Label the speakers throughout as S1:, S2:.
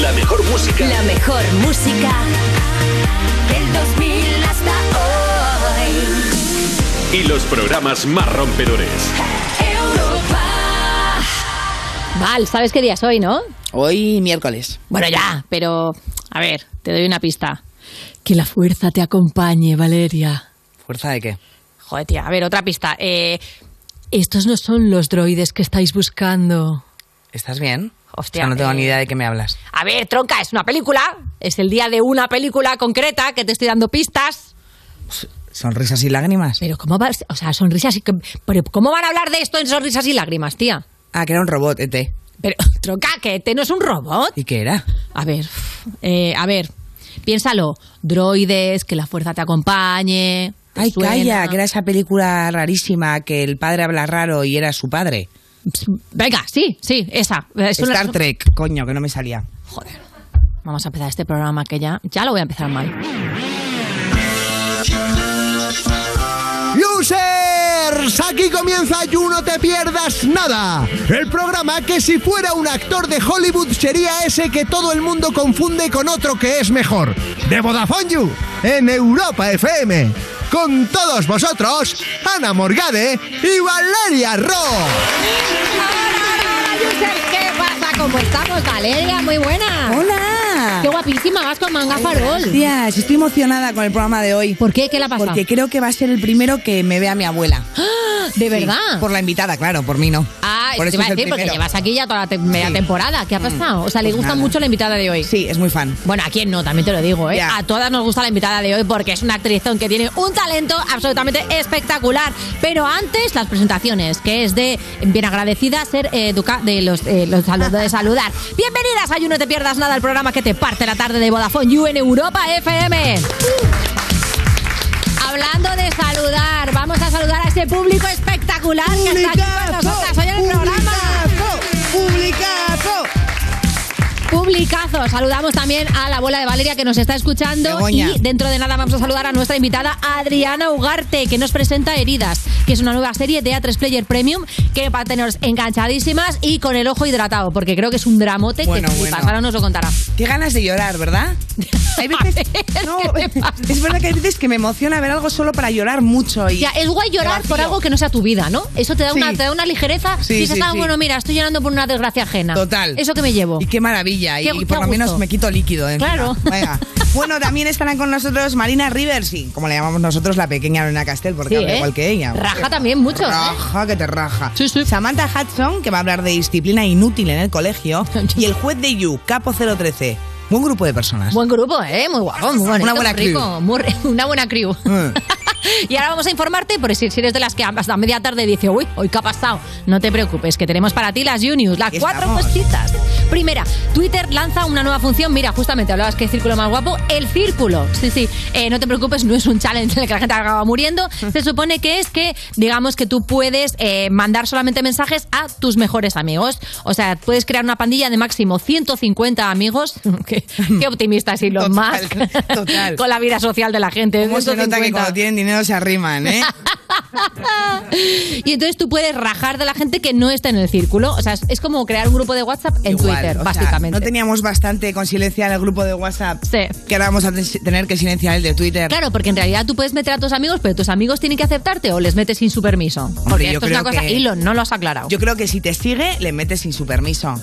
S1: La mejor música.
S2: La mejor música del 2000 hasta
S1: hoy. Y los programas más rompedores.
S2: Europa. Val, ¿sabes qué día es hoy, no?
S3: Hoy miércoles.
S2: Bueno, ya, pero a ver, te doy una pista. Que la fuerza te acompañe, Valeria.
S3: ¿Fuerza de qué?
S2: Joder, tía, a ver, otra pista. Eh, estos no son los droides que estáis buscando.
S3: ¿Estás bien? Hostia, o sea, no tengo eh... ni idea de qué me hablas.
S2: A ver, tronca, es una película. Es el día de una película concreta que te estoy dando pistas.
S3: Sonrisas y lágrimas.
S2: Pero cómo vas, o sea, sonrisas y pero cómo van a hablar de esto en sonrisas y lágrimas, tía.
S3: Ah, que era un robot, ET.
S2: Pero tronca, que ET no es un robot.
S3: ¿Y qué era?
S2: A ver, eh, a ver, piénsalo. Droides, que la fuerza te acompañe.
S3: Ay, suena. calla, que era esa película rarísima que el padre habla raro y era su padre.
S2: Venga, sí, sí, esa.
S3: Es Star una... Trek, coño, que no me salía.
S2: Joder. Vamos a empezar este programa que ya, ya lo voy a empezar mal.
S4: ¡Users! Aquí comienza You No Te Pierdas Nada. El programa que si fuera un actor de Hollywood sería ese que todo el mundo confunde con otro que es mejor. De Vodafone You, en Europa FM. Con todos vosotros, Ana Morgade y Valeria Ro.
S2: ¿Qué pasa? ¿Cómo estamos, Valeria? Muy buena.
S3: Hola.
S2: Qué guapísima, vas con manga farol.
S3: Gracias, estoy emocionada con el programa de hoy.
S2: ¿Por qué? ¿Qué la pasa?
S3: Porque creo que va a ser el primero que me vea mi abuela.
S2: ¡Ah! ¿De verdad?
S3: Sí, por la invitada, claro, por mí no.
S2: Ah,
S3: por
S2: te iba a decir, porque llevas aquí ya toda la te media sí. temporada. ¿Qué ha pasado? O sea, le pues gusta nada. mucho la invitada de hoy.
S3: Mm. Sí, es muy fan.
S2: Bueno, ¿a quién no? También te lo digo, ¿eh? Yeah. A todas nos gusta la invitada de hoy porque es una actrizón que tiene un talento absolutamente espectacular. Pero antes, las presentaciones, que es de bien agradecida ser educada de los, eh, los saludos de saludar. Bienvenidas a You No Te Pierdas Nada, el programa que te parte la tarde de Vodafone You en Europa FM. Hablando de saludar, vamos a saludar a ese público espectacular que está aquí con nosotras hoy en el programa.
S3: ¡Publicazo!
S2: Publicazo. Saludamos también a la abuela de Valeria que nos está escuchando. Begoña. Y dentro de nada vamos a saludar a nuestra invitada Adriana Ugarte, que nos presenta Heridas, que es una nueva serie de A3 Player Premium que va a teneros enganchadísimas y con el ojo hidratado, porque creo que es un dramote
S3: bueno,
S2: que
S3: bueno.
S2: flipas. Ahora nos lo contará.
S3: Qué ganas de llorar, ¿verdad? Hay veces. no, es verdad que hay veces que me emociona ver algo solo para llorar mucho. Y
S2: ya, es guay llorar por algo que no sea tu vida, ¿no? Eso te da, sí. una, te da una ligereza. Sí, y dices, sí, ah, bueno, mira, estoy llorando por una desgracia ajena.
S3: Total.
S2: Eso que me llevo.
S3: Y qué maravilla. Y, qué, y, por lo menos me quito líquido. ¿eh?
S2: Claro.
S3: Venga. Bueno, también estarán con nosotros Marina Rivers, sí, como le llamamos nosotros, la pequeña Lorena Castel,
S2: sí,
S3: porque habla
S2: ¿eh?
S3: igual que ella.
S2: Raja también mucho.
S3: Raja,
S2: ¿eh?
S3: que te raja.
S2: Sí, sí.
S3: Samantha Hudson, que va a hablar de disciplina inútil en el colegio. y el juez de You, Capo 013. Buen grupo de personas.
S2: Buen grupo, ¿eh? Muy guapo, muy bonito,
S3: Una buena
S2: muy rico,
S3: crew.
S2: Muy, una buena crew. Mm. y ahora vamos a informarte, por si eres de las que hasta media tarde dice, uy, hoy qué ha pasado. No te preocupes, que tenemos para ti las Juniors, las cuatro
S3: estamos?
S2: cositas. Primera, Twitter lanza una nueva función. Mira, justamente hablabas que el círculo más guapo, el círculo. Sí, sí, eh, no te preocupes, no es un challenge en el que la gente acaba muriendo. Se supone que es que, digamos, que tú puedes eh, mandar solamente mensajes a tus mejores amigos. O sea, puedes crear una pandilla de máximo 150 amigos. qué, qué optimistas y los más. con la vida social de la gente.
S3: ¿Cómo se nota que cuando tienen dinero se arriman, eh?
S2: y entonces tú puedes rajar de la gente que no está en el círculo. O sea, es como crear un grupo de WhatsApp en
S3: Igual,
S2: Twitter,
S3: o sea,
S2: básicamente.
S3: no teníamos bastante con silenciar el grupo de WhatsApp.
S2: Sí.
S3: Que ahora vamos a tener que silenciar el de Twitter.
S2: Claro, porque en realidad tú puedes meter a tus amigos, pero tus amigos tienen que aceptarte o les metes sin su permiso.
S3: Hombre,
S2: porque
S3: yo
S2: esto es una
S3: creo
S2: cosa.
S3: que-
S2: Elon, no lo has aclarado.
S3: Yo creo que si te sigue, le metes sin su permiso.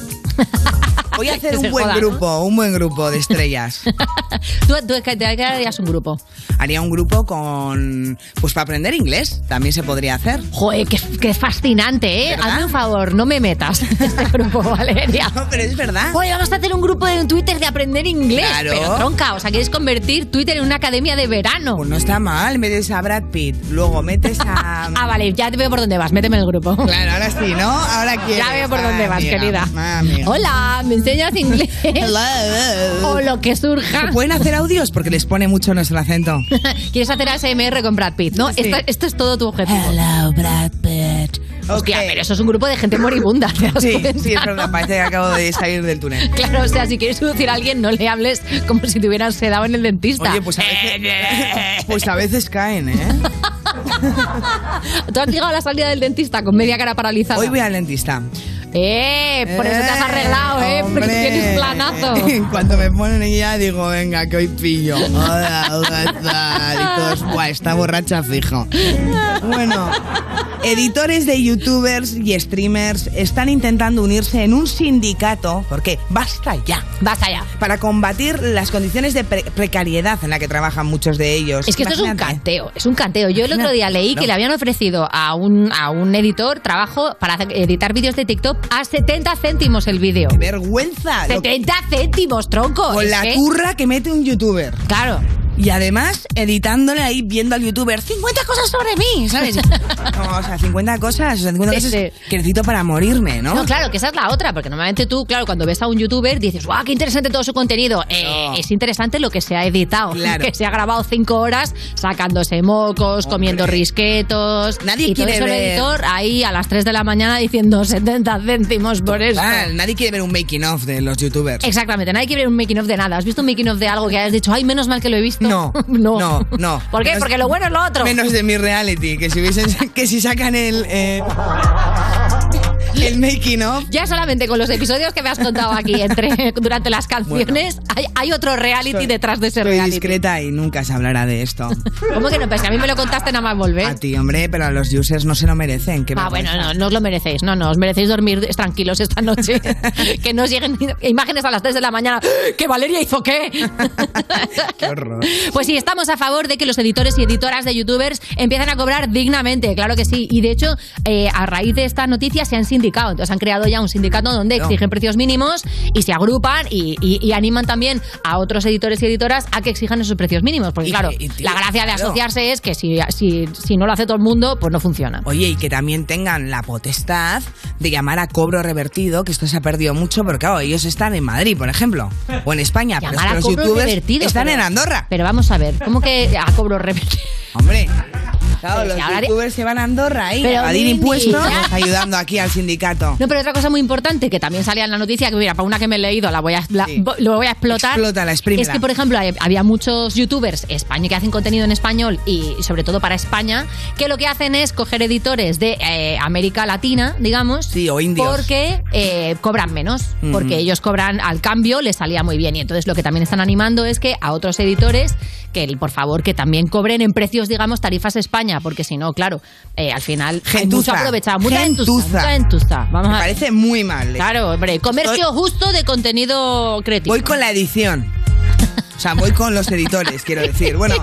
S3: Voy a
S2: Que
S3: hacer
S2: se
S3: un buen
S2: joda, ¿no?
S3: grupo, un buen grupo de estrellas.
S2: Tú, tú es que te crearías un grupo.
S3: Haría un grupo con. Pues para aprender inglés, también se podría hacer.
S2: Joder, qué, qué fascinante, ¿eh?
S3: ¿Verdad?
S2: Hazme un favor, no me metas en este grupo, Valeria.
S3: No, pero es verdad.
S2: Oye, vamos a hacer un grupo de Twitter de aprender inglés.
S3: Claro.
S2: Pero tronca, o sea, quieres convertir Twitter en una academia de verano.
S3: Pues no está mal, metes a Brad Pitt, luego metes a.
S2: Ah, vale, ya te veo por dónde vas, méteme en el grupo.
S3: Claro, ahora sí, ¿no? Ahora quieres.
S2: Ya veo por dónde
S3: Ah,
S2: vas,
S3: amiga,
S2: querida.
S3: ah, amiga.
S2: Hola, ¿me enseñas inglés? o lo que surja.
S3: ¿Pueden hacer audios? Porque les pone mucho nuestro acento.
S2: ¿Quieres hacer ASMR con Brad Pitt? ¿no?
S3: Sí.
S2: Esto, esto es todo tu objetivo.
S3: Hello, Brad Pitt.
S2: Hostia,
S3: Ok.
S2: pero eso es un grupo de gente moribunda. ¿te das
S3: Sí,
S2: cuenta?
S3: sí, es verdad, parece que acabo de salir del túnel.
S2: Claro, o sea, si quieres seducir a alguien, no le hables como si te hubieras sedado en el dentista.
S3: Oye, pues a veces, pues a veces caen, ¿eh?
S2: Ah, Tú has llegado a la salida del dentista con media cara paralizada.
S3: Hoy voy al dentista.
S2: Eh, por eso te has arreglado, eh, porque
S3: hombre.
S2: tienes planazo.
S3: Cuando me ponen ya digo, venga, que hoy pillo. Hola, hola, tal. Y todos, "Buah, está borracha fijo. Bueno, editores de youtubers y streamers están intentando unirse en un sindicato, porque basta ya,
S2: Basta ya.
S3: para combatir las condiciones de pre- precariedad en la que trabajan muchos de ellos.
S2: Es que esto es un
S3: Imagínate.
S2: canteo, es un canteo. Yo el otro
S3: Imagínate,
S2: día leí
S3: ¿no?
S2: que le habían ofrecido a un, a un editor trabajo para hacer- editar vídeos de TikTok a 70 céntimos el vídeo.
S3: Vergüenza. lo-
S2: 70 céntimos, tronco.
S3: con
S2: es
S3: la
S2: que-
S3: curra que mete un youtuber.
S2: Claro.
S3: Y además, editándole ahí, viendo al youtuber, 50 cosas sobre mí, ¿sabes? No, o sea, 50 cosas, o sea, 50
S2: Sí,
S3: cosas
S2: sí.
S3: que necesito para morirme, ¿no?
S2: No, claro, que esa es la otra, porque normalmente tú, claro, cuando ves a un youtuber dices, ¡guau, qué interesante todo su contenido! Eh,
S3: No.
S2: Es interesante lo que se ha editado,
S3: Claro.
S2: que se ha grabado cinco horas sacándose mocos, comiendo risquetos.
S3: Nadie
S2: y todo
S3: quiere
S2: eso el
S3: ver-
S2: editor ahí a las 3 de la mañana diciendo 70 céntimos por eso.
S3: Ah, nadie quiere ver un making of de los youtubers.
S2: Exactamente, nadie quiere ver un making of de nada. ¿Has visto un making of de algo que hayas dicho, ay, menos mal que lo he visto?
S3: No,
S2: no.
S3: no, no.
S2: oh. ¿Por qué?
S3: Menos-
S2: Porque lo bueno es lo otro.
S3: Menos de mi reality, que si hubiesen, que si sacan el eh, el making of.
S2: Ya solamente con los episodios que me has contado aquí entre, durante las canciones, hay, hay otro reality
S3: Soy-
S2: detrás de ese
S3: Soy
S2: reality.
S3: discreta y nunca se hablará de esto.
S2: ¿Cómo que no? Pues que a mí me lo contaste nada más
S3: A
S2: volver.
S3: ti, hombre, pero a los users no se lo merecen. Ah, qué
S2: Ah,
S3: vergüenza.
S2: bueno, no, no os lo merecéis. No, no, os merecéis dormir tranquilos esta noche. que no os lleguen imágenes a las 3 de la mañana. ¿Que Valeria hizo qué?
S3: Qué horror.
S2: Pues sí, estamos a favor de que los editores y editoras de youtubers empiezan a cobrar dignamente, claro que sí. Y de hecho, eh, a raíz de esta noticia se han sindicado, entonces han creado ya un sindicato donde
S3: No.
S2: exigen precios mínimos y se agrupan y, y- y animan también a otros editores y editoras a que exijan esos precios mínimos. Porque
S3: Y-
S2: claro,
S3: y, tío,
S2: la gracia de
S3: claro.
S2: asociarse es que si, si, si no lo hace todo el mundo, pues no funciona.
S3: Oye, y que también tengan la potestad de llamar a cobro revertido, que esto se ha perdido mucho, porque claro, ellos están en Madrid, por ejemplo, o en España, pero es
S2: Llamar
S3: que
S2: a
S3: los
S2: cobro
S3: youtubers
S2: revertido.
S3: están
S2: pero-
S3: en Andorra.
S2: Pero vamos a ver, ¿cómo que a cobro revertido?
S3: Hombre, claro,
S2: Pero
S3: los
S2: si ahora-
S3: youtubers se van a Andorra ahí
S2: Pero
S3: a evadir
S2: Mimi,
S3: impuestos,
S2: ya.
S3: nos ayudando aquí al sindicato.
S2: No, pero otra cosa muy importante que también salía en la noticia, que mira, para una que me he leído, la voy a, la-
S3: Sí.
S2: bo- lo voy a explotar.
S3: Explótala, exprímela.
S2: Es que, por ejemplo, hay- había muchos youtubers españoles que hacen contenido en español y sobre todo para España, que lo que hacen es coger editores de eh, América Latina, digamos.
S3: Sí, o indios.
S2: Porque eh, cobran menos, porque ellos cobran al cambio, les salía muy bien. Y entonces lo que también están animando es que a otros editores, que el- por favor, que también cobren en precios, digamos, tarifas España, porque si no, claro, eh, al final hay mucho
S3: Gentuza.
S2: aprovechado, mucha entusa,
S3: Gentuza.
S2: mucha entusa. Vamos
S3: Me
S2: a
S3: parece muy mal.
S2: Claro, hombre, comercio justo de contenido creativo.
S3: Voy con la edición. O sea, voy con los editores, quiero decir. Bueno,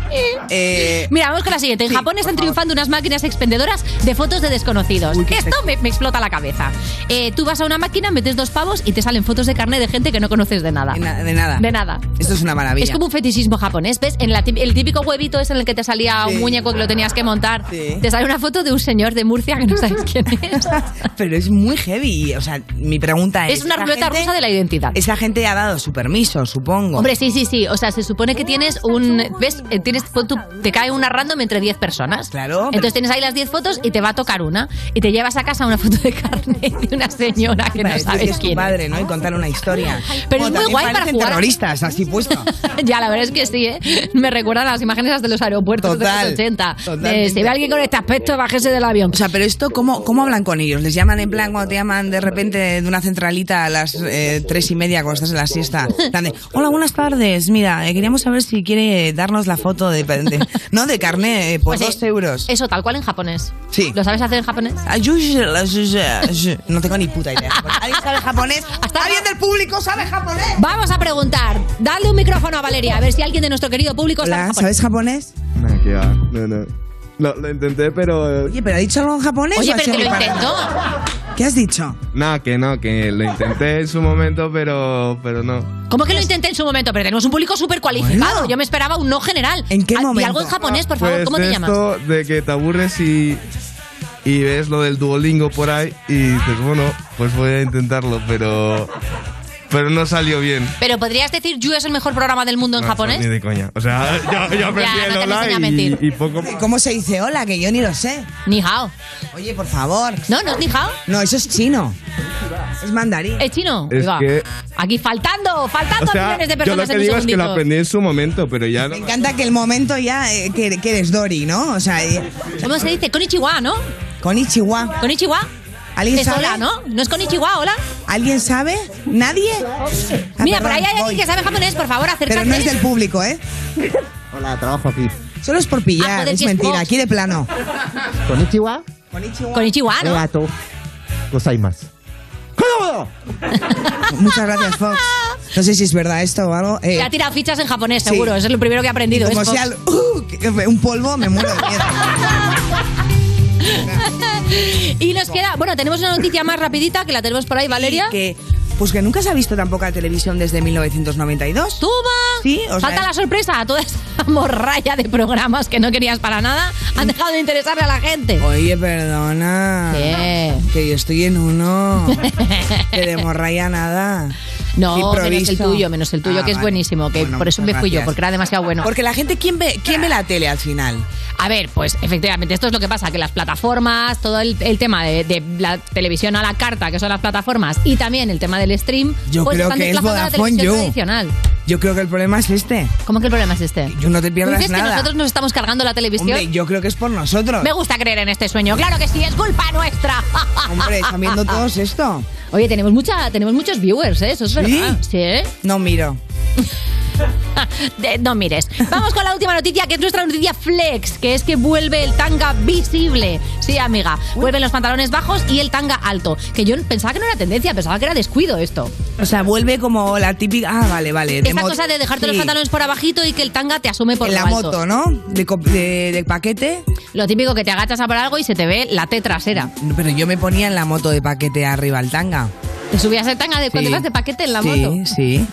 S3: eh,
S2: Mira, vamos con la siguiente. En
S3: Sí,
S2: Japón
S3: por
S2: están
S3: favor.
S2: triunfando unas máquinas expendedoras de fotos de desconocidos.
S3: Uy, qué
S2: Esto me, me explota la cabeza. Eh, tú vas a una máquina, metes dos pavos y te salen fotos de carne de gente que no conoces de nada.
S3: de na- de nada.
S2: De nada.
S3: Esto es una maravilla.
S2: Es como un fetichismo japonés, ¿ves? En la tí- el típico huevito es en el que te salía
S3: Sí.
S2: un muñeco que lo tenías que montar.
S3: Sí.
S2: Te sale una foto de un señor de Murcia que no sabes quién es.
S3: Pero es muy heavy. O sea, mi pregunta es.
S2: Es una
S3: ¿esa
S2: ruleta
S3: gente-
S2: rusa de la identidad.
S3: Esa gente ha dado su permiso, supongo.
S2: Hombre, sí, sí, sí. O sea, se supone que tienes un. ¿Ves? Eh, Tienes, pon tú- te cae una random entre 10 personas.
S3: Claro.
S2: Entonces tienes ahí las 10 fotos y te va a tocar una. Y te llevas a casa una foto de carne de una señora que
S3: Para
S2: no
S3: decir es
S2: sabes
S3: tu
S2: quién es.
S3: padre, ¿no? Y contar una historia.
S2: Pero es muy
S3: también
S2: guay para
S3: parecen
S2: jugar.
S3: terroristas, así puesto.
S2: Ya, la verdad es que sí, ¿eh? Me recuerdan las imágenes las de los aeropuertos de
S3: Total,
S2: los 80.
S3: totalmente.
S2: Eh, si ve alguien con este aspecto, bájese del avión.
S3: O sea, pero esto, ¿cómo, ¿cómo hablan con ellos? ¿Les llaman en plan cuando te llaman de repente de una centralita a las eh, tres y media cuando estás en la siesta? En plan de, Hola, buenas tardes. Mira, eh, queríamos saber si quiere darnos la foto de, de- no de carne eh, por
S2: Pues, eh,
S3: dos euros.
S2: Eso, tal cual en japonés.
S3: Sí. Ah,
S2: ¿Lo sabes hacer en japonés?
S3: No tengo ni puta idea. ¿Alguien sabe japonés?
S2: Hasta-
S3: ¿Alguien del público sabe japonés?
S2: Vamos a preguntar. Dale un micrófono a Valeria, a ver si alguien de nuestro querido público sabe
S3: Hola,
S2: japonés.
S3: ¿sabes japonés?
S5: Nah, qué va. No, no. Lo, lo intenté, pero. eh,
S3: Oye, pero ¿ha dicho algo en japonés?
S2: Oye,
S3: o ha
S2: pero
S3: sido
S2: que lo
S3: mi padre?
S2: intentó.
S3: ¿Qué has dicho?
S5: Nah, que no, que lo intenté en su momento, pero. Pero no.
S2: ¿Cómo que lo intenté en su momento? Pero tenemos un público súper cualificado.
S3: Bueno.
S2: Yo me esperaba un no general.
S3: ¿En qué
S2: Ah, Y
S3: momento?
S2: algo en japonés, por favor.
S5: Pues
S2: ¿Cómo
S5: de
S2: te llamas?
S5: esto de que te aburres y. Y ves lo del Duolingo por ahí y dices, bueno, pues voy a intentarlo, pero. Pero no salió bien.
S2: Pero podrías decir, Yu es el mejor programa del mundo en
S5: No, Ni
S2: japonés.
S5: de coña. O sea, yo, yo aprendí
S2: Ya, no
S5: el
S2: te
S5: hola
S2: enseña a mentir.
S5: y, y poco más.
S3: ¿Cómo se dice hola? Que yo ni lo sé.
S2: Ni hao.
S3: Oye, por favor.
S2: No, no es ni hao.
S3: No, eso es chino. Es mandarín.
S2: Es chino.
S5: Es
S2: Ahí va.
S5: que-
S2: Aquí faltando, faltando
S5: O
S2: a
S5: sea,
S2: millones de
S5: yo
S2: personas
S5: lo que
S2: en un
S5: digo es que lo
S2: segundito.
S5: aprendí en su momento, pero ya
S3: Me
S5: no.
S3: encanta que el momento ya eh, que, que eres Dory, ¿no? O sea, eh,
S2: ¿Cómo se dice? Konichiwa, ¿no?
S3: con Ichiwa.
S2: Konichiwa.
S3: ¿Alguien
S2: es
S3: sabe?
S2: hola, ¿no? No es con Ichiwa, hola.
S3: ¿Alguien sabe? ¿Nadie? Ah,
S2: Mira, por
S3: perdón,
S2: ahí hay
S3: voy.
S2: alguien que sabe japonés, por favor, acércate.
S3: Pero no es del público, ¿eh?
S4: Hola, trabajo aquí.
S3: Solo es por
S2: Ah,
S3: pillar,
S2: joder,
S3: es
S2: que es
S3: mentira,
S2: Vox.
S3: aquí de plano.
S4: Konnichiwa.
S2: Con Ichiwa, ¿no?
S4: Gato. Cosa Pues hay más.
S3: Muchas gracias, Fox. No sé si es verdad esto o algo. Eh,
S2: Le ha tirado fichas en japonés,
S3: Sí.
S2: seguro. Eso es lo primero que he aprendido.
S3: como
S2: es Vox.
S3: sea el- uh, que- un polvo, me muero de miedo.
S2: Y nos queda, bueno, tenemos una noticia más rapidita que la tenemos por ahí, Valeria.
S3: Y Que, pues que nunca se ha visto tampoco la televisión desde 1992.
S2: ¡Toma!
S3: Sí, o sea,
S2: Falta
S3: es-
S2: la sorpresa a toda esa morralla de programas que no querías para nada. Han dejado de interesarle a la gente.
S3: Oye, perdona.
S2: ¿Qué?
S3: Que yo estoy en uno. que de morralla nada.
S2: No, menos
S3: Improviso.
S2: el tuyo, menos el tuyo,
S3: Ah,
S2: que es
S3: vale.
S2: buenísimo, que
S3: Bueno,
S2: por eso me
S3: muchas
S2: fui yo,
S3: gracias.
S2: porque era demasiado bueno.
S3: Porque la gente, ¿quién ve, ¿quién ve la tele al final?
S2: A ver, pues efectivamente, esto es lo que pasa, que las plataformas, todo el, el tema de, de la televisión a la carta, que son las plataformas, y también el tema del stream,
S3: Yo
S2: pues
S3: creo
S2: están
S3: que es
S2: desplazando a la
S3: Vodafone
S2: televisión
S3: You.
S2: tradicional.
S3: Yo creo que el problema es este.
S2: ¿Cómo que el problema es este?
S3: Yo no te
S2: ¿Tú
S3: pierdas
S2: dices
S3: nada.
S2: que nosotros nos estamos cargando la televisión?
S3: Hombre, yo creo que es por nosotros.
S2: Me gusta creer en este sueño. Claro que sí, es culpa nuestra.
S3: Hombre, están viendo todos esto.
S2: Oye, tenemos mucha, tenemos muchos viewers, ¿eh? Eso es verdad. Sí.
S3: No miro.
S2: De- no mires. Vamos con la última noticia, que es nuestra noticia flex, que es que vuelve el tanga visible. Sí, amiga. Vuelven los pantalones bajos y el tanga alto. Que yo pensaba que no era tendencia, pensaba que era descuido esto.
S3: O sea, vuelve como la típica. Ah, vale, vale.
S2: Esta
S3: mo-
S2: cosa de dejarte los
S3: Sí.
S2: pantalones por abajito y que el tanga te asume por
S3: En la
S2: lo alto.
S3: moto, ¿no? De, co- de- de paquete.
S2: Lo típico que te agachas a por algo y se te ve la T trasera.
S3: Pero yo me ponía en la moto de paquete arriba el tanga.
S2: Te subías el tanga de cuando
S3: Sí.
S2: ibas de paquete en la
S3: sí,
S2: moto.
S3: Sí,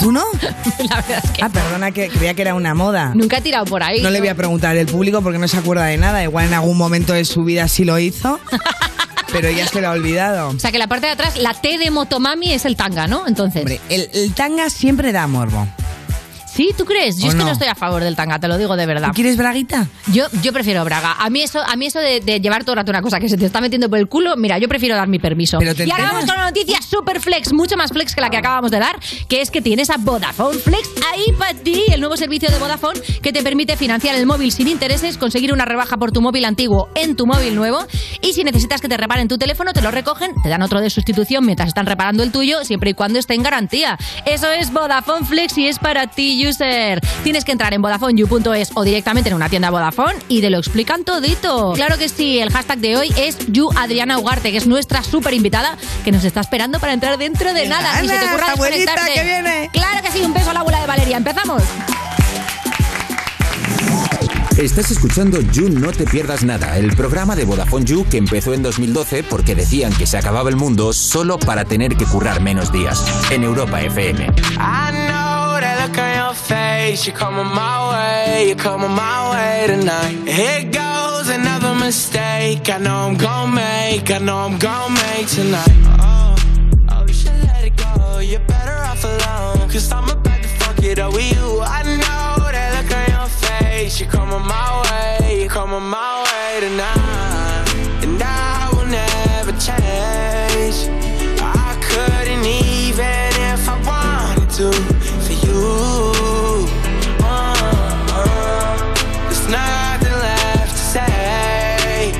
S3: ¿Tú no?
S2: La verdad es que
S3: Ah, perdona, que creía que era una moda.
S2: nunca he tirado por ahí.
S3: No le voy a preguntar al público porque no se acuerda de nada. Igual en algún momento de su vida sí lo hizo, pero ya se lo ha olvidado.
S2: O sea que la parte de atrás, la T de Motomami es el tanga, ¿no? Entonces.
S3: Hombre, el, el tanga siempre da morbo.
S2: ¿Sí? ¿Tú crees? Yo
S3: ¿O
S2: es que
S3: no?
S2: no estoy a favor del tanga, te lo digo de verdad.
S3: ¿Tú quieres braguita?
S2: Yo, yo prefiero braga. A mí eso, a mí eso de, de llevar todo el rato una cosa que se te está metiendo por el culo, mira, yo prefiero dar mi permiso.
S3: Pero te
S2: y ahora
S3: enteras.
S2: vamos con una noticia super flex, mucho más flex que la que acabamos de dar, que es que tienes a Vodafone Flex ahí para ti, el nuevo servicio de Vodafone que te permite financiar el móvil sin intereses, conseguir una rebaja por tu móvil antiguo en tu móvil nuevo y si necesitas que te reparen tu teléfono, te lo recogen, te dan otro de sustitución mientras están reparando el tuyo, siempre y cuando esté en garantía. Eso es Vodafone Flex y es para ti, user. Tienes que entrar en VodafoneYou.es o directamente en una tienda Vodafone y te lo explican todito. Claro que sí, el hashtag de hoy es YouAdriana Ugarte, que es nuestra súper invitada que nos está esperando para entrar dentro de
S3: Venga,
S2: nada. Y se te
S3: Ana,
S2: ocurra
S3: abuelita,
S2: desconectarte.
S3: que viene.
S2: Claro que sí, un beso a la abuela de Valeria. Empezamos.
S6: Estás escuchando You No Te Pierdas Nada, el programa de Vodafone You que empezó en 2012 porque decían que se acababa el mundo solo para tener que currar menos días. En Europa FM.
S7: I know that look on your face. You're coming my way, you're coming my way tonight. Here goes another mistake. I know I'm gonna make, I know I'm gonna make tonight. Oh, oh, you should let it go. You're better off alone. Cause I'm about to fuck it up with you. I know that look on your face. You're coming my way, you're coming my way tonight. And I will never change. I couldn't even if I wanted to for you. Uh, uh, there's nothing left to say.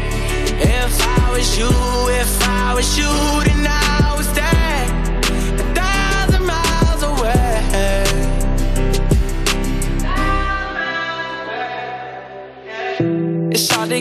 S7: If I was you, if I was you, then I would stay a thousand miles away. It's hard to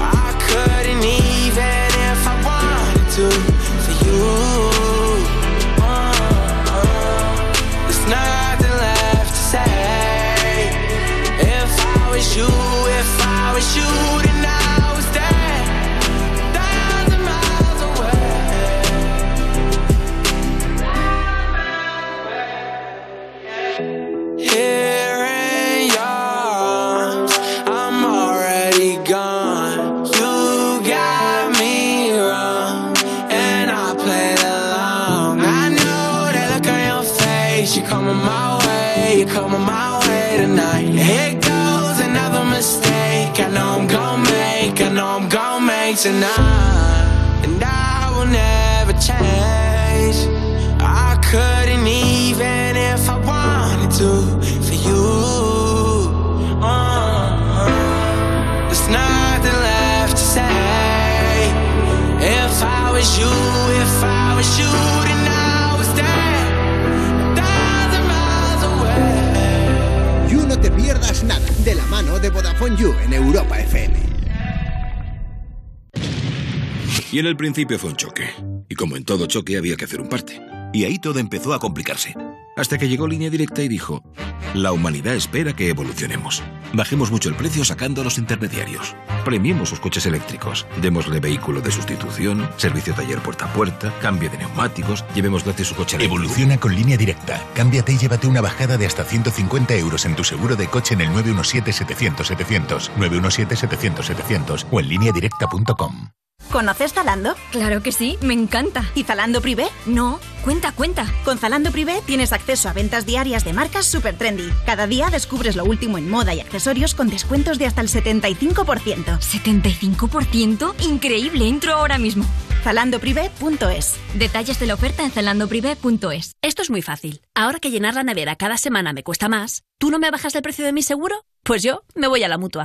S7: I couldn't even if I wanted to for you. Uh, uh, there's nothing left to say. If I was you, if I was you, then I was dead. Thousand miles away. Here in your arms, I'm already gone. You got me wrong, and I played along. I know that look on your face.
S8: you're coming my way, you're coming my way tonight. Here goes another mistake. I know I'm gonna make, I know I'm gonna make tonight. And I will never change. I couldn't even if I wanted to for you. Uh, there's nothing left to say. If I was you, if I was you, then I was there.
S4: You no te pierdas nada de la mano de Vodafone You en Europa FM.
S1: Y en el principio fue un choque. Y como en todo choque había que hacer un parte. Y ahí todo empezó a complicarse. Hasta que llegó Línea Directa y dijo, la humanidad espera que evolucionemos. Bajemos mucho el precio sacando a los intermediarios. Premiemos sus coches eléctricos. Démosle vehículo de sustitución, servicio taller puerta a puerta, cambio de neumáticos, llevemos gratis su coche eléctrico.
S9: Evoluciona con línea directa. Cámbiate y llévate una bajada de hasta 150 euros en tu seguro de coche en el 917-700-700, 917-700-700 o en lineadirecta.com.
S10: ¿Conoces Zalando? Claro que sí, me encanta. ¿Y Zalando Privé? No, cuenta, cuenta. Con Zalando Privé tienes acceso a ventas diarias de marcas super trendy. Cada día descubres lo último en moda y accesorios con descuentos de hasta el 75%. ¿75%? Increíble, entro ahora mismo. ZalandoPrivé.es
S11: Detalles de la oferta en celandoprivé.es. Esto es muy fácil. Ahora que llenar la nevera cada semana me cuesta más, ¿tú no me bajas el precio de mi seguro? Pues yo me voy a la mutua.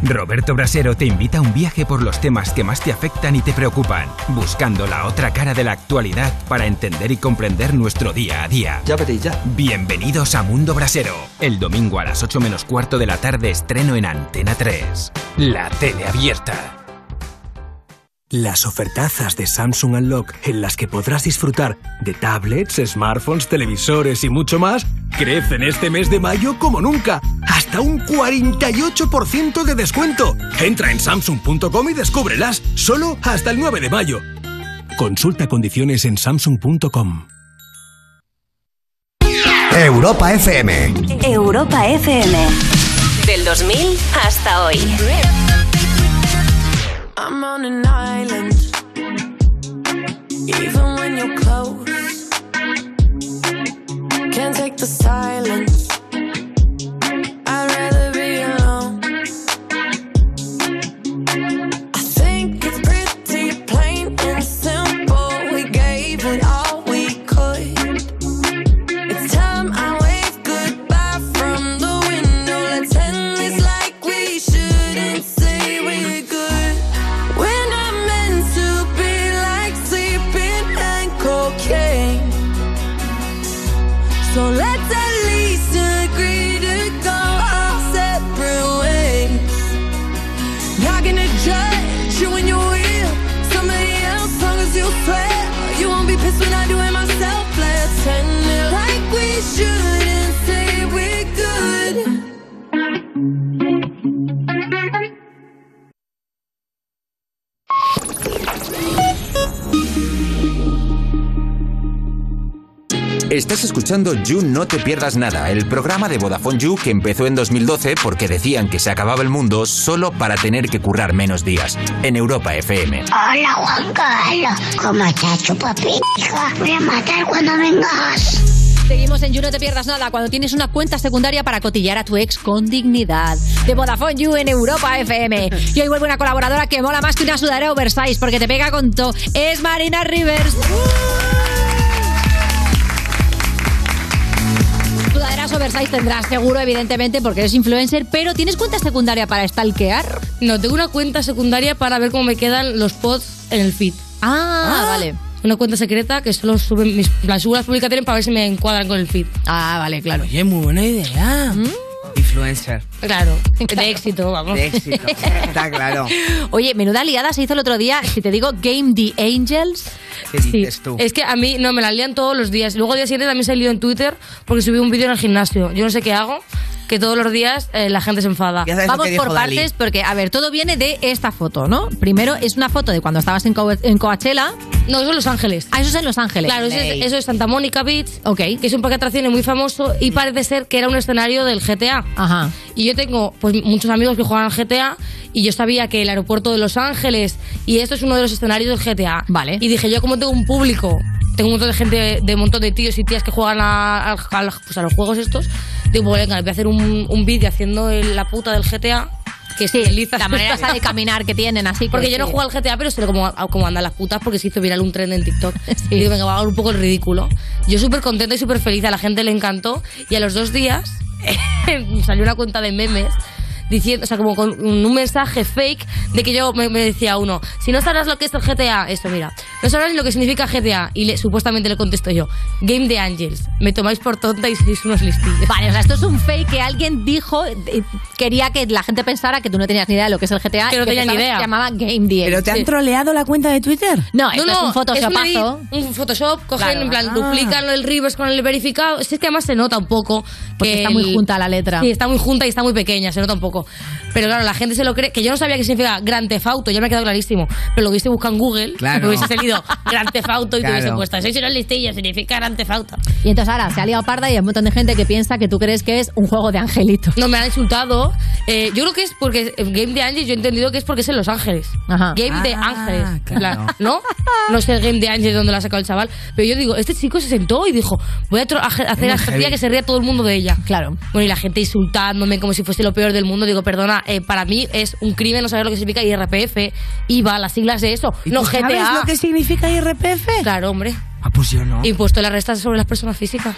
S12: Roberto Brasero te invita a un viaje por los temas que más te afectan y te preocupan, buscando la otra cara de la actualidad para entender y comprender nuestro día a día. Ya veréis ya. Bienvenidos a Mundo Brasero. El domingo a las 8 menos cuarto de la tarde estreno en Antena 3. La tele abierta.
S13: Las ofertazas de Samsung Unlock, en las que podrás disfrutar de tablets, smartphones, televisores y mucho más, crecen este mes de mayo como nunca. Hasta un 48% de descuento. Entra en Samsung.com y descúbrelas, solo hasta el 9 de mayo.
S9: Consulta condiciones en samsung.com.
S13: Europa FM.
S10: Europa FM.
S11: Del 2000 hasta hoy.
S8: I'm on an island. Even when you're close, can't take the silence. I'd rather be alone. I think it's pretty plain and simple. We gave it all we could. It's time I wave goodbye from the window. Let's end this like we shouldn't say we're good. We're not meant to be like sleeping and cocaine. So let's at least agree to go our separate ways. Not gonna judge you when you will. Somebody else, long as you swear. You won't be pissed when I do it myself. Let's end it like we shouldn't say we're good.
S6: Estás escuchando You No Te Pierdas Nada, el programa de Vodafone You que empezó en 2012 porque decían que se acababa el mundo solo para tener que currar menos días, en Europa FM.
S14: Hola, Juan Carlos. ¿Cómo estás, chupapi? Hija, voy a matar cuando vengas.
S2: Seguimos en You No Te Pierdas Nada cuando tienes una cuenta secundaria para cotillar a tu ex con dignidad. De Vodafone You en Europa FM. Y hoy vuelve una colaboradora que mola más que una sudadera oversize porque te pega con todo. Es Marina Rivers. Sudaderas oversize tendrás seguro, evidentemente, porque eres influencer, pero ¿tienes cuenta secundaria para stalkear?
S15: No, tengo una cuenta secundaria para ver cómo me quedan los pods en el feed.
S2: Ah, vale.
S15: Una cuenta secreta que solo suben mis, las subo las publicaciones para ver si me encuadran con el feed.
S3: Ah, vale, claro. Mm. Oye, muy buena idea. Influencer.
S15: Claro, de éxito, vamos.
S3: De éxito. Está claro.
S2: Oye, menuda liada se hizo el otro día, si te digo Game the Angels.
S3: ¿Qué dices tú?
S15: Es que a mí no me la lían todos los días. Luego al día siguiente también se lió en Twitter porque subí un vídeo en el gimnasio. Yo no sé qué hago, que todos los días eh, la gente se enfada.
S2: Vamos por partes porque, a ver, todo viene de esta foto, ¿no? Primero es una foto de cuando estabas en, Co- en Coachella
S15: No, eso es Los Ángeles.
S2: Ah, eso es en Los Ángeles.
S15: Claro, eso
S2: Ley.
S15: es, eso es Santa Mónica Beach, que es un parque de atracciones muy famoso y parece ser que era un escenario del GTA.
S2: Mm. Ajá.
S15: Y yo tengo pues, muchos amigos que juegan al GTA y yo sabía que el aeropuerto de Los Ángeles y esto es uno de los escenarios del GTA. Vale. Y dije, yo como tengo un público, tengo un montón de gente, de un montón de tíos y tías que juegan a, a- a los- pues, a los juegos estos, digo, venga, voy a hacer un, un vídeo haciendo el- la puta del GTA. Que sí,
S2: la manera esa de
S15: caminar que tienen así.
S2: que
S15: Porque yo no
S2: sí.
S15: juego al GTA, pero sé cómo, cómo andan las putas porque se hizo viral un trend en TikTok. Y digo, venga, va a hacer un poco el ridículo. Yo súper contenta y súper feliz, a la gente le encantó. Y a los dos días salió una cuenta de memes diciendo, o sea, como con un un mensaje fake de que yo me, me decía uno, si no sabrás lo que es el GTA, esto mira, no sabrás ni lo que significa GTA. Y le- supuestamente le contesto yo, Game de Angels, me tomáis por tonta y sois unos listillos.
S2: Vale, o sea, esto es un fake que alguien dijo, eh, quería que la gente pensara que tú no tenías ni idea de lo que es el GTA.
S15: Que no
S2: y
S15: tenía ni
S2: pensabas que
S15: idea.
S2: Se llamaba Game 10.
S15: ¿Pero te han
S2: troleado la cuenta de Twitter? No, esto es un
S15: es
S2: photoshopazo.
S15: un edit- un Photoshop, cogen
S2: Claro.
S15: en plan,
S2: Ah.
S15: duplican el Rivers con el verificado. Si es que además se nota un poco.
S2: Porque
S15: que
S2: está muy
S15: el-
S2: junta la letra.
S15: Sí, está muy junta y está muy pequeña, se nota un poco. Pero claro, la gente se lo cree. Que yo no sabía qué significa Gran Tefauto, ya me ha quedado clarísimo. Pero lo hubiese buscado en Google,
S2: Claro.
S15: me hubiese salido Gran Tefauto y te
S2: Claro.
S15: hubiese puesto. Sois unos listillos, significa Gran Tefauto.
S2: Y entonces ahora se ha liado parda y hay un montón de gente que piensa que tú crees que es un juego de angelitos.
S15: No, me han insultado. Eh, yo creo que es porque eh, Game de Angels, yo he entendido que es porque es en Los Ángeles.
S2: Ajá.
S15: Game de
S2: Ah,
S15: Ángeles. En plan, ¿No? No sé el Game de Angels dónde lo ha sacado el chaval. Pero yo digo, este chico se sentó y dijo, voy a, tro- a hacer
S2: Muy
S15: a esta tía
S2: heavy.
S15: que se ría todo el mundo de ella. Claro. Bueno, y la gente insultándome como si fuese lo peor del mundo. Digo, perdona, eh, para mí es un crimen no saber lo que significa IRPF, IVA, las siglas de eso.
S16: ¿Y
S15: no
S16: tú sabes
S15: GTA.
S16: lo que
S15: significa IRPF? Claro, hombre.
S16: Ah, pues yo no.
S15: Impuesto de la resta sobre las personas físicas.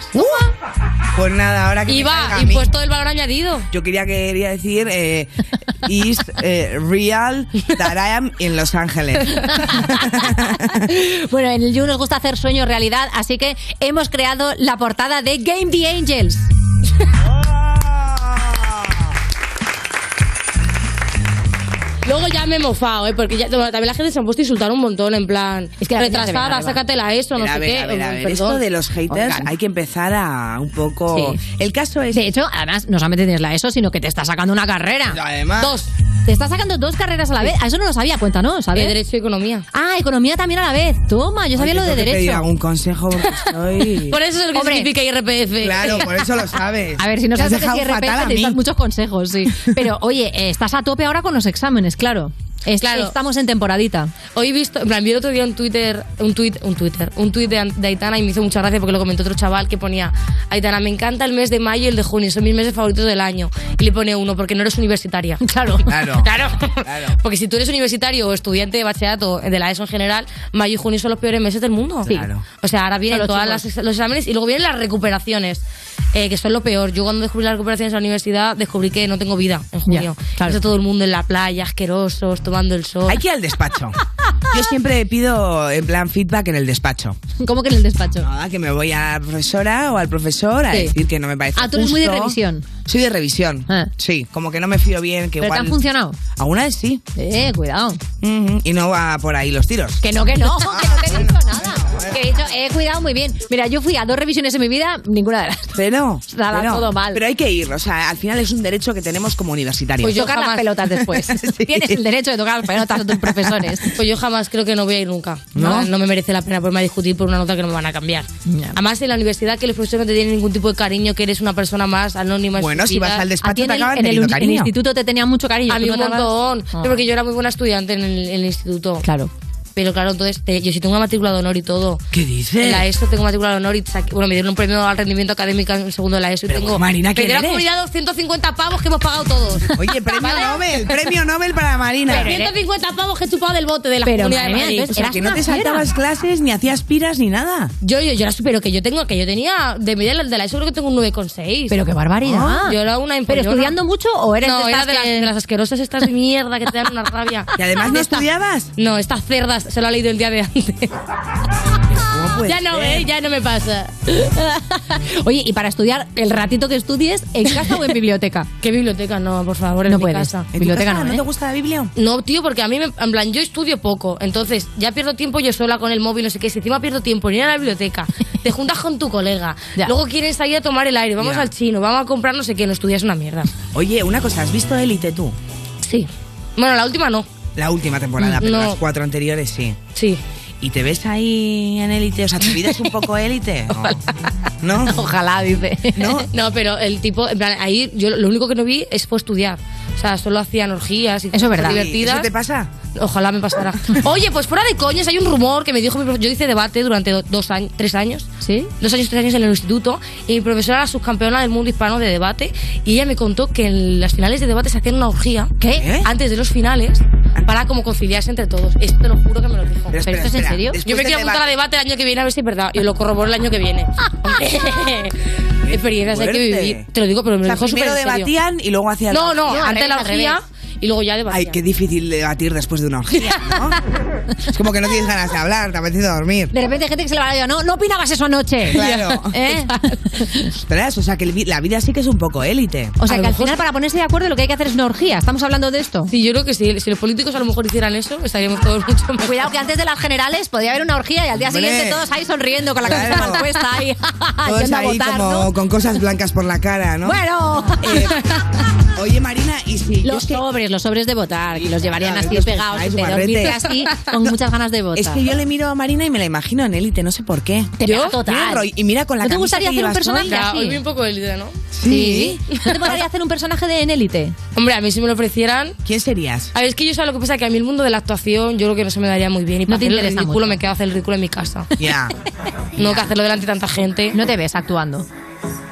S17: Pues nada, ahora que me
S15: IVA,
S17: salga a mí.
S2: pues
S15: impuesto del valor añadido.
S17: Yo quería quería decir eh, is eh, real that I am in Los Ángeles.
S2: bueno, en el You nos gusta hacer sueño realidad, así que hemos creado la portada de Game the Angels.
S15: Luego ya me he mofado, ¿eh? porque ya, bueno, también la gente se ha puesto a insultar un montón, en plan,
S17: que la gente se
S15: retrasada,
S17: venga,
S15: sácatela eso, no
S17: Pero a
S15: sé
S17: ver,
S15: qué.
S17: a ver, a ver,
S15: perdón.
S17: Esto de los haters
S2: eh, Oigan.
S17: hay que empezar a un poco. El caso es.
S2: De hecho, además, no solamente tienes la ESO, sino que te está sacando una carrera.
S17: Además.
S2: Dos. Te está sacando dos carreras a la vez. A eso no lo sabía, cuéntanos, ¿sabes?
S15: Eh, derecho y economía.
S2: Ah, economía también a la vez. Toma, yo sabía
S17: Oye,
S2: lo de
S17: tengo que pedir
S2: derecho.
S17: algún consejo porque estoy.
S2: Por eso es lo que Hombre. significa
S15: IRPF.
S17: Claro, por eso lo sabes.
S2: A ver, si no
S17: Te has
S2: sabes lo que es
S17: dejado fatal a
S2: IRPF, te
S17: mí.
S2: das muchos consejos, sí. Pero, oye, eh, estás a tope ahora con los exámenes, claro. Es-
S15: Claro.
S2: Estamos en temporadita.
S15: Hoy he visto, en plan, vi el otro día un Twitter, un tweet, un Twitter, un tweet de, An- de Aitana y me hizo mucha gracia porque lo comentó otro chaval que ponía, Aitana, me encanta el mes de mayo y el de junio, son mis meses favoritos del año. Y le pone uno, porque no eres universitaria. Claro.
S17: Claro.
S15: Claro. Porque si tú eres universitario o estudiante de bachillerato eh, de la ESO en general, mayo y junio son los peores meses del mundo.
S17: Sí. Claro.
S15: O sea, ahora vienen
S17: Son los
S15: todos
S17: chungos.
S15: los exámenes y luego vienen las recuperaciones, eh, que son lo peor. Yo cuando descubrí las recuperaciones en la universidad descubrí que no tengo vida en junio.
S17: claro.
S15: Está todo el mundo en la playa, asquerosos, tomando el sol.
S17: Hay que ir al despacho. Yo siempre pido en plan feedback en el despacho.
S2: ¿Cómo que en el despacho?
S17: Nada, que me voy a la profesora o al profesor a
S2: Sí.
S17: decir que no me parece
S2: Ah, tú eres muy de
S17: justo.
S2: revisión. Ah.
S17: Soy de revisión. Sí, como que no me fío bien. Que
S2: ¿Pero te
S17: igual-
S2: han funcionado?
S17: Alguna vez sí.
S2: Eh, cuidado.
S17: Y no va por ahí los tiros.
S2: Que no, que no, que no te he
S17: Ah,
S2: dicho nada. Que he dicho, eh, cuidado muy bien. Mira, yo fui a dos revisiones en mi vida, ninguna de las.
S17: Pero,
S2: Nada,
S17: pero,
S2: todo mal.
S17: pero hay que ir, o sea, al final es un derecho que tenemos como universitarios.
S2: Pues yo tocar las pelotas después. Tienes el derecho de tocar las pelotas a tus profesores.
S15: Pues yo jamás creo que no voy a ir nunca.
S2: ¿No?
S15: No, no me merece la pena ponerme a discutir por una nota que no me van a cambiar. Em. Además, en la universidad que los profesores no te tienen ningún tipo de cariño, que eres una persona más anónima.
S17: Bueno, si
S15: estúpida.
S17: vas al despacho
S15: ¿A ti en
S17: te
S15: el-
S17: acaban
S15: en el
S17: teniendo
S15: ulti-
S17: cariño.
S15: en el instituto?
S2: te tenía mucho cariño.
S15: A
S2: ¿tú
S15: mí un
S2: notabas?
S15: montón.
S2: Ah.
S15: No, porque yo era muy buena estudiante en el, en el instituto. Claro. Pero claro, entonces te- yo sí tengo una matrícula de honor y todo.
S17: ¿Qué dices?
S15: En la ESO tengo matrícula de honor y saqué- bueno, me dieron un premio al rendimiento académico en segundo de la ESO y tengo.
S17: pues, Marina, ¿quién
S15: me dieron
S17: eres?
S15: comunidad 250 pavos que hemos pagado todos.
S17: Oye, premio Nobel, premio Nobel para Marina.
S15: 250 pavos que he chupado del bote de la
S17: Pero,
S15: comunidad
S17: Marina,
S15: de Madrid.
S17: entonces, o sea, que no te saltabas clases ni hacías piras ni nada.
S15: Yo, yo, yo era súper, que yo tengo, que yo tenía, de media de la ESO creo que tengo un 9,6.
S2: Pero qué barbaridad.
S15: Ah, yo era una
S2: ¿Pero
S15: empollona.
S2: estudiando mucho o eres
S15: No,
S2: de
S15: era
S2: estas
S15: de, las,
S2: que-
S15: de las asquerosas estas de mierda que te dan una rabia.
S17: ¿Y además no estudiabas?
S15: No, estas cerdas se lo ha leído el día de antes. ya no, eh, ya no me pasa.
S2: Oye, y para estudiar el ratito que estudies, ¿en casa o en biblioteca?
S15: ¿Qué biblioteca? No, por favor, en
S2: no
S15: mi
S2: puedes.
S15: casa.
S2: Biblioteca no, ¿eh?
S17: te gusta la Biblia?
S15: No, tío, porque a mí, me, en plan, yo estudio poco. Entonces, ya pierdo tiempo yo sola con el móvil, no sé qué. Si encima pierdo tiempo en ir a la biblioteca, te juntas con tu colega,
S17: Ya.
S15: luego quieres salir a tomar el aire, vamos
S17: Ya.
S15: al chino, vamos a comprar no sé qué, no estudias una mierda.
S17: Oye, una cosa, ¿has visto Élite tú?
S15: Sí. Bueno, la última no.
S17: La última temporada, pero
S15: No.
S17: las cuatro anteriores sí.
S15: Sí.
S3: ¿Y te ves ahí en élite? O sea, ¿tu vida es un poco eh, élite?
S15: ¿No? Ojalá, dice. ¿No? pero el tipo, en plan, ahí yo lo único que no vi es fue estudiar. O sea, solo hacían orgías y cosas
S2: verdad.
S15: divertidas.
S2: ¿Eso te
S3: pasa?
S15: Ojalá me pasara. Oye, pues fuera de coños, hay un rumor que me dijo mi profesor. Yo hice debate durante do- dos años, tres años. ¿Sí? Dos años, tres años en el instituto. Y mi profesora era subcampeona del mundo hispano de debate. Y ella me contó que en las finales de debate se hacían una orgía. ¿Qué? Antes de los finales. Para como conciliarse entre todos. Esto te lo juro que me lo dijo.
S2: Pero espera,
S15: ¿Esto es en
S2: espera.
S15: serio?
S2: Después
S15: Yo me
S2: del
S15: quiero apuntar a
S2: debate.
S15: debate el año que viene a ver si es verdad. Yo lo corroboro el año que viene. Hombre. Experiencias hay que
S3: fuerte.
S15: vivir. Te lo digo, pero me
S3: O
S15: lo
S3: sea,
S15: dijo súper
S3: primero
S15: en serio.
S3: debatían y luego hacían
S15: No,
S3: la
S15: no,
S3: orgía.
S15: antes la
S3: Al revés,
S15: orgía y luego ya
S3: Ay,
S15: debatían.
S3: qué difícil debatir después de una orgía.
S17: Es como que no tienes ganas de hablar, te apetece dormir.
S2: De repente hay gente que se le va a decir, no, no opinabas eso anoche.
S3: Claro.
S2: ¿Eh?
S3: Ostras, o sea, que el vi- la vida sí que es un poco élite.
S2: O sea, que al final para ponerse de acuerdo lo que hay que hacer es una orgía. Estamos hablando de esto.
S15: Sí, yo creo que sí. Si los políticos a lo mejor hicieran eso, estaríamos todos mucho mejor.
S2: Cuidado que antes de las generales podría haber una orgía y al día
S17: Hombre.
S2: siguiente todos ahí sonriendo con la
S17: Claro.
S2: cabeza mal puesta ahí.
S17: Todos
S2: ah, yendo a
S17: ahí
S2: votar,
S17: como
S2: ¿no?
S17: con cosas blancas por la cara, ¿no?
S2: Bueno.
S3: Eh,
S17: oye, Marina, y si...
S2: Los sobres, los sobres de votar, y los llevarían
S3: Claro,
S2: así
S3: los
S2: pegados, y
S3: pensáis,
S2: te
S3: guarrete.
S2: dormirte así, con muchas ganas de votar.
S3: Es que yo le miro a Marina y me la imagino en élite, no sé por qué.
S2: Te pega total.
S3: Mira el rollo- y mira con la
S2: ¿No te
S3: camisa
S2: gustaría
S3: que
S2: hacer un
S3: llevas ¿eh? hoy.
S2: personaje así?
S15: hoy vi un poco de élite, ¿no?
S2: Sí. ¿No te podría hacer un personaje de Enélite?
S15: Hombre, a mí si me lo ofrecieran...
S3: ¿Quién serías?
S15: A ver, es que yo sé lo que pasa, que a mí el mundo de la actuación yo creo que no se me daría muy bien. Y para
S2: te
S15: hacer el
S2: interesa
S15: ridículo
S2: mucho.
S15: me quedo a hacer el ridículo en mi casa.
S3: Ya.
S15: No que hacerlo delante de tanta gente.
S2: No te ves actuando.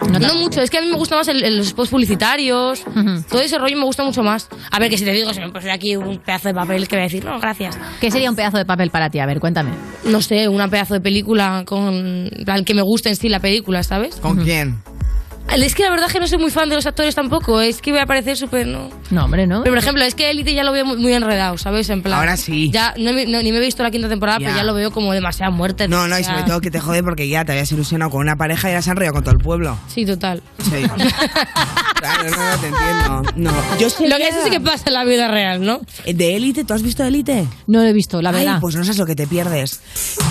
S15: No, mucho, es que a mí me gustan más el- el- los spots publicitarios, todo ese rollo me gusta mucho más. A ver, que si te digo, se me pone aquí un pedazo de papel que voy a decir, no, gracias.
S2: ¿Qué sería un pedazo de papel para ti? A ver, cuéntame.
S15: No sé, una pedazo de película Ah, con... en plan, que me guste en sí la película, ¿sabes?
S17: ¿Con quién?
S15: Es que la verdad es que no soy muy fan de los actores tampoco. Es que voy a parecer súper. No.
S2: No, hombre, no.
S15: Pero por ejemplo, es que Elite ya lo veo muy, muy enredado, ¿sabes? En plan.
S17: Ahora sí.
S15: Ya no, me- no, ni me he visto la quinta
S2: Ah,
S15: temporada,
S2: pues
S17: Ya.
S15: pero ya lo veo como demasiada muerte.
S17: No, no, y
S15: demasiada-
S17: sobre todo que te jode porque ya te habías ilusionado con una pareja y ahora se han reído con todo el pueblo.
S15: Sí, total.
S17: Sí. claro, no, no te entiendo. No, yo
S15: Lo que eso sí que pasa en la vida real, ¿no?
S3: ¿De élite? ¿Tú has visto élite?
S2: No lo he visto, la
S3: Ay,
S2: verdad.
S3: pues no sabes lo que te pierdes.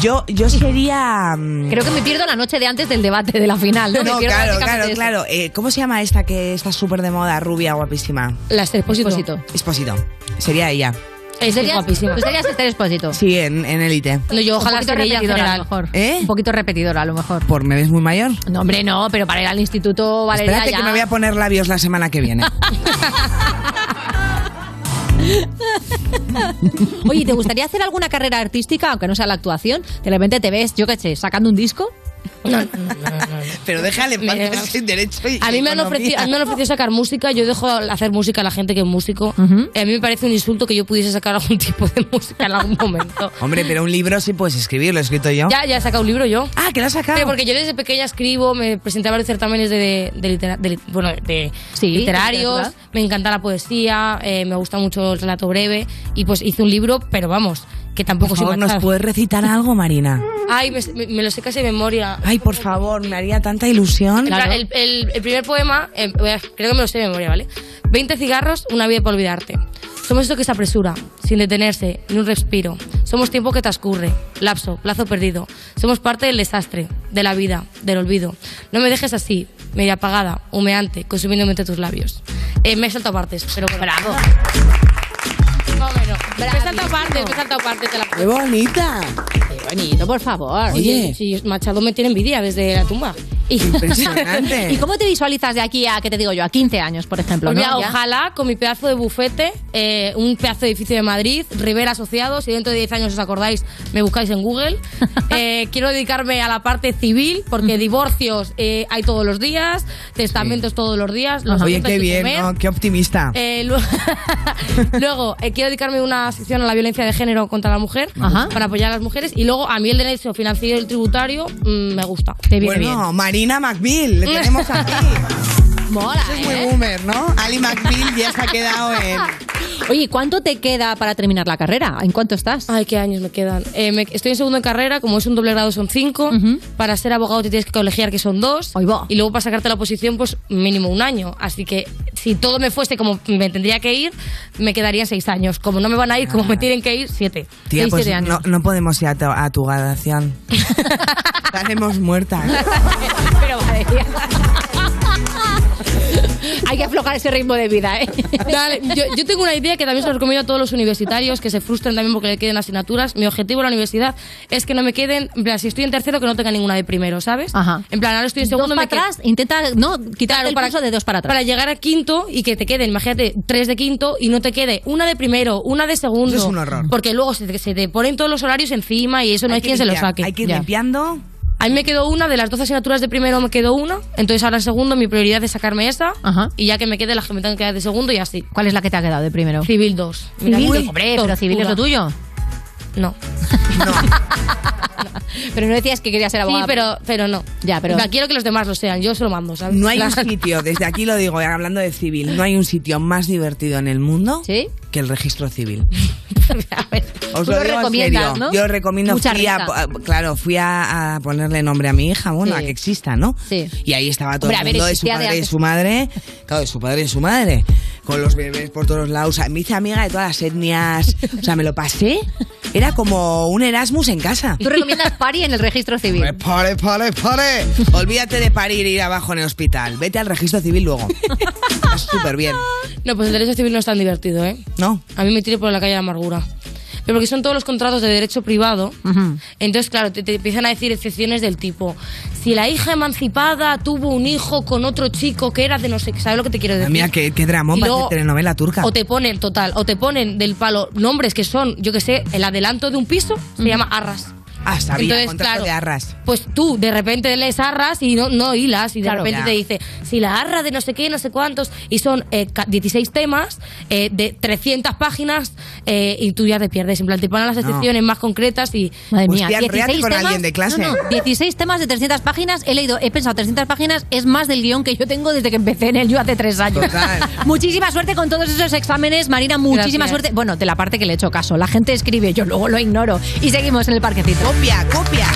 S3: Yo, yo sería. mm,
S2: Creo que me pierdo la noche de antes del debate de la final. No, Me
S3: No,
S2: pierdo
S3: claro,
S2: básicamente
S3: claro,
S2: eso.
S3: claro. Eh, ¿Cómo se llama esta que está súper de moda, rubia, guapísima?
S15: La Esther Expósito.
S3: Esposito. Sería ella.
S15: Es
S2: serías-
S15: guapísima.
S2: tú serías Esther Expósito.
S3: Sí, en en élite.
S15: No, yo
S2: Un
S15: ojalá
S2: poquito
S15: sería ella en
S2: repetidora, a
S15: general.
S2: lo mejor. Un poquito repetidora, a lo mejor.
S3: ¿Por me ves muy mayor?
S2: No, hombre, no, pero para ir al instituto valería
S3: Espérate
S2: ya.
S3: que me voy a poner labios la semana que viene.
S2: Oye, ¿te gustaría hacer alguna carrera artística, aunque no sea la actuación? De repente te ves, yo qué sé, sacando un disco.
S17: Pero déjale en paz sin derecho y
S15: A mí, me han
S17: economía.
S15: ofrecido, a mí me han ofrecido sacar música, yo dejo hacer música a la gente que es músico. Y a mí me parece un insulto que yo pudiese sacar algún tipo de música en algún momento.
S3: Hombre, pero un libro sí puedes escribir, lo he escrito yo.
S15: Ya, ya he sacado un libro yo.
S3: Ah, que lo has sacado.
S15: Sí, porque yo desde pequeña escribo, me presentaba en certámenes de, de litera- de li- bueno, de
S2: Sí,
S15: literarios,
S2: literatura.
S15: me encanta la poesía, eh, me gusta mucho el relato breve y pues hice un libro, pero vamos, que tampoco
S3: Por favor,
S15: soy machada.
S3: ¿nos puedes recitar algo, Marina?
S15: Ay, pues, me, me- me lo sé casi de memoria.
S3: Ay, por favor, me haría tanta ilusión.
S15: En plan, El, el- el primer poema, eh, voy a- creo que me lo sé de memoria, ¿vale? 20 cigarros, una vida por olvidarte. Somos eso que se apresura, sin detenerse, ni un respiro. Somos tiempo que transcurre, lapso, plazo perdido. Somos parte del desastre, de la vida, del olvido. No me dejes así, media apagada, humeante, consumiéndome entre tus labios. Eh, me he saltado partes, pero bueno. ¡Bravo! Me he saltado partes, me he saltado partes de la...
S3: ¡Qué bonita!
S15: ¡Qué bonito, por favor!
S3: Oye.
S15: Oye, si Machado me tiene envidia desde la tumba.
S2: ¿Y cómo te visualizas de aquí a, qué te digo yo, a 15 años, por ejemplo?
S15: Pues
S2: ¿no?
S15: mira,
S2: Ya.
S15: ojalá con mi pedazo de bufete, eh, un pedazo de edificio de Madrid, Rivera Asociados, si dentro de 10 años os acordáis, me buscáis en Google. Eh, quiero dedicarme a la parte civil, porque divorcios eh, hay todos los días, testamentos todos los días. Los
S17: Oye,
S15: adultos hay
S17: qué
S15: que
S17: bien,
S15: comer.
S17: ¿no? Qué optimista.
S15: Eh, lu- luego, eh, quiero dedicarme una sección a la violencia de género contra la mujer
S17: Ajá.
S15: para apoyar a las mujeres. Y luego, a mí el derecho financiero y el tributario mm, me gusta. Te
S17: bueno, Marina McBeal, le tenemos aquí.
S2: Mola,
S17: Eso es
S15: ¿eh?
S17: muy boomer, ¿no? Ali McBeal ya se ha quedado en...
S2: Oye, ¿cuánto te queda para terminar la carrera? ¿En cuánto estás?
S15: Ay, qué años me quedan. Eh, me- estoy en segundo en carrera, como es un doble grado son cinco. Para ser abogado te tienes que colegiar que son dos. Y luego para sacarte la oposición, pues mínimo un año. Así que si todo me fuese como me tendría que ir, me quedarían seis años. Como no me van a ir, como
S2: Ah.
S15: me tienen que ir, siete.
S3: Tía,
S15: Seis,
S3: pues
S15: siete años.
S3: no, no podemos ir a tu, a tu graduación. Estaremos muertas.
S15: Pero madre mía.
S2: Hay que aflojar ese ritmo de vida, ¿eh?
S15: Dale, yo, yo tengo una idea que también se los recomiendo a todos los universitarios que se frustren también porque le queden asignaturas. Mi objetivo en la universidad es que no me queden, en plan, si estoy en tercero, que no tenga ninguna de primero, ¿sabes?
S2: Ajá.
S15: En plan, ahora estoy en segundo.
S2: para atrás, intenta no quitar
S15: el paso
S2: de dos para atrás.
S15: Para llegar a quinto y que te queden, imagínate, tres de quinto y no te quede una de primero, una de segundo.
S3: Eso es un error.
S15: Porque luego se, te- se te ponen todos los horarios encima y eso no hay,
S3: que
S15: quien se lo
S3: limpiar,
S15: saque.
S3: hay que ir
S15: limpiando. A mí me quedó una, de las 12 asignaturas de primero me quedó una, entonces ahora en segundo mi prioridad es sacarme esa y ya que me quede las que me tengan que quedar de segundo y así.
S2: ¿Cuál es la que te ha quedado de primero?
S15: Civil 2.
S2: Civil, hombre, pero civil es lo tuyo.
S15: No.
S2: Pero no decías que querías ser abogada.
S15: Sí, pero, pero no.
S2: Ya, pero-
S15: En plan, Quiero que los demás lo sean, yo se lo mando,
S2: Pues
S15: ¿sabes?
S3: No hay un
S15: Claro.
S3: sitio, desde aquí lo digo, eh, hablando de civil, no hay un sitio más divertido en el mundo que el registro civil. Os
S2: Tú
S3: lo,
S2: lo
S3: digo en
S2: recomiendas,
S3: serio.
S2: ¿no?
S3: Yo lo recomiendo.
S2: Mucha
S3: fui a,
S2: risa.
S3: po- Ah, pues claro, fui a, a ponerle nombre a mi hija, bueno,
S2: Sí.
S3: a que exista, ¿no?
S2: Sí.
S3: Y ahí estaba todo
S2: Hombre, a ver,
S3: el mundo de su
S2: existía de
S3: padre y
S2: antes.
S3: su madre. Claro, de su padre y su madre. Con los bebés por todos lados. O sea, me hice amiga de todas las etnias. O sea, me lo pasé. Era como un Erasmus en casa.
S2: Tú recomiendas pari en el registro civil.
S3: Pare, pare, pare. Olvídate de parir e ir abajo en el hospital. Vete al registro civil luego. Estás súper bien.
S15: No, pues el derecho civil no es tan divertido, ¿eh?
S3: No.
S15: A mí me tiro por la calle de la amargura. Pero porque son todos los contratos de derecho privado. Entonces, claro, te, te empiezan a decir excepciones del tipo, si la hija emancipada tuvo un hijo con otro chico que era de no sé qué, ¿sabes lo que te quiero decir?
S3: Mira, qué, qué dramón
S15: Y
S3: para
S15: luego-
S3: hacer telenovela turca.
S15: O te ponen, total, o te ponen del palo nombres que son, yo que sé, el adelanto de un piso, se llama arras.
S3: Ah, sabía,
S15: Entonces,
S3: contrato
S15: claro,
S3: de arras.
S15: Pues tú de repente lees arras y no, no hilas y de
S3: Claro,
S15: repente
S3: ya.
S15: te dice, si la arra de no sé qué, no sé cuántos, y son eh, ca- 16 temas eh, de 300 páginas eh, y tú ya te pierdes. En plan, te ponen las
S2: No.
S15: excepciones más concretas y...
S2: Madre mía, 16 temas, no, no, 16 temas de 300 páginas, he leído, he pensado 300 páginas, es más del guión que yo tengo desde que empecé en el yo hace tres años.
S15: Total.
S2: Muchísima suerte con todos esos exámenes, Marina, muchísima
S15: Gracias.
S2: suerte. Bueno, de la parte que le he hecho caso, la gente escribe, yo luego lo ignoro. Y seguimos en el parquecito.
S3: Copia, copia.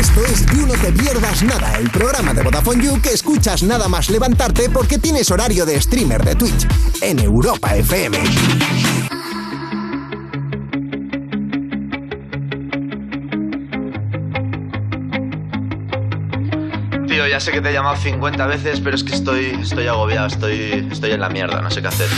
S4: Esto es You No Te Pierdas Nada, el programa de Vodafone You que escuchas nada más levantarte porque tienes horario de streamer de Twitch en Europa FM.
S18: Tío, ya sé que te he llamado 50 veces, pero es que estoy, estoy agobiado, estoy, estoy en la mierda, no sé qué hacer.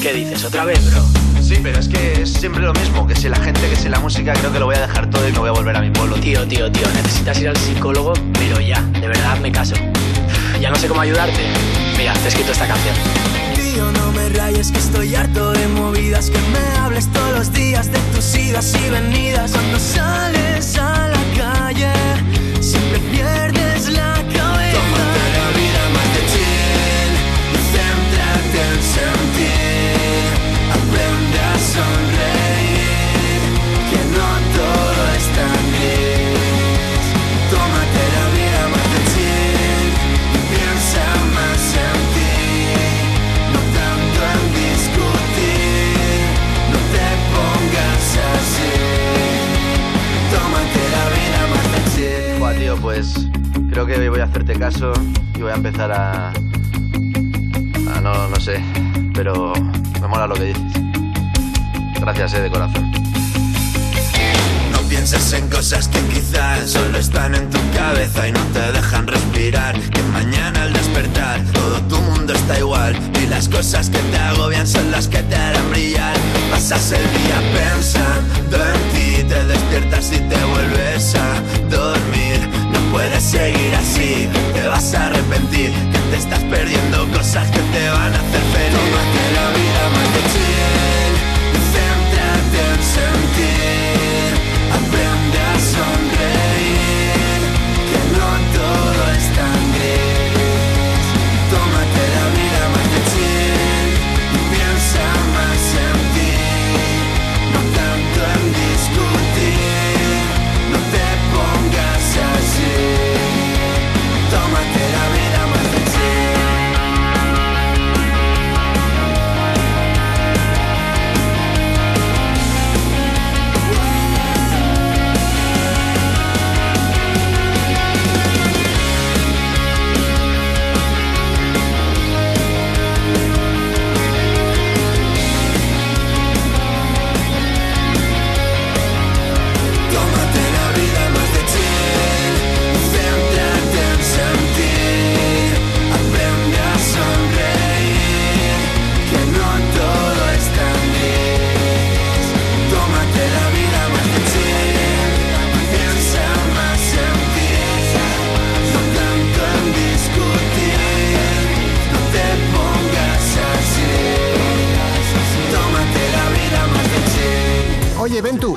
S18: ¿Qué dices? ¿Otra vez, bro? Sí, pero es que es siempre lo mismo, que si la gente, que si la música, creo que lo voy a dejar todo y me voy a volver a mi pueblo. Tío, tío, tío, necesitas ir al psicólogo, pero ya, de verdad, me caso. Ya no sé cómo ayudarte. Mira, te he escrito esta canción.
S8: Tío, no me rayes que estoy harto de movidas Que me hables todos los días de tus idas y venidas Cuando sales a la calle Siempre pierdes la cabeza Tómate la vida más de chill Y céntrate en sentir Aprende a sonreír Que no todo es tan gris Tómate la vida más de chill Y piensa más en ti no tanto en discutir, no te pongas así. Tómate la vida más de chill.
S18: Buah, tío, pues creo que voy a hacerte caso y voy a empezar a... a no, no sé, pero me mola lo que dices. Gracias, eh, de corazón.
S8: No pienses en cosas que quizás solo están en tu cabeza y no te dejan respirar. Que mañana al despertar todo tu mundo está igual y las cosas que te agobian son las que te harán brillar. Pasas el día pensando en ti, te despiertas y te vuelves a dormir. No puedes seguir así, te vas a arrepentir que te estás perdiendo cosas que te van a hacer feliz. Tómate la vida más de chill y céntrate en sentir. Aprende a sonreír, que no todo es tan gris. Tómate la vida más de chill y piensa más en ti. No tanto en discutir, no te pongas así. Tómate la vida más de chill.
S4: Oye, Ventu,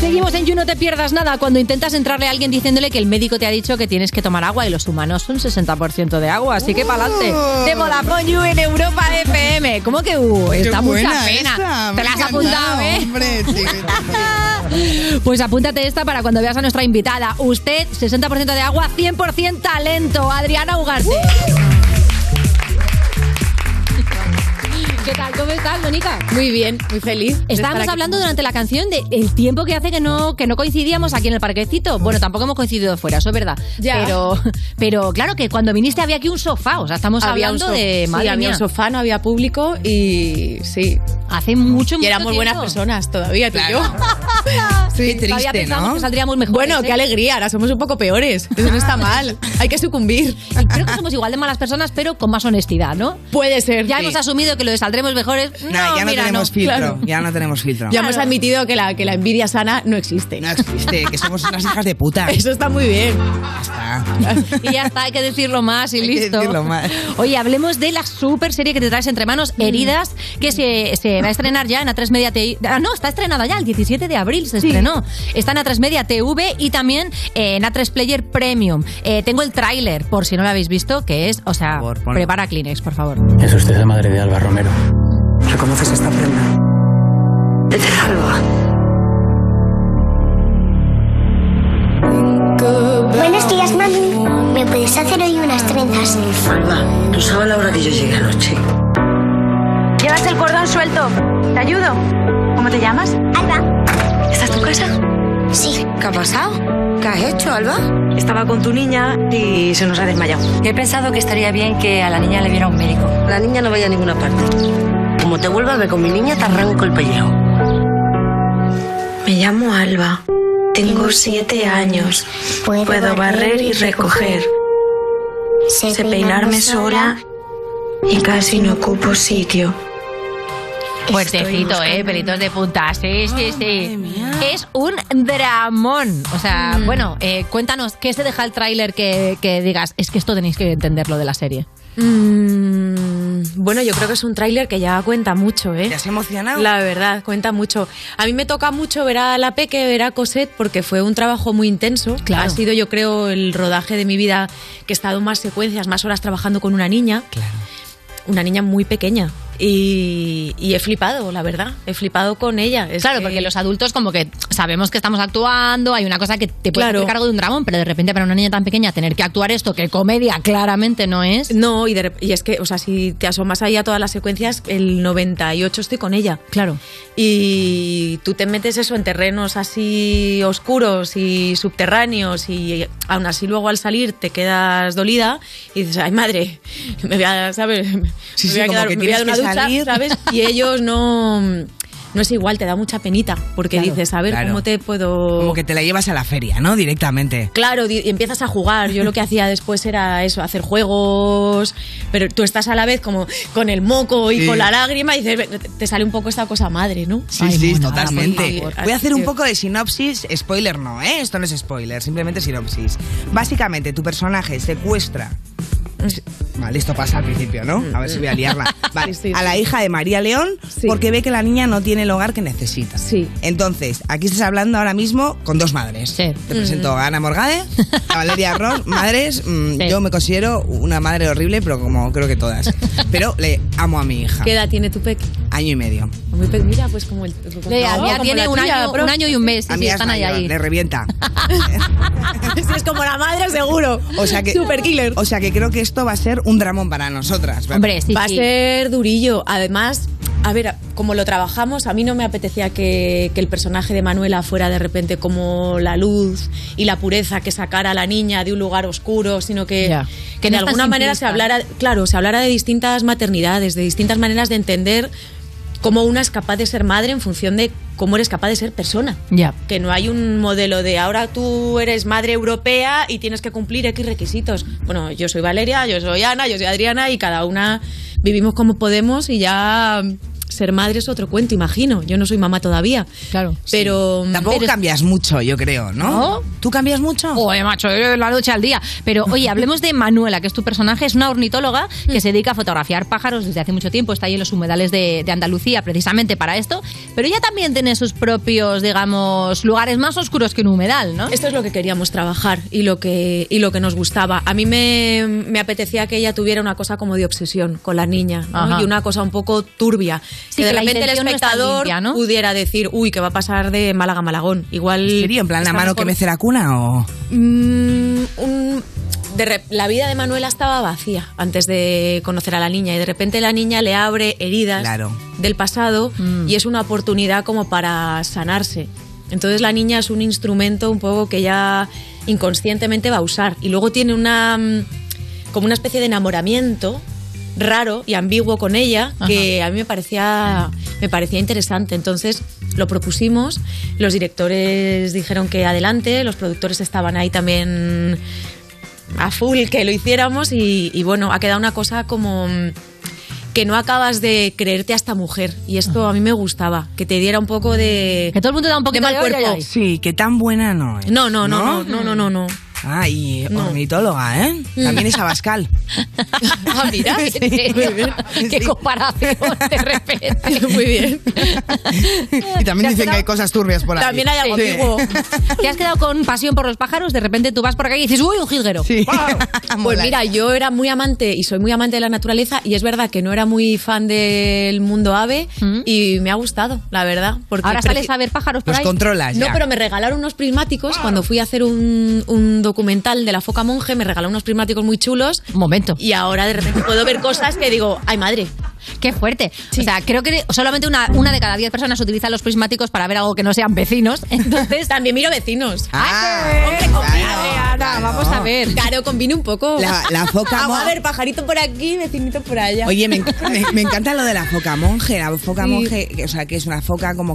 S2: Seguimos en You No Te Pierdas Nada. Cuando intentas entrarle a alguien diciéndole que el médico te ha dicho que tienes que tomar agua y los humanos son 60% de agua, así que pa'lante.
S3: Oh.
S2: De Vodafone You en Europa FM. ¿Cómo que uh, Está mucha
S3: buena
S2: pena.
S3: esa, me
S2: te la has
S3: ha
S2: apuntado,
S3: encantado,
S2: ¿eh?
S3: hombre, sí,
S2: Pues apúntate esta para cuando veas a nuestra invitada. Usted, 60% de agua, 100% talento. Adriana Ugarte. ¿Qué tal? ¿Cómo estás, Mónica?
S10: Muy bien, muy feliz.
S2: Estábamos hablando durante la canción de el tiempo que hace que no, que no coincidíamos aquí en el parquecito. Bueno, tampoco hemos coincidido fuera, eso es verdad.
S10: Ya.
S2: Pero, pero claro que cuando viniste había aquí un sofá. O sea, estamos
S10: Había un
S2: hablando
S10: so-
S2: de
S10: sí,
S2: madre
S10: había
S2: mía.
S10: un sofá, no había público y sí.
S2: Hace mucho,
S10: Y éramos
S2: mucho
S10: buenas
S2: tiempo.
S10: personas todavía, tú y yo.
S2: Sí, todavía pensábamos que saldríamos mejores.
S10: Bueno,
S2: ¿eh?
S10: qué alegría, ahora somos un poco peores. Eso no está mal. Hay que sucumbir.
S2: Y creo que somos igual de malas personas, pero con más honestidad, ¿no?
S10: Puede ser.
S2: Ya
S10: sí.
S2: hemos asumido que lo de saldremos mejores. No,
S3: Nah, ya no
S2: mira,
S3: tenemos
S2: no.
S3: filtro.
S10: claro.
S3: Ya no tenemos filtro.
S10: Ya hemos admitido que la, que la envidia sana no existe. No
S3: existe, que somos unas hijas de puta.
S10: Eso está muy bien.
S2: Y ya está, hay que decirlo más y
S3: que
S2: listo.
S3: decirlo más. Mm.
S2: Oye, hablemos de la super serie que te traes entre manos, Heridas, que se, se va a estrenar ya en A3 Media TV. Ah, no, está estrenada ya, el 17 de abril se estrenó. Está en A3 Media TV y también eh, en A3 Player Premium. Eh, tengo el tráiler, por si no lo habéis visto, que es, o sea, prepara Kleenex, por favor.
S19: Es usted la madre de Alba Romero.
S20: ¿Reconoces esta prenda? De Tejalba.
S12: Buenos días, mami. ¿Me puedes hacer hoy unas trenzas?
S20: Alba, no sabe la hora que yo llegué anoche. Llevas el cordón suelto. ¿Te ayudo? ¿Cómo te llamas? Alba. ¿Estás tu casa? Sí. ¿Qué ha pasado? ¿Qué has hecho, Alba? Estaba con tu niña y se nos ha desmayado. He pensado que estaría bien que a la niña le viera un médico. La niña no vaya a ninguna parte. Como te vuelvas a ver con mi niña, te arranco el pellejo. Me llamo Alba. Tengo siete años. Puedo, barrer y recoger. Sé, peinarme sola y casi no ocupo sitio.
S2: Fuertecito, ¿eh? Pelitos de punta. Sí, sí, sí. Es un dramón. O sea, bueno, eh, cuéntanos, ¿qué se deja el tráiler que, que digas? Es que esto tenéis que entenderlo de la serie.
S10: Mm, bueno, yo creo que es un tráiler que ya cuenta mucho, ¿eh? ¿Te
S3: has emocionado?
S10: La verdad, cuenta mucho. A mí me toca mucho ver a la Peque, ver a Cosette, porque fue un trabajo muy intenso. Ha sido, yo creo, el rodaje de mi vida que he estado más secuencias, más horas trabajando con una niña. Una niña muy pequeña. Y, y he flipado, la verdad. He flipado con ella.
S2: claro, porque los adultos como que sabemos que estamos actuando, hay una cosa que te puede
S10: Claro.
S2: hacer cargo de un dramón, pero de repente para una niña tan pequeña tener que actuar esto, que comedia claramente no es.
S10: No, y, de rep- y es que, o sea, si te asomas ahí a todas las secuencias, el 98 estoy con ella.
S2: Claro.
S10: Y tú te metes eso en terrenos así oscuros y subterráneos y eh, aún así luego al salir te quedas dolida y dices, ay madre, me voy a, ¿sabes?
S3: Sí,
S10: me
S3: sí,
S10: voy a
S3: como
S10: quedar,
S3: que
S10: me voy a dar
S3: tienes
S10: una
S3: que
S10: ducha,
S3: salir.
S10: ¿sabes? Y ellos no... No es igual, te da mucha penita, porque
S3: Claro,
S10: dices, a ver,
S3: claro.
S10: ¿cómo te puedo...?
S3: Como que te la llevas a la feria, ¿no? Directamente.
S10: Claro, di- y empiezas a jugar. Yo lo que hacía después era eso, hacer juegos. Pero tú estás a la vez como con el moco y
S3: Sí.
S10: con la lágrima y dices, "Ve, te sale un poco esta cosa madre, ¿no?
S3: Sí, sí, totalmente.
S10: por favor.
S3: Voy a hacer un
S10: Sí.
S3: poco de sinopsis, spoiler no, ¿eh? Esto no
S10: Mm.
S3: es spoiler, simplemente sinopsis. Básicamente, tu personaje secuestra Vale, esto pasa al principio, ¿no? A ver si voy a liarla. Vale, a la hija de María León porque ve que la niña no tiene el hogar que necesita. Sí. Entonces, aquí estás hablando ahora mismo con dos madres. Te
S10: Mm.
S3: presento a Ana Morgade, a Valeria Ross, madres. mm, Yo me considero una madre horrible, pero como creo que todas. Pero le amo a mi hija.
S10: ¿Qué edad tiene tu peque?
S3: Año y medio.
S10: Muy pe- Mira, pues como el. como-
S2: Ve, a mí ya
S10: como
S2: tiene
S10: la
S2: un
S10: tuya,
S2: año-
S10: bro.
S2: un año y un mes, sí,
S3: A mí ya es
S2: están ahí,
S3: mayor, ¿eh?
S2: ahí.
S3: Le revienta.
S10: Si es como la madre, seguro.
S3: O sea que,
S10: Super killer.
S3: O sea que creo que esto va a ser un dramón para nosotras. ¿verdad?
S10: va a ser durillo. Además, a ver, como lo trabajamos, a mí no me apetecía que, que el personaje de Manuela fuera de repente como la luz y la pureza que sacara a la niña de un lugar oscuro, sino que,
S2: Ya.
S10: que
S2: Que
S10: de
S2: no es tan
S10: alguna manera se
S2: simplista.
S10: hablara, claro, se hablara de distintas maternidades, de distintas maneras de entender cómo una es capaz de ser madre en función de cómo eres capaz de ser persona
S2: Ya.
S10: que no hay un modelo de ahora tú eres madre europea y tienes que cumplir X requisitos. Bueno, yo soy Valeria, yo soy Ana, yo soy Adriana y cada una vivimos como podemos y ya mm, ser madre es otro cuento, imagino. Yo no soy mamá todavía. Claro. Pero
S3: Tampoco
S10: pero-
S3: cambias mucho, yo creo,
S10: Oh,
S3: ¿no? ¿Tú cambias mucho?
S2: Oye, macho, yo la noche al día. Pero oye, hablemos de Manuela, que es tu personaje, es una ornitóloga
S10: Mm.
S2: que se dedica a fotografiar pájaros desde hace mucho tiempo, está ahí en los humedales de, de Andalucía precisamente para esto, pero ella también tiene sus propios, digamos, lugares más oscuros que un humedal, ¿no?
S10: Esto es lo que queríamos trabajar y lo que, y lo que nos gustaba. A mí me, me apetecía que ella tuviera una cosa como de obsesión con la niña ¿no?
S2: Ajá.
S10: y una cosa un poco turbia.
S2: Sí,
S10: que de
S2: que la
S10: repente el
S2: intención no está
S10: espectador
S2: limpia, ¿no?
S10: pudiera decir, uy, que va a pasar de Málaga a Malagón. Igual.
S3: ¿Sería en plan la
S10: está
S3: mano
S10: mejor-
S3: que mece la cuna o...?
S10: Mm, un- de rep- la vida de Manuela estaba vacía antes de conocer a la niña y de repente la niña le abre heridas
S3: Claro.
S10: del pasado y es una oportunidad como para sanarse. Entonces la niña es un instrumento un poco que ella inconscientemente va a usar y luego tiene una mm, como una especie de enamoramiento raro y ambiguo con ella que a mí me parecía me parecía interesante entonces lo propusimos los directores dijeron que adelante los productores estaban ahí también a full que lo hiciéramos y, y bueno ha quedado una cosa como mm, que no acabas de creerte hasta mujer y esto a mí me gustaba que te diera un poco de que
S2: todo el mundo da un
S10: de mal cuerpo
S3: Sí, que tan buena no es.
S10: no no no no no Mm. no no, no.
S3: Ah, y ornitóloga, ¿eh? También es Abascal.
S2: Ah, mira, muy bien. qué comparación de repente.
S10: Muy bien.
S3: Y también dicen que hay cosas turbias por ahí. Sí.
S2: Te has quedado con pasión por los pájaros, de repente tú vas por acá y dices, uy, un jilguero.
S10: Pues mira, yo era muy amante y soy muy amante de la naturaleza y es verdad que no era muy fan del mundo ave y me ha gustado, la verdad. Porque
S2: Mm. Ahora
S10: preci-
S2: sales a ver pájaros por ahí.
S10: No, pero me regalaron unos prismáticos cuando fui a hacer un, un documental de la foca monje, me regalaron unos prismáticos muy chulos.
S2: Un momento.
S10: Y ahora de repente puedo ver cosas que digo, ay madre.
S2: Qué fuerte. O sea, creo que solamente una, una de cada diez personas utiliza los prismáticos para ver algo que no sean vecinos. Entonces,
S10: también miro vecinos.
S3: Ah,
S2: hombre, vamos a ver.
S10: Claro, combine un poco.
S3: La- la foca
S10: Vamos a
S3: mo-
S10: ver, pajarito por aquí, vecinito por allá.
S3: Oye, me, enc- me- me encanta lo de la foca monje. La foca
S10: Sí.
S3: monje, que- o sea, que es una foca como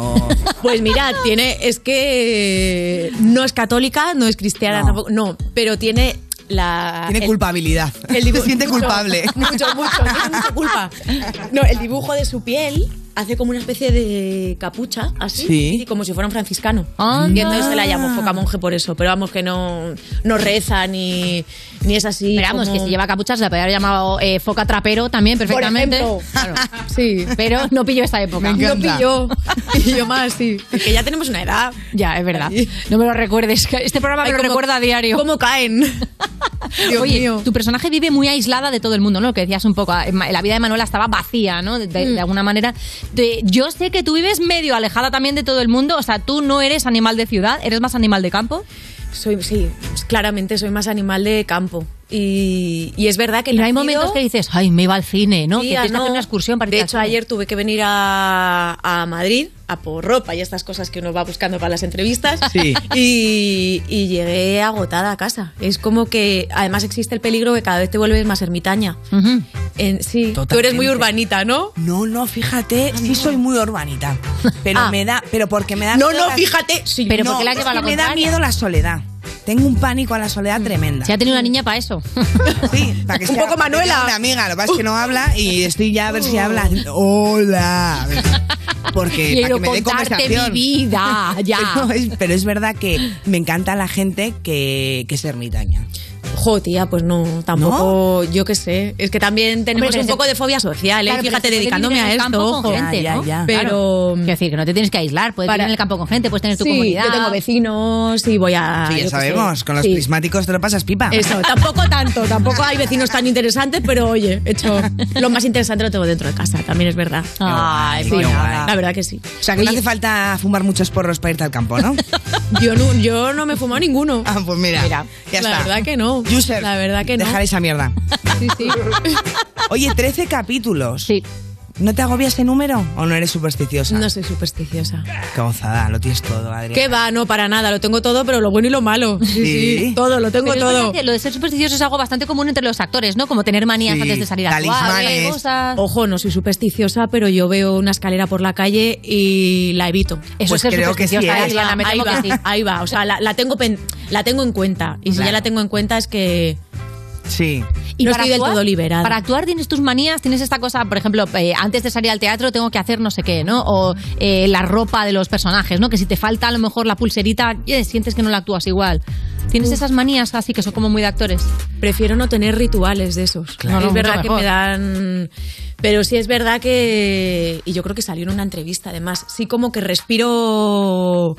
S3: o...
S10: Pues mira, tiene, es que no es católica, no es cristiana tampoco, no, pero tiene la...
S3: Tiene
S10: el-
S3: culpabilidad.
S10: el dibujo-
S3: Se siente
S10: mucho,
S3: culpable.
S10: Mucho, mucho, tiene mucha culpa. No, el dibujo de su piel hace como una especie de capucha, así,
S3: Sí.
S10: y como si fuera un franciscano. Y entonces se la llamó foca monje por eso, pero vamos que no, no reza ni, ni es así.
S2: Esperamos
S10: como-
S2: que si lleva capuchas la podría haber llamado eh, foca trapero también perfectamente.
S10: ejemplo.
S2: Claro. Sí. Pero no pilló esta época.
S10: Me encanta. No
S2: pilló. Pilló más, sí.
S10: Que ya tenemos una edad.
S2: Ya, es verdad. No me lo recuerdes. que Este programa me
S10: Ay,
S2: lo
S10: cómo-
S2: recuerda a diario.
S10: ¿Cómo caen?
S2: Oye, tu personaje vive muy aislada de todo el mundo, ¿no? Lo que decías un poco. eh, ma- La vida de Manuela estaba vacía, ¿no? De,
S10: Mm.
S2: de- de alguna manera. Te- yo sé que tú vives medio alejada también de todo el mundo. O sea, tú no eres animal de ciudad, eres más animal de campo.
S10: Soy, sí, claramente soy más animal de campo. Y, y es verdad que
S2: Y no hay
S10: nacido-
S2: momentos que dices, ay, me iba al cine, ¿no?
S10: Sí, ah,
S2: que tienes que
S10: no.
S2: hacer una excursión para
S10: De
S2: ir al
S10: hecho,
S2: cine.
S10: ayer tuve que venir a, a Madrid a por ropa y estas cosas que uno va buscando para las entrevistas.
S2: Sí.
S10: Y, y llegué agotada a casa. Es como que, además, existe el peligro que cada vez te vuelves más ermitaña. En- sí, tú eres muy
S3: Totalmente.
S10: urbanita, ¿no?
S3: No, no, fíjate, sí soy muy urbanita. Pero
S10: Ah.
S3: me da, pero porque me da
S10: No,
S3: miedo
S10: no,
S3: la-
S10: fíjate, sí, Pero
S3: No,
S10: ¿por qué le has
S3: es
S10: llevado
S3: que
S10: la
S3: me da
S10: contraria?
S3: miedo la soledad. Tengo un pánico a la soledad tremenda.
S2: Se Mm. ha tenido una niña para eso.
S3: Sí, para que
S2: Un
S3: sea-
S2: poco Manuela.
S3: tengo Una amiga, lo que pasa
S10: Uh.
S3: es que no habla y estoy ya a ver
S10: Oh.
S3: si habla. Hola. A ver, Porque
S2: Quiero
S3: para que me dé
S2: contarte
S3: conversación.
S2: mi vida, ya.
S3: Pero es, pero es verdad que me encanta la gente que, que es ermitaña.
S10: Jo, tía, pues no, tampoco, yo qué sé. Es que también tenemos
S2: pero
S10: un
S2: se-
S10: poco de fobia social, ¿eh?
S2: Claro, pero
S10: Fíjate,
S2: se puede
S10: dedicándome
S2: vivir en
S10: a
S2: el
S10: esto,
S2: campo con
S10: ojo.
S2: gente, ¿no?
S10: Pero
S2: Claro. Quiero decir, que no te tienes que aislar, puedes
S10: Para-
S2: vivir en el campo con gente, puedes tener tu
S10: sí,
S2: comunidad.
S10: yo tengo vecinos y voy a... Ah,
S3: Sí,
S10: yo
S3: ya
S10: qué
S3: sabemos,
S10: sé.
S3: con los
S10: Sí.
S3: prismáticos te lo pasas pipa.
S10: Eso, tampoco tanto, tampoco hay vecinos tan interesantes, pero oye, he hecho lo más interesante lo tengo dentro de casa, también es verdad.
S3: Ay,
S10: Sí,
S3: pues nada.
S10: la verdad que sí.
S3: O sea, que no hace falta fumar muchos porros para irte al campo, ¿no?
S10: yo no, yo no me he fumado ninguno.
S3: Ah, pues mira, ya
S10: la
S3: está.
S10: verdad que no. la verdad que no.
S3: Dejar esa mierda.
S10: Sí, sí.
S3: Oye, 13 capítulos. Sí. ¿No te agobia ese número o no eres supersticiosa?
S10: No soy supersticiosa.
S3: Qué gozada, lo tienes todo, Adriana.
S10: ¿Qué va? No, para nada. Lo tengo todo, pero lo bueno y lo malo. Sí, sí.
S3: Sí.
S10: Todo, lo tengo
S2: Pero es
S10: todo.
S2: verdad que lo de ser supersticioso es algo bastante común entre los actores, ¿no? Como tener manías
S10: Sí,
S2: antes de salir a actuar,
S10: talismanes.
S2: cosas.
S10: Ojo, no soy supersticiosa, pero yo veo una escalera por la calle y la evito.
S2: Eso Pues es ser creo que sí supersticiosa, eres. Adriana, me
S10: ahí
S2: temo
S10: va,
S2: que sí.
S10: ahí va. O sea, la, la tengo, pen- la tengo en cuenta. Y si
S2: Claro.
S10: ya la tengo en cuenta es que...
S3: Sí.
S10: no
S2: para
S10: estoy del todo liberada.
S2: Para actuar tienes tus manías, tienes esta cosa, por ejemplo, eh, antes de salir al teatro tengo que hacer no sé qué, ¿no? O eh, la ropa de los personajes, ¿no? Que si te falta a lo mejor la pulserita, eh, sientes que no la actúas igual. Tienes esas manías así que son como muy de actores.
S10: Prefiero no tener rituales de esos.
S2: Claro,
S10: es
S2: mucho
S10: verdad que
S2: mejor.
S10: me dan. Pero sí es verdad que. Y yo creo que salió en una entrevista, además. Sí, como que respiro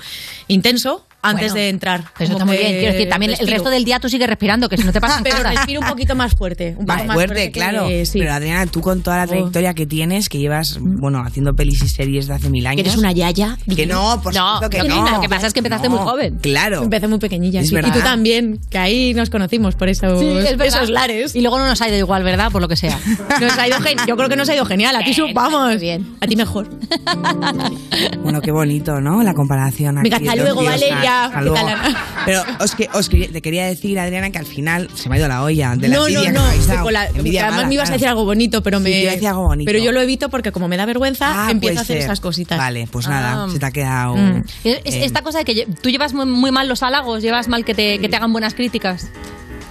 S10: intenso antes
S2: Bueno,
S10: de entrar. Como
S2: Eso está muy
S10: que
S2: bien. Quiero decir, también el
S10: respiro.
S2: resto del día tú sigues respirando, que si no te pasa en
S10: Pero
S2: casa.
S10: respiro un poquito más fuerte. Un
S3: Más
S10: poco más
S3: fuerte,
S10: fuerte, que-
S3: claro.
S10: sí. Oh. Mm.
S3: Pero Adriana, tú con toda la trayectoria que tienes, que llevas, bueno, haciendo pelis y series de hace mil años.
S10: ¿Eres una
S2: Ah,
S10: yaya?
S3: Que no, por supuesto que
S10: no,
S3: no.
S10: lo que pasa es que empezaste muy joven.
S3: Claro.
S10: Empecé muy pequeñilla.
S3: Es
S10: sí.
S3: verdad.
S10: Y tú también, que ahí nos conocimos por esos, esos lares.
S2: Y luego no nos ha ido igual, ¿verdad? Por lo que sea.
S10: Nos ha ido gen- yo creo que nos ha ido genial. A ti
S2: Sí,
S10: sub- vamos. A ti mejor.
S3: Bueno, qué bonito, ¿no? La comparación.
S10: Venga,
S3: aquí,
S10: hasta
S3: Dios
S10: luego,
S3: mío,
S10: Valeria.
S3: hasta
S10: ¿Qué
S3: luego.
S10: tal, Ana?
S3: Pero os, que, os quería- te quería decir, Adriana, que al final se me ha ido la olla de la
S10: no, no,
S3: envidia que
S10: no.
S3: me habéis dado.
S10: con la-
S3: Envidia
S10: además
S3: mala,
S10: me ibas a
S3: claro.
S10: decir algo bonito, pero
S3: Sí,
S10: me.
S3: te iba a decir algo bonito.
S10: Pero yo lo evito porque como me da vergüenza,
S3: Ah,
S10: empiezo
S3: puede
S10: a hacer
S3: ser.
S10: esas cositas.
S3: Vale, pues nada,
S2: Ah.
S3: se te ha quedado.
S10: Mm.
S2: Es- es
S3: eh,
S2: esta cosa de que lle- tú llevas muy, muy mal los halagos, llevas mal que te, que te hagan buenas críticas.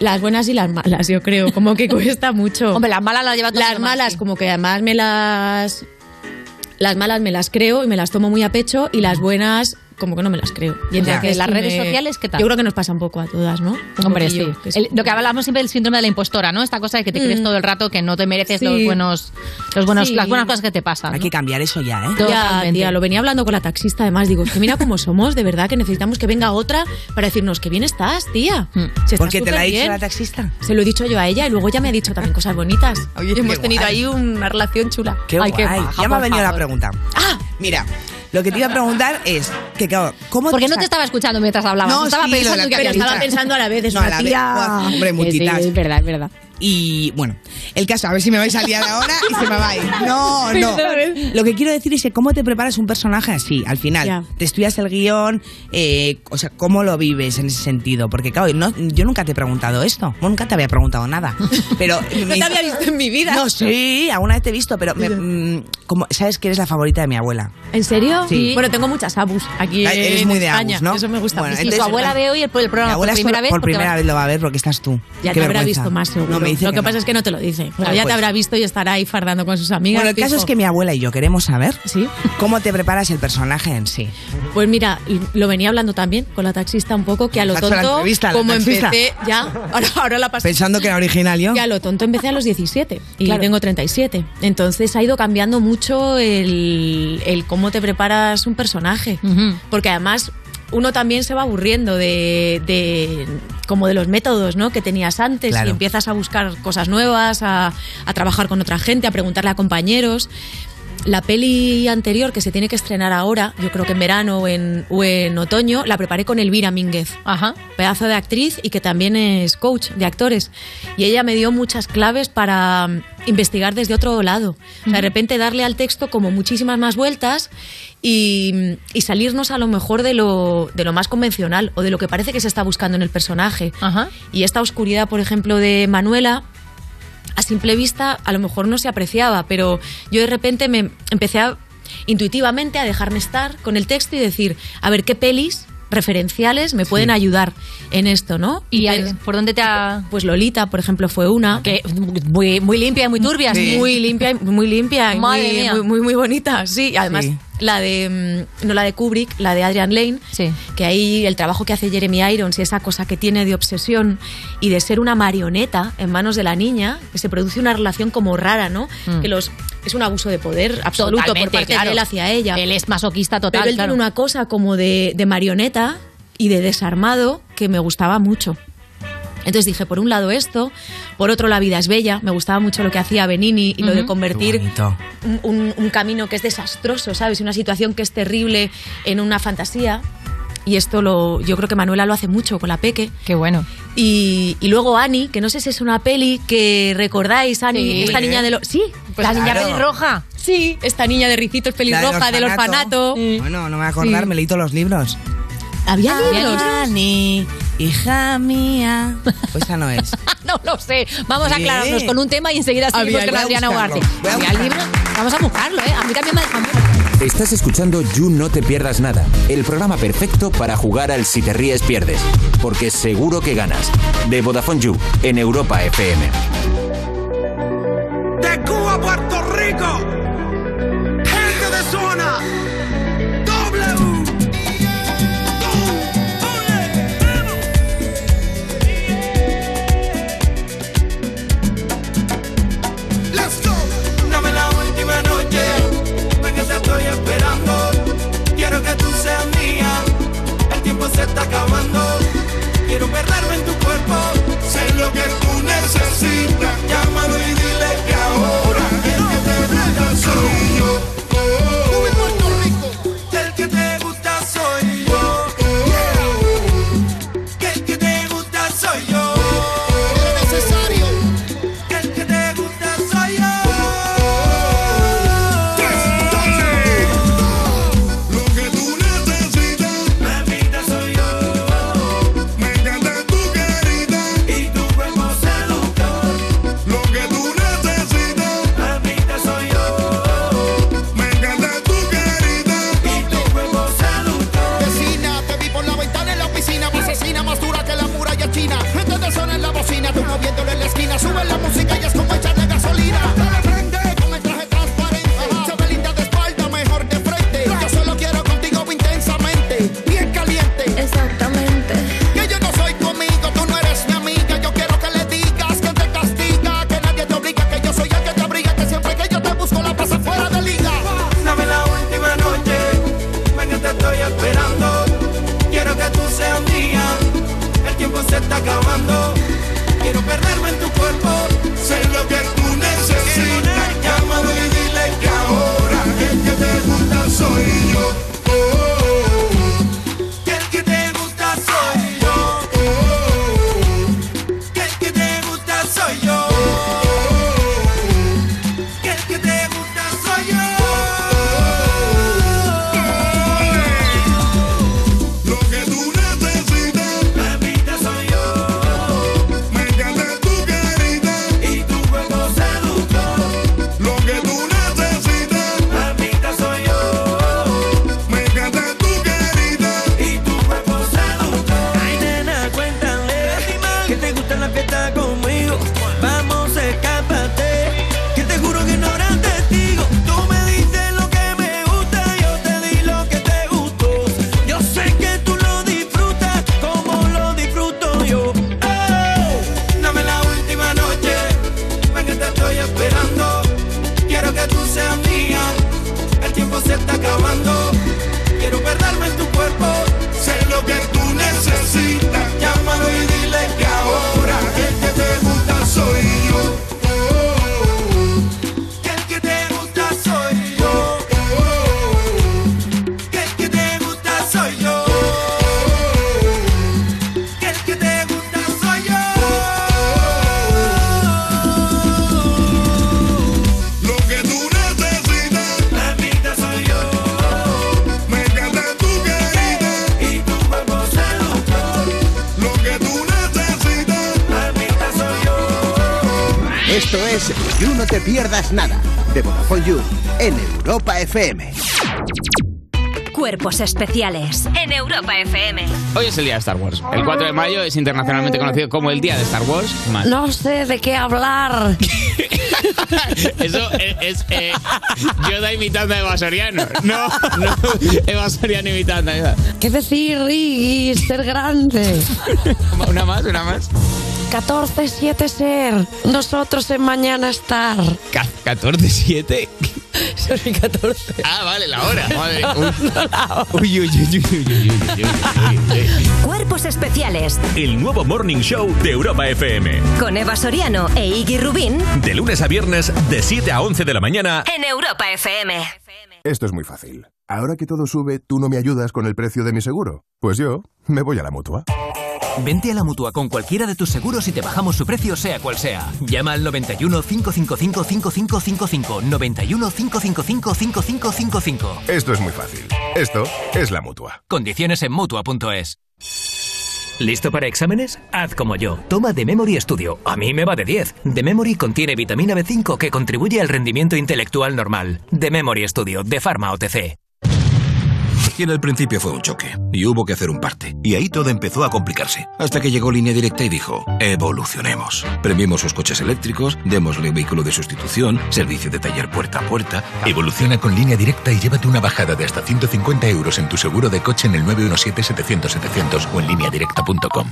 S10: Las buenas y las malas, yo creo. Como que cuesta mucho.
S2: Hombre, las malas las lleva todo el
S10: Las
S2: mundo mal,
S10: malas, como que además me las. Las malas me las creo y me las tomo muy a pecho y las buenas como que no me las creo. Y
S2: Ya.
S10: entonces
S2: Porque las
S10: sí
S2: redes
S10: me-
S2: sociales, ¿qué tal?
S10: Yo creo que nos pasa un poco a todas, ¿no? Un
S2: Hombre, sí.
S10: poquillo, que es-
S2: El- lo que hablamos siempre del síndrome de la impostora, ¿no? Esta cosa de que te crees
S10: Mm.
S2: todo el rato que no te mereces los
S10: Sí.
S2: buenos, los buenos,
S10: Sí.
S2: las buenas cosas que te pasan.
S3: Hay
S2: ¿no?
S3: que cambiar eso ya, ¿eh?
S10: Ya,
S2: Totalmente.
S10: tía, lo venía hablando con la taxista, además. Digo, es que mira cómo somos, de verdad, que necesitamos que venga otra para decirnos que bien estás, tía. Si estás
S3: Porque te la ha dicho
S10: superbién.
S3: la taxista.
S10: Se lo he dicho yo a ella y luego ella me ha dicho también cosas bonitas.
S3: Oye,
S10: Y hemos
S3: qué
S10: tenido
S3: guay.
S10: ahí una relación chula.
S3: Qué
S10: Ay,
S3: guay.
S10: baja,
S3: ya me ha
S10: por
S3: venido la
S10: favor.
S3: pregunta. Ah, mira, lo que te iba a preguntar es que claro, ¿cómo
S2: Porque no te estaba escuchando mientras hablabas. No, estaba
S3: sí, lo de
S2: pensando
S3: la
S2: que había
S3: taxista.
S2: dicho.
S3: No, a la vez. Buah, Hombre,
S2: Sí, sí,
S3: multitask.
S2: es verdad, es verdad.
S3: Y bueno, el caso, a ver si me vais a liar ahora y se me va a ir. No, no. Lo que quiero decir es que cómo te preparas un personaje así, al final.
S21: Ya.
S3: Te estudias el guión, eh, o sea, cómo lo vives en ese sentido. Porque claro, no- yo nunca te he preguntado esto, Bueno, nunca te había preguntado nada. Pero
S10: No te había visto en mi vida.
S3: No, sí, alguna vez te he visto, pero me- mm, como, sabes que eres la favorita de mi abuela.
S10: ¿En serio?
S3: Sí.
S10: Bueno, tengo muchas abus aquí
S3: Ay, eres
S10: en
S3: muy de
S10: España.
S3: abus, ¿no?
S10: Eso me gusta.
S3: Bueno,
S10: mucho.
S3: entonces- ah,
S2: hoy el, el
S3: Mi
S2: programa
S3: abuela solo- por
S10: porque
S3: primera
S10: va-
S3: vez lo va a ver porque estás tú.
S10: Ya
S3: Qué
S10: te habrá
S3: vergüenza.
S10: visto más seguro.
S3: No, me dice
S10: lo que,
S3: que no.
S10: pasa es que no te lo dice. Pero
S3: Bueno,
S10: ya
S3: pues.
S10: te habrá visto y estará ahí fardando con sus amigas.
S3: Bueno, el caso
S10: fijo.
S3: es que mi abuela y yo queremos saber cómo te preparas el personaje en sí.
S10: Pues mira, lo venía hablando también con la taxista un poco, que a lo
S3: Has hecho la
S10: tonto,
S3: entrevista a la
S10: como
S3: taxista.
S10: empecé, ya, ahora, ahora la pasé.
S3: Pensando que era original yo.
S10: Que a lo tonto empecé a los 17 y
S3: Claro.
S10: tengo 37. Entonces ha ido cambiando mucho el, el cómo te preparas un personaje. Porque además uno también se va aburriendo de, de- como de los métodos ¿no? que tenías antes
S22: Claro.
S10: y empiezas a buscar cosas nuevas, a, a trabajar con otra gente, a preguntarle a compañeros. La peli anterior que se tiene que estrenar ahora, yo creo que en verano o en, o en otoño, la preparé con Elvira Mínguez.
S2: Ajá.
S10: Pedazo de actriz y que también es coach de actores. Y ella me dio muchas claves para mm, investigar desde otro lado. O sea, de repente darle al texto como muchísimas más vueltas y, mm, y salirnos a lo mejor de lo, de lo más convencional o de lo que parece que se está buscando en el personaje. Y esta oscuridad, por ejemplo, de Manuela, a simple vista a lo mejor no se apreciaba, pero yo de repente me empecé a, intuitivamente a dejarme estar con el texto y decir, a ver qué pelis referenciales me pueden ayudar en esto, ¿no? ¿Y por dónde te ha...? Pues Lolita, por ejemplo, fue una. Que muy, muy limpia y muy
S2: turbia, sí.
S10: Muy limpia, y- muy limpia y
S2: Madre
S10: muy,
S2: mía.
S10: muy, muy, muy bonita, sí. Y además
S2: Sí.
S10: la de mm, no la de Kubrick, la de Adrian Lane, que ahí el trabajo que hace Jeremy Irons y esa cosa que tiene de obsesión y de ser una marioneta en manos de la niña, que se produce una relación como rara, ¿no?
S2: Mm.
S10: Que los es un abuso de poder absoluto por
S2: Totalmente,
S10: parte
S2: claro.
S10: de él hacia ella.
S2: Él es masoquista total,
S10: Pero él
S2: claro.
S10: tiene una cosa como de, de marioneta y de desarmado que me gustaba mucho. Entonces dije, por un lado esto, por otro la vida es bella, me gustaba mucho lo que hacía Benini y lo de
S23: Ujú.
S10: convertir
S23: Qué bonito.
S10: un, un- un camino que es desastroso, ¿sabes? Y Una situación que es terrible en una fantasía. Y esto lo, yo creo que Manuela lo hace mucho con la Peque.
S2: Qué bueno.
S10: Y, y luego Annie, que no sé si es una peli que recordáis, Annie,
S2: Sí.
S10: esta niña de los... Sí,
S2: Pues La niña claro. pelirroja.
S10: Sí, esta niña de ricitos pelirroja del orfanato.
S3: Bueno, no me voy a acordar,
S10: Sí.
S3: me leí todos los libros.
S10: Había
S2: libros.
S3: Ani, hija mía. Pues esa no es.
S2: No lo sé. Vamos a
S3: Sí.
S2: aclararnos con un tema y enseguida seguimos
S3: Había-
S2: con
S3: voy a
S2: Adriana Ugarte.
S3: buscarlo.
S2: Mira, el libro, Vamos a buscarlo, ¿eh? A mí también me ha
S6: Estás escuchando You No Te Pierdas Nada, el programa perfecto para jugar al Si Te Ríes Pierdes, porque seguro que ganas. De Vodafone You, en Europa FM.
S23: De Cuba a Puerto Rico. Gente de zona. W. Let's go.
S8: Dame la última noche, porque te estoy esperando. Quiero que tú seas mía, el tiempo se está acabando. Quiero perderme en tu cuerpo, sé lo que tú necesitas. Llámalo y dile que ahora el que te gusta soy yo. El que te gusta soy yo. Que el que te gusta soy yo. necesario. Que el que te gusta soy yo. Lo que tú necesitas, mamita soy yo. Me encanta tu carita y tu cuerpo seductor. Lo que tú necesitas, mamita soy yo. Me encanta tu carita y tu cuerpo seductor.
S24: Vecina, te vi por la ventana en la piscina, más asesina, más dura que la muralla china. Gente de zona en la bocina, tú moviéndole en la esquina, sube la música y es como echarle gasolina. Dale frente con el traje transparente, se ve linda de espalda, mejor de frente. Yo solo quiero contigo intensamente, bien caliente. Exactamente. Que yo no soy conmigo, tú no eres mi amiga, yo quiero que le digas que te castiga, que nadie te obliga, que yo soy el que te abriga, que siempre que yo te busco la pasa fuera de liga.
S8: Dame la última noche, venga te estoy esperando. Quiero que tú seas mía, el tiempo se está acabando. Quiero perderme en tu cuerpo, sé lo que tú necesitas. Llámalo y dile que ahora el que te gusta soy yo. Oh, oh, oh. Que el que te gusta soy yo. Oh, oh, oh. Que el que te gusta soy yo. Oh, oh, oh. Que el que te gusta soy yo. Lo que tú necesitas, mamita soy yo. Me encanta tu carita y tu cuerpo seductor. Lo que tú necesitas, mamita soy yo. Me encanta tu carita y tu cuerpo seductor.
S23: Ay, nena, cuéntale que te gusta la fiesta conmigo. Vamos, escápate. Que te juro que no habrá testigo. Tú me dices lo que me gusta, yo te di lo que te gustó. Yo sé que tú lo disfrutas como lo disfruto yo. Oh,
S8: Dame la última noche, ven que te estoy esperando. Quiero que tú seas mía, el tiempo se está acabando. Quiero perderme en tu cuerpo, sé lo que tú necesitas. Llámalo y dile que ahora el que te gusta soy yo. Oh, oh, oh. Que el que te gusta soy yo. Oh, oh, oh. Que el que te gusta soy yo. Oh, oh, oh. Que el que te gusta soy yo. Lo que tú necesitas, mamita soy yo. Me encanta tu carita y tu cuerpo seductor. Lo que tú necesitas, mamita soy yo.
S4: Esto es You No Te Pierdas Nada de Vodafone You en Europa FM.
S20: Cuerpos especiales en Europa FM.
S25: Hoy es el día de Star Wars. El 4 de mayo es internacionalmente conocido como el día de Star Wars. Mal.
S20: No sé de qué hablar.
S25: Eso es, es, eh, Yoda imitando a Eva Soriano. No, no, Eva Soriano imitando a Yoda.
S20: ¿Qué decir, Riggy? Ser grande.
S25: Una más, una más.
S20: 14-7 ser. Nosotros en mañana estar.
S25: Ca- 14-7.
S20: Son 14.
S25: Ah, vale, la hora. Madre. Uy, uy, uy, uy, uy, uy, uy, uy, uy, uy.
S20: Cuerpos especiales
S11: El nuevo Morning Show de Europa FM.
S20: con Eva Soriano e Iggy Rubín
S11: De lunes a viernes, de 7 a 11 de la mañana.
S20: en Europa FM.
S12: Esto es muy fácil. Ahora que todo sube, tú no me ayudas con el precio de mi seguro. Pues yo me voy a la mutua.
S26: Vente a la mutua con cualquiera de tus seguros y te bajamos su precio, sea cual sea. Llama al 91 555 5555. 91 555 5555.
S12: Esto es muy fácil. Esto es la mutua.
S26: Condiciones en mutua.es. ¿Listo para exámenes? Haz como yo. Toma The Memory Studio. A mí me va de 10. The Memory contiene vitamina B5 que contribuye al rendimiento intelectual normal. The Memory Studio, de Pharma OTC.
S1: Y en el principio fue un choque, y hubo que hacer un parte. Y ahí todo empezó a complicarse, hasta que llegó Línea Directa y dijo, evolucionemos. Premiemos sus coches eléctricos, démosle vehículo de sustitución, servicio de taller puerta a puerta.
S27: Evoluciona con línea directa y llévate una bajada de hasta 150 euros en tu seguro de coche en el 917-700-700 o en lineadirecta.com.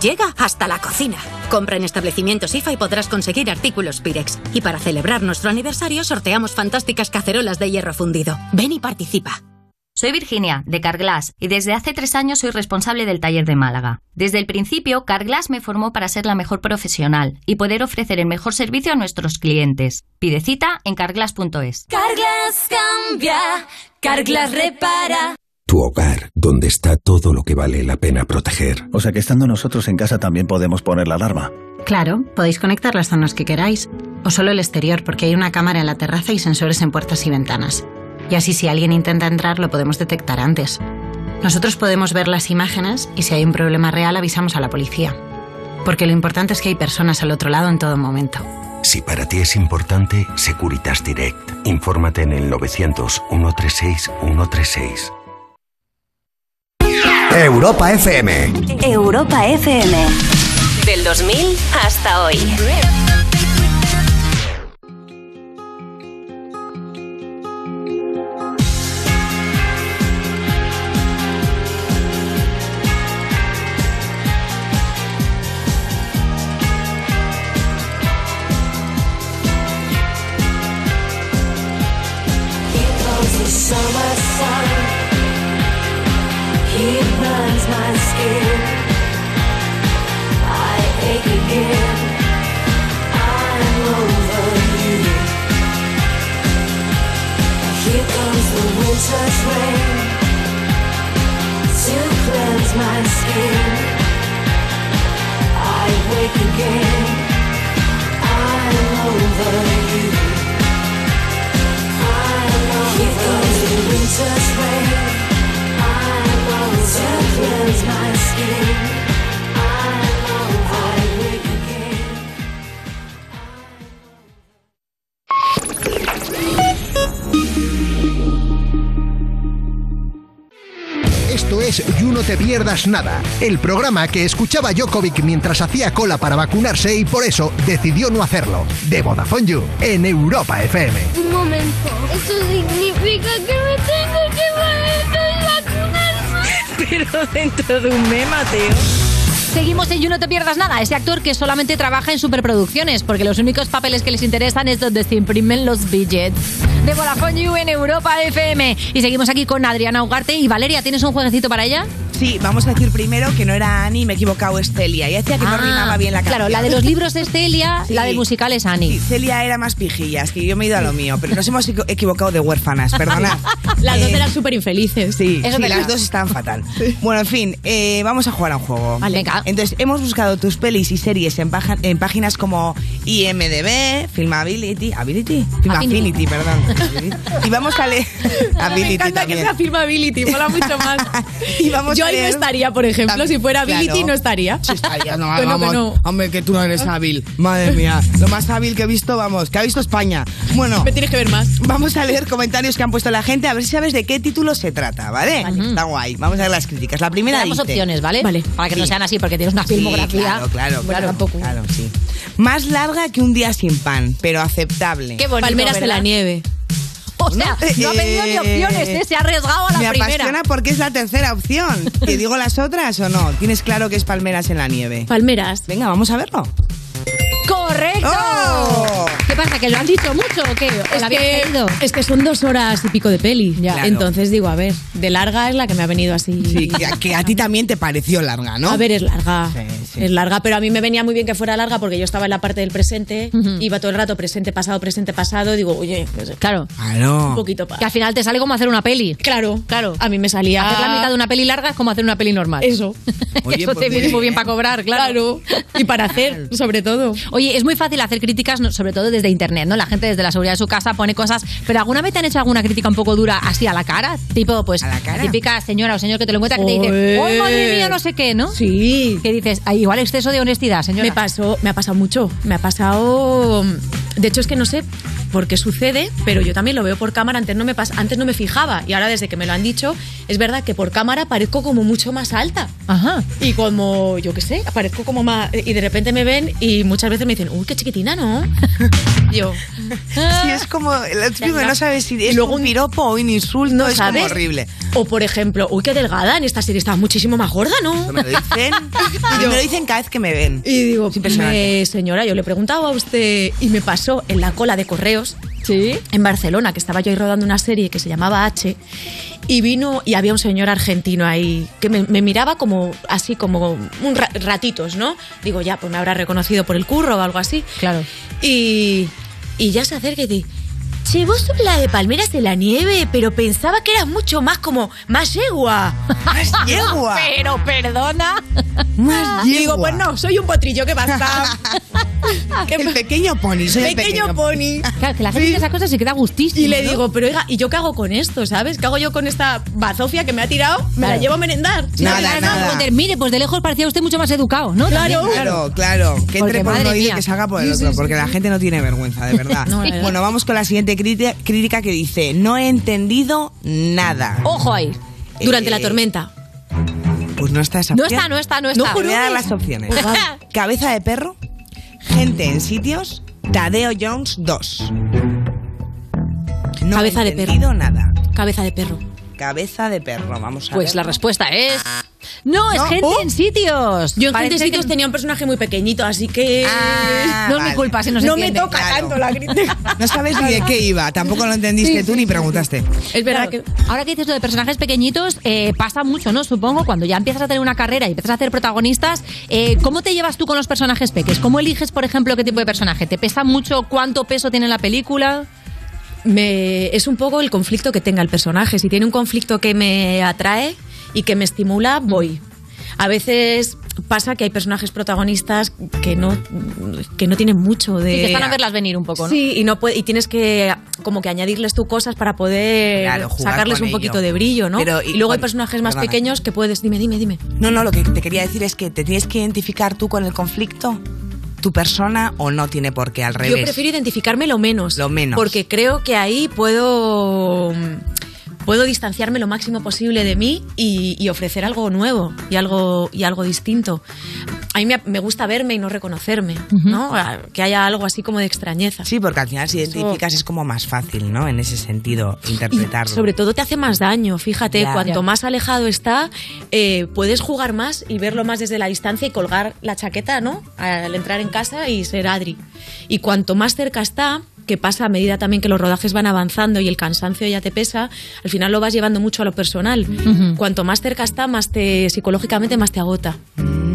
S10: Llega hasta la cocina. Compra en establecimientos IFA y podrás conseguir artículos Pirex. Y para celebrar nuestro aniversario sorteamos fantásticas cacerolas de hierro fundido. Ven y participa.
S28: Soy Virginia, de Carglass, y desde hace tres años soy responsable del taller de Málaga. Desde el principio, Carglass me formó para ser la mejor profesional y poder ofrecer el mejor servicio a nuestros clientes. Pide cita en carglass.es.
S29: Carglass cambia, Carglass repara.
S30: Tu hogar, donde está todo lo que vale la pena proteger.
S8: O sea que estando nosotros en casa también podemos poner la alarma.
S31: Claro, podéis conectar las zonas que queráis, o solo el exterior, porque hay una cámara en la terraza y sensores en puertas y ventanas. Y así si alguien intenta entrar lo podemos detectar antes. Nosotros podemos ver las imágenes y si hay un problema real avisamos a la policía. Porque lo importante es que hay personas al otro lado en todo momento.
S30: Si para ti es importante, Securitas Direct. Infórmate en el 900 136 136.
S27: Europa FM.
S29: Europa FM. Del 2000 hasta hoy.
S8: Here comes the summer sun. He burns my skin. I ache again. I'm over you. Here comes the winter's rain to cleanse my skin. I wake again. I'm over you. Here comes the winter's rain. I'm on to cleanse my skin. I'm on I wake again.
S4: Esto es You No Te Pierdas Nada, el programa que escuchaba Jokovic mientras hacía cola para vacunarse y por eso decidió no hacerlo. De Vodafone You, en Europa FM.
S8: Un momento. Eso significa que me tengo que volver a
S2: Pero dentro de un meme, Mateo. Seguimos en You No Te Pierdas Nada, ese actor que solamente trabaja en superproducciones, porque los únicos papeles que les interesan es donde se imprimen los billets. De Vodafone You en Europa FM. Y seguimos aquí con Adriana Ugarte y Valeria, ¿tienes un jueguecito para ella?
S3: Sí, vamos a decir primero que no era Annie, me he equivocado, es Celia. Ya decía que no
S2: Ah,
S3: rimaba bien la canción.
S2: Claro, la de los libros es Celia, la del musical es Annie.
S3: Celia era más pijillas, que yo me he ido a lo mío, pero nos hemos equi- equivocado de huérfanas, perdonad.
S32: Las dos eran
S3: súper infelices. Sí,
S32: Eso
S3: sí,
S32: es verdad.
S3: las dos estaban fatal. Bueno, en fin, eh, vamos a jugar a un juego. Entonces, hemos buscado tus pelis y series en, paja- en páginas como IMDB, Filmability, Ability, Filmaffinity, perdón. y vamos a leer... Ability
S32: Me encanta
S3: también.
S32: que sea Firmability, mola mucho más.
S3: Y vamos
S32: Yo
S3: a También.
S10: no estaría, por ejemplo.
S3: También,
S10: si fuera Ability,
S3: claro.
S10: no estaría.
S3: Sí estaría, no,
S10: Bueno,
S3: vamos.
S10: que no.
S3: Hombre, que tú no eres hábil. Madre mía, lo más hábil que he visto, vamos, que ha visto España. Bueno, me
S10: tienes que ver más.
S3: Vamos a leer comentarios que han puesto la gente, a ver si sabes de qué título se trata, ¿vale? Está guay. Vamos a ver las críticas. La primera
S2: Damos
S3: dice-
S2: opciones, ¿vale? Vale. Para que no
S3: Sí.
S2: sean así, porque tienes una
S3: Sí,
S2: filmografía.
S3: Claro, claro,
S2: Bueno,
S3: claro.
S2: tampoco. ¿eh?
S3: Claro, sí. Más larga que un día sin pan, pero aceptable.
S2: Qué bonito,
S10: Palmeras de
S2: ¿verdad?
S10: la nieve.
S2: O sea, no ha pedido ni opciones, ¿eh? Se ha arriesgado a la
S3: me
S2: primera.
S3: apasiona porque es la tercera opción. ¿Te digo las otras o no? ¿Tienes claro que es palmeras en la nieve?
S10: Palmeras.
S3: Venga, vamos a verlo.
S2: ¡Correcto!
S3: ¡Oh!
S2: ¿Qué pasa? ¿Que lo han dicho mucho o qué? ¿O
S10: Es
S2: la habías
S10: que,
S2: leído?
S10: Eh, es que son dos horas y pico de peli.
S3: Claro.
S10: Entonces digo, a ver, de larga es la que me ha venido así.
S3: Sí, que, a- que a ti también te pareció larga, ¿no?
S10: A ver, es larga.
S3: sí.
S10: Es larga, pero a mí me venía muy bien que fuera larga porque yo estaba en la parte del presente, iba todo el rato presente, pasado, presente, pasado. Digo, oye, pues,
S2: claro.
S3: Ah.
S10: un poquito para.
S2: Que al final te sale como hacer una peli.
S10: Claro, claro. A mí me salía.
S2: Hacer la mitad de una peli larga es como hacer una peli normal.
S10: Eso.
S2: Oye, Eso te pues viene bien. muy bien para cobrar, claro.
S10: Y para hacer, sobre todo.
S2: Oye, es muy fácil hacer críticas, no- sobre todo desde internet, ¿no? La gente desde la seguridad de su casa pone cosas. Pero alguna vez te han hecho alguna crítica un poco dura así a la cara, tipo, pues, la, típica señora o señor que te lo encuentra que te dice,
S10: Joder.
S2: ¡ay, madre mía, no sé qué, ¿no?
S10: Sí.
S2: Que dices, "Ay, igual exceso de honestidad, señora.
S10: Me pasó, me ha pasado mucho. Me ha pasado. De hecho, es que no sé por qué sucede, pero yo también lo veo por cámara. Antes no me pas- antes no me fijaba y ahora desde que me lo han dicho, es verdad que por cámara parezco como mucho más alta.
S2: Ajá.
S10: Y como, yo qué sé, aparezco como más. Y de repente me ven y muchas veces me dicen, uy, qué chiquitina, ¿no? yo.
S3: Sí, es como. Lo típico que no sabes si es un piropo o un insulto. es como
S10: ¿sabes?
S3: horrible.
S10: O por ejemplo, uy, qué delgada, en esta serie estaba muchísimo más gorda, ¿no?
S3: Eso Me lo dicen. y me lo dicen cada vez que me ven.
S10: Y digo,
S3: impresionante.
S10: "Eh, señora, yo le preguntaba a usted y me pasó en la cola de correos. En Barcelona, que estaba yo ahí rodando una serie que se llamaba H, y vino y había un señor argentino ahí que me, me miraba como así, como un ra- ratitos, ¿no? Digo, ya, pues me habrá reconocido por el curro o algo así.
S2: Claro.
S10: Y, y ya se acerca y dice, che, vos sos la de Palmeras de la Nieve, pero pensaba que eras mucho más como, más yegua.
S3: Más yegua.
S2: Pero perdona.
S3: Más
S10: Y digo,
S3: yegua.
S10: pues no, soy un potrillo, ¿qué pasa?
S3: El pequeño pony, soy el
S10: pequeño,
S3: pequeño
S10: pony.
S2: Claro, que la gente esas cosas se queda gustísimo.
S10: Y le
S2: ¿no?
S10: digo, pero oiga, ¿y yo qué hago con esto, sabes? ¿Qué hago yo con esta bazofia que me ha tirado? Me la
S2: Claro.
S10: llevo a merendar.
S2: Sí,
S3: Nada,
S2: claro, no,
S3: nada.
S2: joder, mire, pues de lejos parecía usted mucho más educado, ¿no?
S3: Claro,
S2: También,
S3: claro, claro.
S2: Porque,
S3: Que entre por un
S2: madre
S3: oído y
S2: mía.
S3: que salga por el
S2: Sí, sí,
S3: otro,
S2: sí,
S3: porque la gente no tiene vergüenza, de verdad.
S2: No, la verdad.
S3: Bueno, vamos con la siguiente crítica, crítica que dice: No he entendido nada. Eh,
S2: Ojo ahí.
S10: Durante la tormenta.
S3: Pues no está esa
S2: No
S3: opción.
S2: está, no está, no está.
S3: Te voy a dar las opciones:
S2: Pues vale.
S3: Cabeza de perro, gente en sitios, Tadeo Jones 2. No
S10: Cabeza
S3: he
S10: de perro.
S3: entendido nada.
S10: Cabeza de perro.
S3: Cabeza de perro, vamos a
S2: Pues la
S3: ver.
S2: respuesta es. No, es
S3: No,
S2: gente
S3: oh.
S2: en sitios.
S10: Yo en
S2: Parece
S10: Gente
S2: que-
S10: Sitios tenía un personaje muy pequeñito, así que.
S3: Ah,
S2: No es
S3: vale.
S2: mi culpa si no se
S10: no me
S2: entiende.
S10: toca
S3: claro.
S10: tanto la crítica.
S3: No sabes ni de qué iba, tampoco lo entendiste tú ni preguntaste.
S10: Es verdad
S2: Claro, Ahora que dices lo de personajes pequeñitos, eh, pasa mucho, ¿no? Supongo, cuando ya empiezas a tener una carrera y empiezas a hacer protagonistas, eh, ¿cómo te llevas tú con los personajes peques? ¿Cómo eliges, por ejemplo, qué tipo de personaje? ¿Te pesa mucho cuánto peso tiene la película?
S10: me, es un poco el conflicto que tenga el personaje. Si tiene un conflicto que me atrae y que me estimula, voy. A veces pasa que hay personajes protagonistas que no, que no tienen mucho de...
S2: Y te están a verlas venir un poco, ¿no?
S10: Sí, y, no puede- y tienes que como que añadirles tú cosas para poder
S3: Claro, jugar
S10: sacarles
S3: con
S10: un poquito
S3: ello.
S10: de brillo, ¿no?
S3: Pero,
S10: y,
S3: y
S10: luego hay
S3: cuando-
S10: personajes más
S3: perdona.
S10: pequeños que puedes... Dime, dime, dime.
S3: No, no, lo que te quería decir es que te tienes que identificar tú con el conflicto, tu persona o no tiene por qué, al revés.
S10: Yo prefiero identificarme lo menos.
S3: Lo menos.
S10: Porque creo que ahí puedo. mm, Puedo distanciarme lo máximo posible de mí y, y ofrecer algo nuevo y algo, y algo distinto. A mí me, me gusta verme y no reconocerme, ¿no? A- Que haya algo así como de extrañeza.
S3: Sí, porque al final si identificas es como más fácil, ¿no? En ese sentido, interpretarlo.
S10: Sobre todo te hace más daño, fíjate,
S3: Ya.
S10: cuanto
S3: Ya.
S10: más alejado está, eh, puedes jugar más y verlo más desde la distancia y colgar la chaqueta, ¿no? Al entrar en casa y ser Adri. Y cuanto más cerca está, que pasa a medida también que los rodajes van avanzando y el cansancio ya te pesa, al final lo vas llevando mucho a lo personal. Cuanto más cerca está, más te psicológicamente más te agota.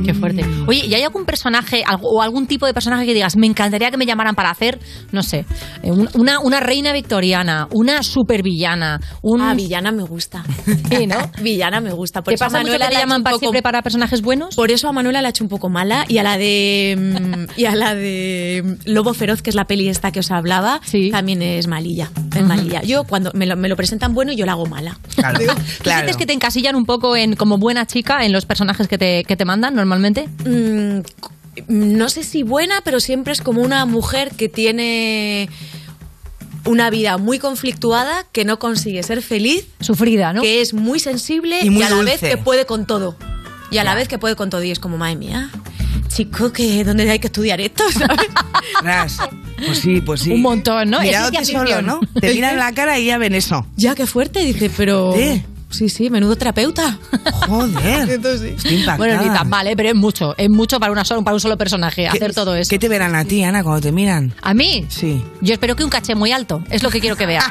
S2: Qué fuerte. Oye, ¿y hay algún personaje algo- o algún tipo de personaje que digas, me encantaría que me llamaran para hacer, no sé, eh, un- una, una reina victoriana, una supervillana, un...
S10: Ah, villana me gusta.
S2: Sí, ¿no?
S10: villana me gusta. Por
S2: ¿Te
S10: eso a
S2: pasa mucho
S10: Manuela
S2: que te
S10: la
S2: llaman
S10: echo un
S2: para
S10: poco-
S2: siempre para personajes buenos?
S10: Por eso a Manuela la he hecho un poco mala y a la de mm, y a la de mm, Lobo Feroz, que es la peli esta que os hablaba, también es malilla. Es malilla. Yo cuando me lo, me lo presentan bueno, yo la hago mala.
S3: Claro,
S2: ¿Tú sientes que te encasillan un poco en como buena chica en los personajes que te, que te mandan normalmente?
S10: Mm, no sé si buena, pero siempre es como una mujer que tiene una vida muy conflictuada, que no consigue ser feliz.
S2: Sufrida, ¿no?
S10: Que es muy sensible
S2: Y
S10: y,
S2: muy
S10: a la
S2: dulce.
S10: vez que puede con todo. Y a la vez que puede con todo. Y es como, madre mía, chico, que ¿dónde hay que estudiar esto? ¿sabes?
S3: Pues sí, pues sí.
S10: Un montón, ¿no? Es
S3: Miradote
S10: ciencia
S3: solo,
S10: ficción.
S3: ¿no? Te miran la cara y ya ven eso.
S10: ya, qué fuerte, dice, pero... Sí, sí, menudo terapeuta.
S3: Joder.
S2: Bueno, ni tan mal, ¿eh? pero es mucho. Es mucho para, una sola, para un solo personaje hacer todo eso.
S3: ¿Qué te verán a ti, Ana, cuando te miran?
S2: ¿A mí?
S3: Sí.
S2: Yo espero que un caché muy alto. Es lo que quiero que vea.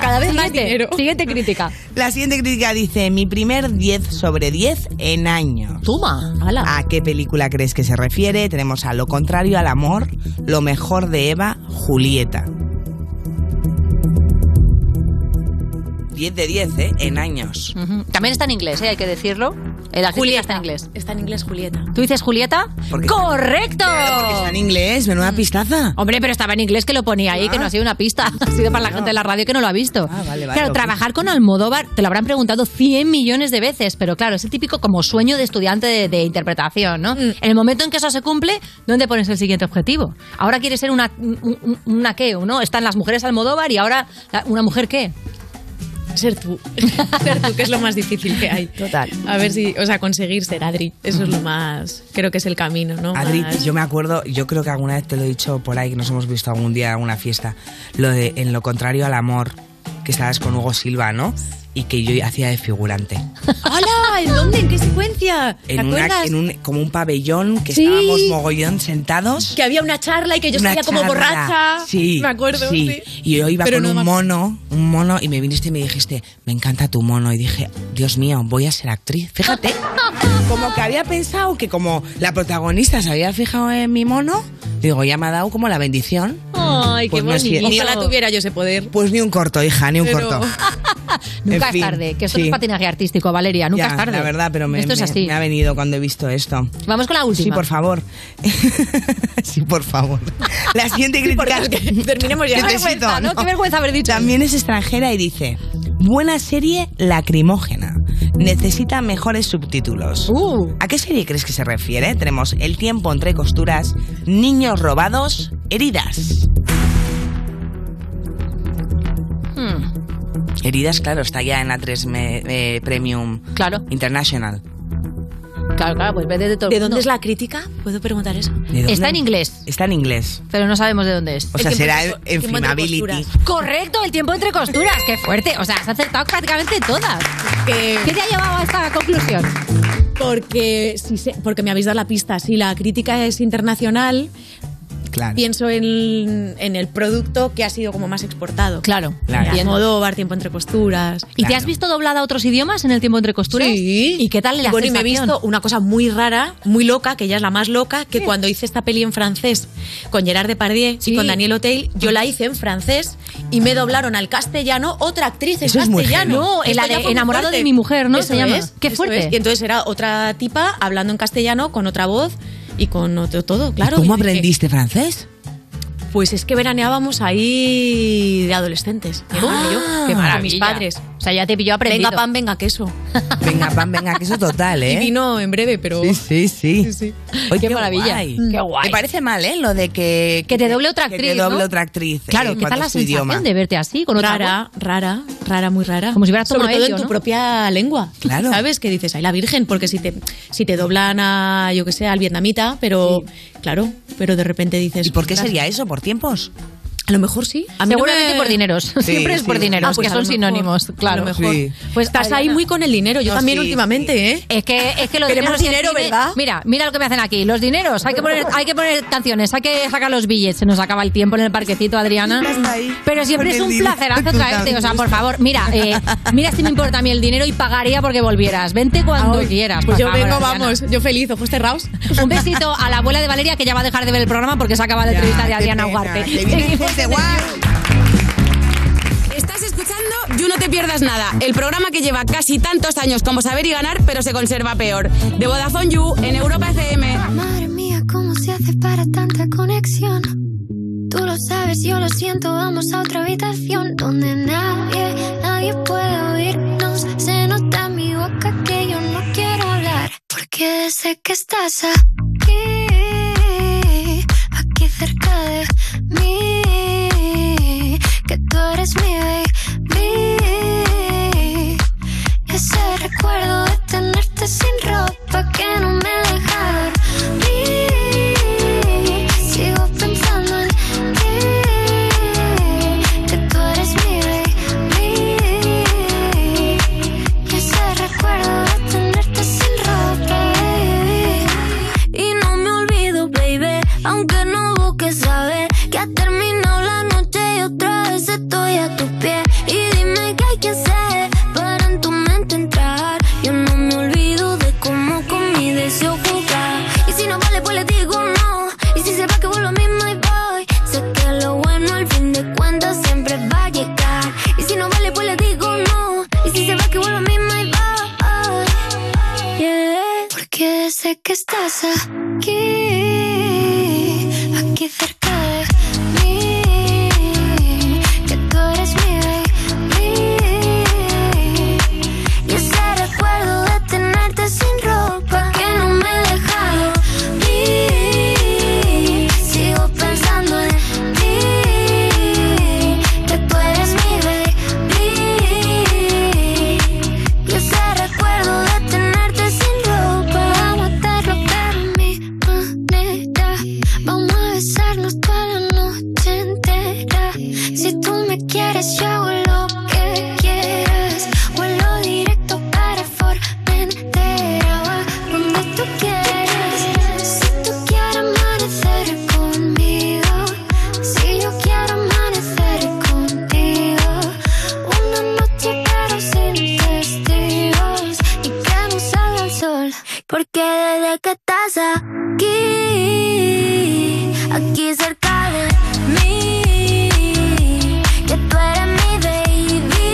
S2: Cada vez más dinero. Siguiente crítica.
S3: La siguiente crítica dice, mi primer 10 sobre 10 en año.
S2: Toma.
S3: ¿A qué película crees que se refiere? Tenemos a Lo contrario al amor, Lo mejor de Eva, Julieta. 10 de 10, ¿eh? En años.
S2: Ujú. También está en inglés, ¿eh? hay que decirlo. El Julieta está en inglés.
S10: Está en inglés Julieta.
S2: ¿Tú dices Julieta?
S3: Porque está-
S2: ¡Correcto! Mm.
S3: Está en inglés, menuda pistaza.
S2: Hombre, pero estaba en inglés que lo ponía ahí, que no ha sido una pista. Ha sido para la gente de la radio que no lo ha visto.
S3: Ah, vale,
S2: claro,
S3: ok.
S2: trabajar con Almodóvar te lo habrán preguntado 100 millones de veces, pero claro, es el típico como sueño de estudiante de, de interpretación, ¿no?
S10: Mm.
S2: En el momento en que eso se cumple, ¿dónde pones el siguiente objetivo? Ahora quieres ser una, un- un- una qué, ¿no? Están las mujeres Almodóvar y ahora la- una mujer qué.
S10: Ser tú. Ser tú, que es lo más difícil que hay. Total. A ver si, o sea, conseguir ser Adri. Eso es lo más, creo que es el camino, ¿no?
S3: Adri,
S10: Más-
S3: yo me acuerdo, yo creo que alguna vez te lo he dicho por ahí, que nos hemos visto algún día en una fiesta, lo de en lo contrario al amor, que estabas con Hugo Silva, ¿no? Y que yo hacía de figurante.
S10: ¡Hola! ¿En dónde? ¿En qué secuencia? ¿Te
S3: En, una-
S10: acuerdas?
S3: en un, como un pabellón que
S10: Sí.
S3: estábamos mogollón sentados.
S10: Que había una charla y que yo
S3: Una
S10: salía como
S3: charla.
S10: borracha.
S3: Sí.
S10: Me acuerdo, sí.
S3: Y yo iba
S10: Pero
S3: con
S10: no
S3: un
S10: me-
S3: mono, un mono, y me viniste y me dijiste, me encanta tu mono. Y dije, Dios mío, voy a ser actriz. Fíjate. como que había pensado que como la protagonista se había fijado en mi mono, digo, ya me ha dado como la bendición.
S10: Ay,
S3: Pues
S10: qué
S3: no es
S10: bonito.
S3: cierto.
S10: Ojalá tuviera yo ese poder.
S3: Pues ni un corto, hija, ni un
S10: Pero-
S3: corto.
S2: Nunca
S3: En fin,
S2: es tarde, que eso no
S3: sí.
S2: es patinaje artístico, Valeria, nunca
S3: Ya,
S2: es tarde.
S3: La verdad, pero me,
S2: Esto es
S3: me-
S2: así.
S3: me ha venido cuando he visto esto.
S2: Vamos con la última.
S3: Sí, por favor. sí, por favor. La siguiente crítica.
S10: terminemos
S2: ya. Qué vergüenza, ¿no? Qué vergüenza haber dicho.
S3: También es extranjera y dice: Buena serie lacrimógena. Necesita mejores subtítulos.
S2: Uh.
S3: ¿A qué serie crees que se refiere? Tenemos El tiempo entre costuras, Niños robados, heridas.
S10: Hmm.
S3: Heridas, claro, está ya en la 3 me- eh, Premium
S2: claro.
S3: International.
S2: Claro, claro, pues vete de todo.
S10: ¿De dónde es la crítica? ¿Puedo preguntar eso?
S3: ¿De dónde?
S2: Está en inglés,
S3: Está en inglés.
S2: pero no sabemos de dónde es.
S3: O sea,
S2: El tiempo
S3: será en,
S2: entre-
S3: en
S2: tiempo entre
S3: Filmability.
S2: costuras. Correcto, el tiempo entre costuras. Qué fuerte. O sea, has acertado prácticamente todas. ¿Qué te ha llevado a esta conclusión?
S10: Porque, sí sé- porque me habéis dado la pista. Si la crítica es internacional,
S3: Claro.
S10: pienso en, en el producto que ha sido como más exportado.
S2: Claro.
S10: claro.
S2: Entiendo.
S10: Almodóvar, Tiempo entre costuras.
S2: ¿Y te has visto doblada a otros idiomas en el tiempo entre costuras? Sí. ¿Y qué tal
S10: Y
S2: la
S10: bueno, y me he
S2: sensación?
S10: visto una cosa muy rara, muy loca, que ya es la más loca, que cuando hice esta peli en francés con Gerard Depardieu y con Daniel O'Teil, yo la hice en francés y me doblaron al castellano otra actriz en
S2: Eso es muy
S10: castellano.
S2: heavy. No,
S10: Esto
S2: en la
S10: ya
S2: de
S10: fue muy
S2: Enamorado
S10: fuerte.
S2: de mi mujer, ¿no?
S10: Eso
S2: Se llama.
S10: es,
S2: Qué
S10: eso
S2: fuerte.
S10: es. Y entonces era otra tipa hablando en castellano con otra voz y con otro todo, claro.
S3: ¿Cómo
S10: Y dije,
S3: aprendiste francés?
S10: Pues es que veraneábamos ahí de adolescentes. Diego y yo,
S3: qué
S10: Ah. con mis
S3: maravilla.
S10: padres.
S2: O sea, ya te pilló aprendido.
S10: Venga pan, venga queso.
S3: Venga, pan, venga, que eso total,
S10: Y
S3: ¿eh?
S10: vino en breve, pero...
S3: Sí, sí, sí. Oye,
S10: Qué maravilla.
S2: Qué guay.
S3: Me parece mal, ¿eh? Lo de que.
S2: Que te doble otra
S3: que
S2: actriz,
S3: te doble
S2: ¿no?
S3: otra actriz.
S2: Claro,
S3: eh,
S2: ¿qué tal
S3: cuando
S2: la
S3: es tu
S2: sensación
S3: idioma.
S2: de verte así, con otra
S10: rara, rara, rara, muy rara.
S2: Como si hubieras
S10: Sobre
S2: tomado
S10: todo
S2: ello,
S10: en tu
S2: ¿no?
S10: propia lengua.
S2: Claro.
S10: ¿Sabes? Que dices, ay, la virgen, porque si te, si te doblan a, yo que sé, al vietnamita, pero, claro, pero de repente dices... ¿Y
S3: por qué sería eso? ¿Por tiempos?
S10: A lo mejor sí. A mí no me-
S2: Seguramente
S10: Ah, pues
S2: por dineros. Siempre es por dineros, que
S10: a
S2: son
S10: lo mejor,
S2: sinónimos,
S10: a lo
S2: claro.
S10: mejor.
S2: Sí.
S10: Pues estás ahí muy con el dinero. Yo
S2: No,
S10: también
S2: sí,
S10: últimamente, ¿eh?
S2: Es que, es que los
S10: Queremos
S2: dineros en
S10: dinero,
S2: cine-
S10: ¿verdad?
S2: Mira, mira lo que me hacen aquí. Los dineros. Hay que poner, hay que poner canciones, hay que sacar los billetes. Se nos acaba el tiempo en el parquecito, Adriana. Pero siempre
S14: Con
S2: es
S14: el
S2: un
S14: dinero.
S2: placerazo
S14: Tú
S2: traerte. O sea,
S14: también.
S2: por favor, mira, eh, mira si me importa a mí el dinero y pagaría porque volvieras. Vente cuando quieras.
S10: Pues
S2: por
S10: yo
S2: favor,
S10: vengo,
S2: Adriana.
S10: vamos, yo feliz, ojos cerrados.
S2: Un besito a la abuela de Valeria que ya va a dejar de ver el programa porque se acaba la entrevista de Adriana Ugarte. Seguimos en
S14: Estás escuchando You No Te Pierdas Nada, el programa que lleva casi tantos años como saber y ganar, pero se conserva peor. De Vodafone You en Europa FM.
S17: Madre mía, ¿cómo se hace para tanta conexión? Tú lo sabes, yo lo siento, vamos a otra habitación donde nadie, nadie puede oírnos. Se nota en mi boca que yo no quiero hablar, porque sé que estás aquí, aquí cerca de mí, que tú eres mi baby. Ese recuerdo de tenerte sin ropa que no me deja dormir. Sigo pensando en ti, que tú eres mi baby. Y ese recuerdo de tenerte sin ropa, baby.
S14: Y no me olvido, baby, aunque no busques saber que ha terminado la noche y otra vez estoy a tus pies. Y dime qué hay que hacer para en tu mente entrar. Yo no me olvido de cómo con mi deseo jugar. Y si no vale, pues le digo no. Y si se va, que vuelvo a mí, my boy. Sé que lo bueno al fin de cuentas siempre va a llegar. Y si no vale, pues le digo no. Y si se va, que vuelvo a mí, my boy. Yeah.
S17: Porque sé que estás aquí, aquí cerca de mí, que tú eres mi baby.
S14: Y ese recuerdo de tenerte sin ropa que no me dejaron
S17: dormir.
S14: Sigo pensando en ti, que tú eres mi baby.
S17: Y ese recuerdo de tenerte sin ropa, vamos a hacerlo de mi manera. Vamos a besarnos toda la noche entera. Si tú me quieres, yo hago lo que quieras. Vuelo directo para Formentera o a donde tú quieras. Si tú quieres amanecer conmigo, si yo quiero amanecer contigo, una noche pero sin testigos y que no salga el sol.
S14: Porque desde que estás aquí, aquí cerca de mí, que tú eres mi baby.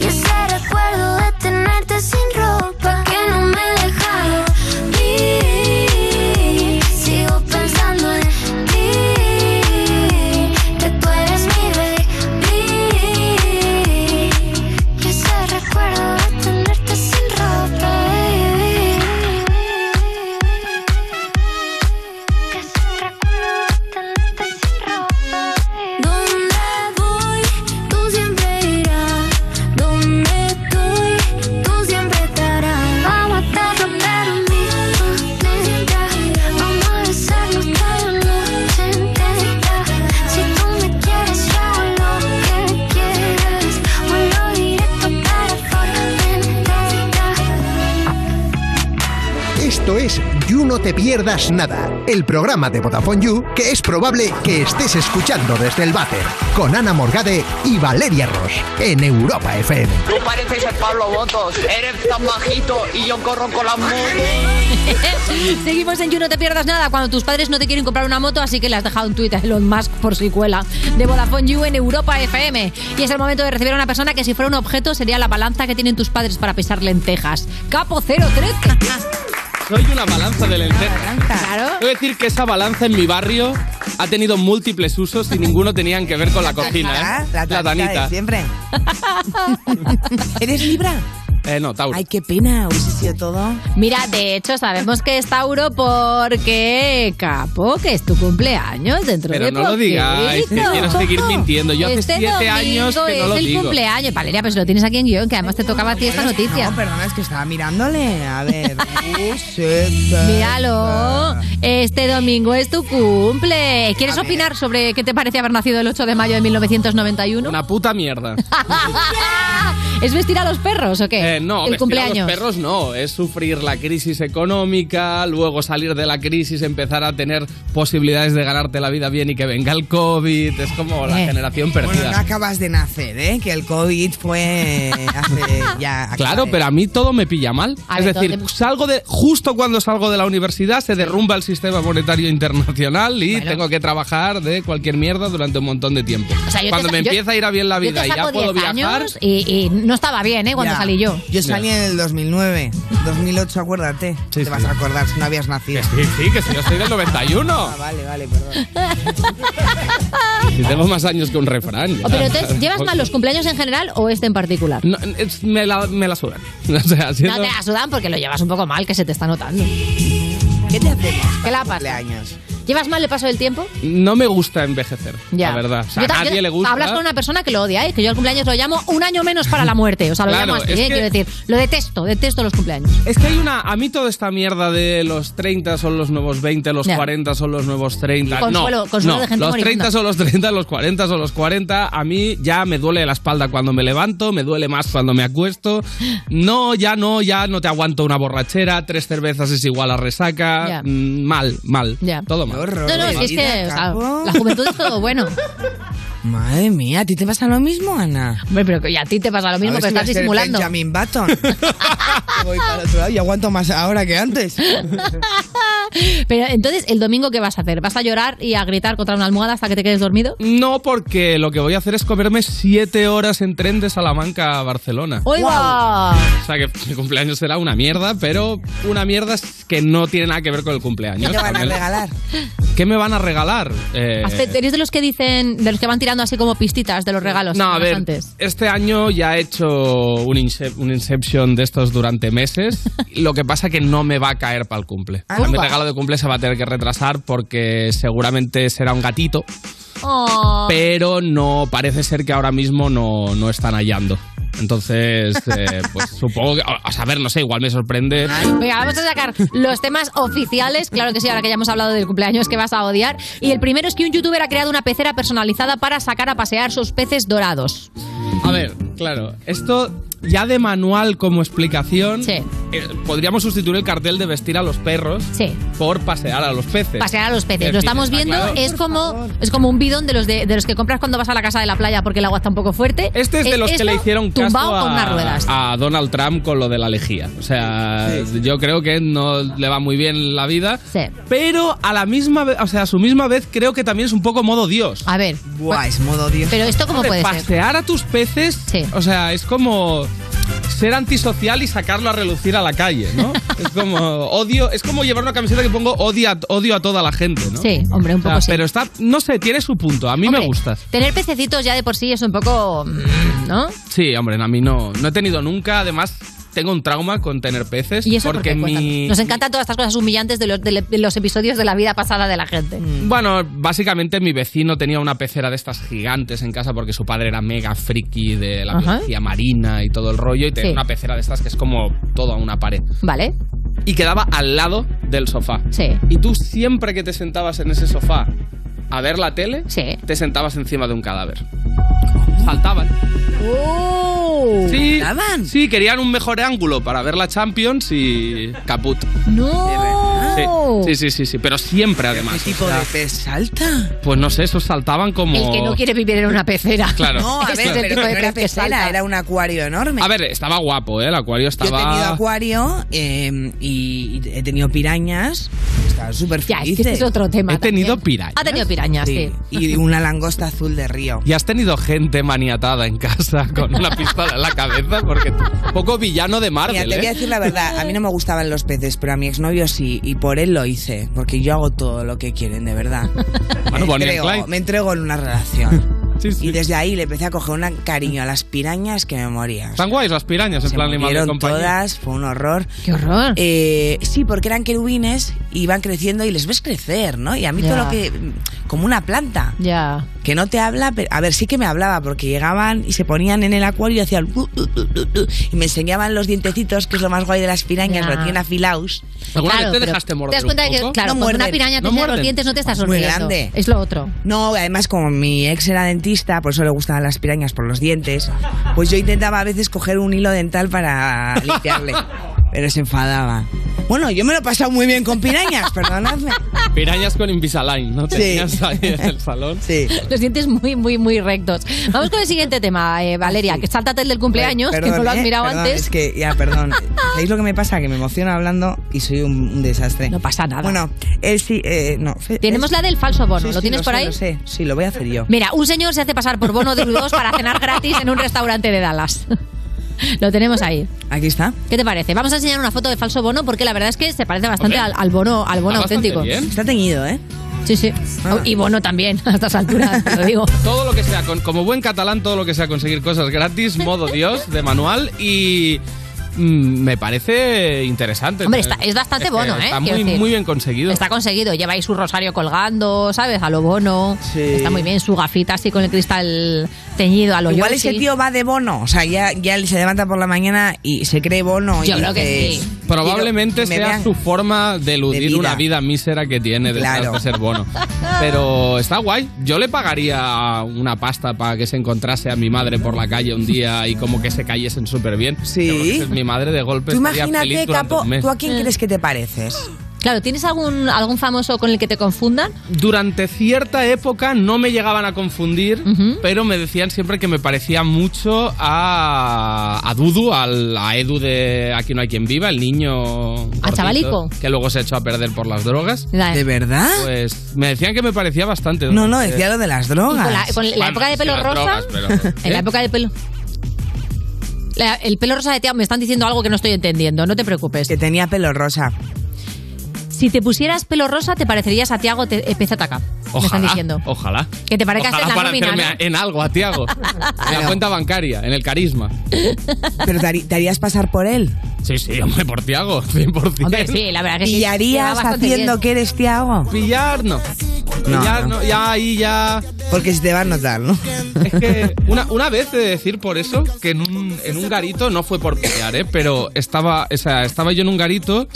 S14: Y ese recuerdo de tenerte sin ropa que no me dejaron ir. Sigo pensando en ti, que tú eres mi baby.
S17: Y ese recuerdo de tenerte sin ropa, baby. Que es un recuerdo de tenerte sin ropa, baby.
S14: Donde voy, tú siempre irás. Donde estoy, tú siempre estarás. Vamos a estar romper mi
S17: manera. Vamos a besarnos toda la noche entera. Si tú me quieres, yo hago lo que quieras. Vuelo directo para Formentera.
S4: Esto es You No Te Pierdas Nada, el programa de Vodafone You que es probable que estés escuchando desde el váter, con Ana Morgade y Valeria Ross, en Europa FM.
S14: Tú pareces el Pablo Botos, eres tan bajito y yo corro con las motos.
S2: Seguimos en You, no te pierdas nada cuando tus padres no te quieren comprar una moto, así que le has dejado un tuit a Elon Musk por si cuela de Vodafone You en Europa FM. Y es el momento de recibir a una persona que si fuera un objeto sería la balanza que tienen tus padres para pisar lentejas. Capo 013.
S33: Soy una balanza de lentejas. Debo decir que esa balanza en mi barrio ha tenido múltiples usos y ninguno tenían que ver con la cocina, ¿eh?
S14: La
S33: La
S14: tanita de
S33: tanita.
S14: siempre. ¿Eres Libra?
S33: Eh, no, Tauro.
S2: qué pena, hubiese sido todo. Mira, de hecho, sabemos que es Tauro porque, capo, que es tu cumpleaños dentro
S33: Pero
S2: de
S33: no lo digáis, que
S2: poquito.
S33: quiero seguir mintiendo. Yo hace
S2: Este
S33: siete
S2: domingo
S33: años que no
S2: es
S33: lo
S2: el
S33: digo.
S2: cumpleaños. Valeria, pues lo tienes aquí en guión, que además te tocaba a ti esta noticia.
S3: No, perdona, es que estaba mirándole. Ah, eh, A ver. eh,
S33: Ah.
S2: Míralo, este domingo es tu cumple. ¿Quieres opinar sobre qué te parece haber nacido el 8 de mayo de 1991?
S33: Una puta mierda.
S2: ¿Es vestir a los perros o qué?
S33: Eh, no,
S2: el
S33: vestir a
S2: cumpleaños.
S33: los perros no. Es sufrir la crisis económica, luego salir de la crisis, empezar a tener posibilidades de ganarte la vida bien y que venga el COVID. Es como la
S3: Eh.
S33: generación
S3: Bueno, no
S33: perdida.
S3: acabas de nacer, ¿eh? Que el COVID fue hace ya.
S33: Claro, pero a mí todo me pilla mal.
S3: A
S33: es
S3: ver,
S33: decir,
S3: todo te-
S33: salgo de justo cuando salgo de la universidad se derrumba el sistema monetario internacional y tengo que trabajar de cualquier mierda durante un montón de tiempo.
S2: O sea, yo te
S33: cuando
S2: sa-
S33: me
S2: yo-
S33: empieza a ir a bien la
S2: yo te
S33: vida y ya
S2: saco
S33: puedo
S2: 10
S33: viajar,
S2: años y, y no estaba bien, ¿eh? Cuando
S3: Ya.
S2: salí yo.
S3: Yo salí en el 2009. 2008, acuérdate. te vas a acordar si no habías nacido.
S33: Sí, sí, que si yo soy del 91.
S3: Ah, vale, vale, perdón.
S33: Si tengo más años que un refrán.
S2: O, Oh, pero entonces, ¿llevas mal los cumpleaños en general o este en particular?
S33: No, es- me, la, me la sudan. O sea,
S2: No
S33: siendo-
S2: te la sudan porque lo llevas un poco mal, que se te está notando.
S3: ¿Qué te hacemos?
S2: ¿Qué la pasa? ¿Llevas mal el paso del tiempo?
S33: no me gusta envejecer,
S2: Ya.
S33: la verdad. O sea,
S2: Yo ta-
S33: a nadie
S2: yo-
S33: le gusta.
S2: Hablas con una persona que lo odia, ¿eh? que yo al cumpleaños lo llamo un año menos para la muerte. O sea, lo
S33: Claro,
S2: llamo así,
S33: es
S2: ¿eh?
S33: que-
S2: quiero decir. Lo detesto, detesto los cumpleaños.
S33: Es que hay una. A mí toda esta mierda de los 30 son los nuevos 20, los
S2: Ya.
S33: 40 son los nuevos 30.
S2: Consuelo-
S33: no,
S2: consuelo
S33: no,
S2: de gente
S33: Los
S2: moribunda.
S33: 30 son los 30, los 40 son los 40. A mí ya me duele la espalda cuando me levanto, me duele más cuando me acuesto. No, ya no, ya no te aguanto una borrachera. Tres cervezas es igual a resaca.
S2: Ya.
S33: Mm, Mal, mal.
S2: Ya.
S33: Todo mal.
S2: No, no, si es que o sea, la juventud es todo bueno.
S3: Madre mía, ¿a ti te pasa lo mismo, Ana?
S2: Hombre, pero que a ti te pasa lo mismo,
S3: A ver
S2: pero
S3: si voy a
S2: estás
S3: ser
S2: disimulando.
S3: Benjamin Button. Voy para otro lado y aguanto más ahora que antes.
S2: Pero entonces, ¿el domingo qué vas a hacer? ¿Vas a llorar y a gritar contra una almohada hasta que te quedes dormido?
S33: No, porque lo que voy a hacer es comerme siete horas en tren de Salamanca a Barcelona.
S2: ¡Oiga!
S33: O sea que mi cumpleaños será una mierda, pero una mierda que no tiene nada que ver con el cumpleaños. También- ¿Qué me van a regalar? Eh,
S2: Hazte- ¿Eres de los que dicen, de los que van tirando así como pistitas de los regalos?
S33: no, a
S2: más
S33: ver,
S2: antes?
S33: este año ya he hecho un, inse- un Inception de estos durante meses. lo que pasa que no me va a caer para el cumple. O sea, mi
S2: upa.
S33: regalo de cumple se va a tener que retrasar porque seguramente será un gatito.
S2: Oh.
S33: pero no parece ser que ahora mismo no, no están hallando. Entonces, eh, pues supongo que, o sea, a ver, no sé, igual me sorprende.
S2: Venga, vamos a sacar los temas oficiales. Claro que sí, ahora que ya hemos hablado del cumpleaños que vas a odiar. Y el primero es que un youtuber ha creado una pecera personalizada para sacar a pasear sus peces dorados.
S33: A ver, claro, esto ya de manual como explicación, eh, podríamos sustituir el cartel de vestir a los perros por pasear a los peces.
S2: Pasear a los peces.
S33: Es
S2: Lo
S33: decir,
S2: estamos
S33: está
S2: viendo,
S33: claro.
S2: es como es como un bidón de los de, de los que compras cuando vas a la casa de la playa porque el agua está un poco fuerte.
S33: Este es de los que le hicieron caso
S2: tumbado con unas
S33: a,
S2: ruedas.
S33: a Donald Trump con lo de la lejía. O sea, yo creo que no le va muy bien la vida. Pero a la misma vez, o sea, a su misma vez creo que también es un poco modo Dios.
S2: A ver.
S3: Buah, es modo Dios.
S2: Pero esto cómo
S33: Hombre,
S2: puede ser.
S33: pasear a tus peces, o sea, es como ser antisocial y sacarlo a relucir a la calle, ¿no? es como odio, es como llevar una camiseta que pongo odio a, odio a toda la gente, ¿no?
S2: Sí, hombre, un
S33: O sea,
S2: poco sí.
S33: Pero está, no sé, tiene su punto. A mí me gustas.
S2: Tener pececitos ya de por sí es un poco, mm, ¿no?
S33: Sí, hombre, a mí no, no he tenido nunca. Además, tengo un trauma con tener peces.
S2: ¿Y eso por
S33: porque
S2: qué?
S33: mi.
S2: Cuéntanos. Nos encantan todas estas cosas humillantes de los, de le- de los episodios de la vida pasada de la gente.
S33: Bueno, básicamente mi vecino tenía una pecera de estas gigantes en casa porque su padre era mega friki de la
S2: Ajá.
S33: biología marina y todo el rollo y tenía
S2: Sí.
S33: una pecera de estas que es como toda una pared.
S2: ¿Vale?
S33: y quedaba al lado del sofá.
S2: Sí.
S33: Y tú siempre que te sentabas en ese sofá a ver la tele, te sentabas encima de un cadáver. Saltaban. Sí, sí, querían un mejor ángulo para ver la Champions y caput.
S2: ¡No!
S33: Sí, sí, sí, sí, sí, pero siempre además.
S3: ¿Qué tipo
S33: o sea,
S3: de pez salta?
S33: Pues no sé, esos saltaban como...
S2: El que no quiere vivir en una pecera.
S33: Claro.
S3: No, a
S2: Ese es
S3: ver,
S2: el
S3: pero
S2: este tipo de
S3: no era
S2: pez que
S3: pecera,
S2: salta.
S3: era un acuario enorme.
S33: A ver, estaba guapo, ¿eh? El acuario
S3: Yo he
S33: estaba...
S3: tenido acuario eh, y y he tenido pirañas. Estaba súper
S2: Ya,
S3: feliz.
S2: es que este es otro tema.
S33: He tenido piraña.
S2: Ha tenido pirañas, sí.
S3: Y una langosta azul de río.
S33: ¿Y has tenido gente maniatada en casa con una pistola en la cabeza? Porque tú- poco villano de Marvel,
S3: Mira, te voy a
S33: ¿eh?
S3: decir la verdad, a mí no me gustaban los peces, pero a mi exnovio sí, y por él lo hice, porque yo hago todo lo que quieren, de verdad. me,
S33: Bueno, Ah, Bonnie and
S3: entrego,
S33: Clyde.
S3: me entrego en una relación. Y desde ahí le empecé a coger un cariño a las pirañas que me moría.
S33: Están guays las pirañas en
S3: Se
S33: plan animal de
S3: murieron
S33: compañía.
S3: todas, fue un horror. Eh,
S2: ¡Qué horror!
S3: sí, porque eran querubines y van creciendo y les ves crecer, ¿no? Y a mí
S2: Ya.
S3: todo lo que... como una planta.
S2: Ya.
S3: Que no te habla, pero... A ver, sí que me hablaba porque llegaban y se ponían en el acuario y hacían... "Uh, uh, uh, uh, uh", y me enseñaban los dientecitos, que es lo más guay de las pirañas,
S2: Ya.
S3: los tienen afilados.
S2: ¿Alguna vez Claro, te pero dejaste morder te das cuenta un que, poco? claro, cuando una
S3: muerden.
S2: piraña te enseña los
S3: muerden.
S2: dientes, no te estás
S3: Muy
S2: sonriendo.
S3: grande.
S2: Es lo otro.
S3: No, además como mi ex era dentista, por eso le gustaban las pirañas por los dientes, pues yo intentaba a veces coger un hilo dental para limpiarle, pero se enfadaba. Bueno, yo me lo he pasado muy bien con pirañas, perdonadme.
S33: Pirañas con Invisalign, ¿no?
S3: Sí.
S33: Tenías ahí en el salón.
S3: Sí.
S2: Los dientes muy, muy, muy rectos. Vamos con el siguiente tema,
S3: Ah,
S2: eh, Valeria, que sáltate el del cumpleaños, que no lo has
S3: eh,
S2: mirado
S3: perdón,
S2: antes.
S3: Es que, ya, perdón. ¿Sabéis lo que me pasa? Que me emociono hablando y soy un, un desastre. No
S2: pasa nada.
S3: Bueno, él sí, eh, no. fe-
S2: Tenemos
S3: es-
S2: la del falso bono,
S3: Sí,
S2: ¿lo
S3: sí,
S2: tienes por
S3: sé,
S2: ahí?
S3: Lo sé. Sí, lo voy a hacer yo.
S2: Mira, un señor se hace pasar por bono de U2 para cenar gratis en un restaurante de Dallas. Lo tenemos ahí.
S3: Aquí está.
S2: ¿Qué te parece? Vamos a enseñar una foto de falso bono porque la verdad es que se parece bastante al, al bono, al bono auténtico.
S3: Está teñido, ¿eh? Ah.
S2: Sí, sí. Y bono también, a estas alturas, te lo digo.
S33: Todo lo que sea, con- como buen catalán, todo lo que sea conseguir cosas gratis, modo Dios, de manual y. mm, Me parece interesante.
S2: Hombre, está- es bastante
S33: que
S2: bono, ¿eh?
S33: Está
S2: Quiero
S33: muy,
S2: decir.
S33: muy bien conseguido.
S2: Está conseguido, lleváis su rosario colgando, ¿sabes? A lo bono. Está muy bien, su gafita así con el cristal teñido a lo
S3: Igual
S2: Yoshi.
S3: ese tío va de bono. O sea, ya, ya se levanta por la mañana y se cree bono. y
S2: Yo creo que
S3: dice,
S2: sí.
S33: Probablemente
S3: Quiero que me
S33: sea
S3: vean
S33: su forma de eludir
S3: vida.
S33: una vida mísera que tiene detrás
S3: Claro.
S33: de ser bono. Pero está guay. Yo le pagaría una pasta para que se encontrase a mi madre por la calle un día y como que se cayesen súper bien. Sí. mi madre de golpe.
S3: Tú
S33: Pues estaría
S3: imagínate,
S33: feliz durante
S3: Capo,
S33: un mes.
S3: ¿tú a
S2: Mm.
S3: quién crees que te pareces?
S2: Eh. Claro, ¿tienes algún, algún famoso con el que te confundan?
S33: Durante cierta época no me llegaban a confundir, pero me decían siempre que me parecía mucho a, a Dudu, al, a Edu de Aquí no hay quien viva, el niño... gordito
S2: Ah, chavalico? eh.
S33: Que luego se echó a perder por las drogas.
S2: ¿De
S3: verdad?
S33: Pues me decían que me parecía bastante. Eh,
S3: No, no, decía lo de las
S2: Y
S3: drogas.
S2: Con la, con la
S33: Bueno,
S2: época de
S33: sí,
S2: pelo
S33: las
S2: rosa.
S33: drogas, pero- ¿eh?
S2: En la época de pelo. La- el pelo rosa de Tiago, me están diciendo algo que no estoy entendiendo, no te preocupes.
S3: Que tenía pelo rosa.
S2: Si te pusieras pelo rosa, te parecerías a Tiago te, Pez Ataca. Me
S33: Ojalá,
S2: están diciendo.
S33: Ojalá.
S2: Que te parezcas
S33: Ojalá
S2: en la nómina,
S33: parecerme
S2: ¿no?
S33: a- en algo a Tiago. en la cuenta bancaria, en el carisma.
S3: Pero te, harí- te harías pasar por él.
S33: Sí, sí, hombre, por Tiago, 100%.
S2: Hombre, sí, la verdad que sí.
S3: ¿Y harías
S2: Queda bastante
S3: haciendo
S2: bien.
S3: que eres Tiago?
S33: Pillar no. Pillar no, ya ahí ya.
S3: Porque se te va a notar, ¿no?
S33: Es que una, una vez he de decir por eso que en un, en un garito no fue por pillar, ¿eh? pero estaba, o sea, estaba yo en un garito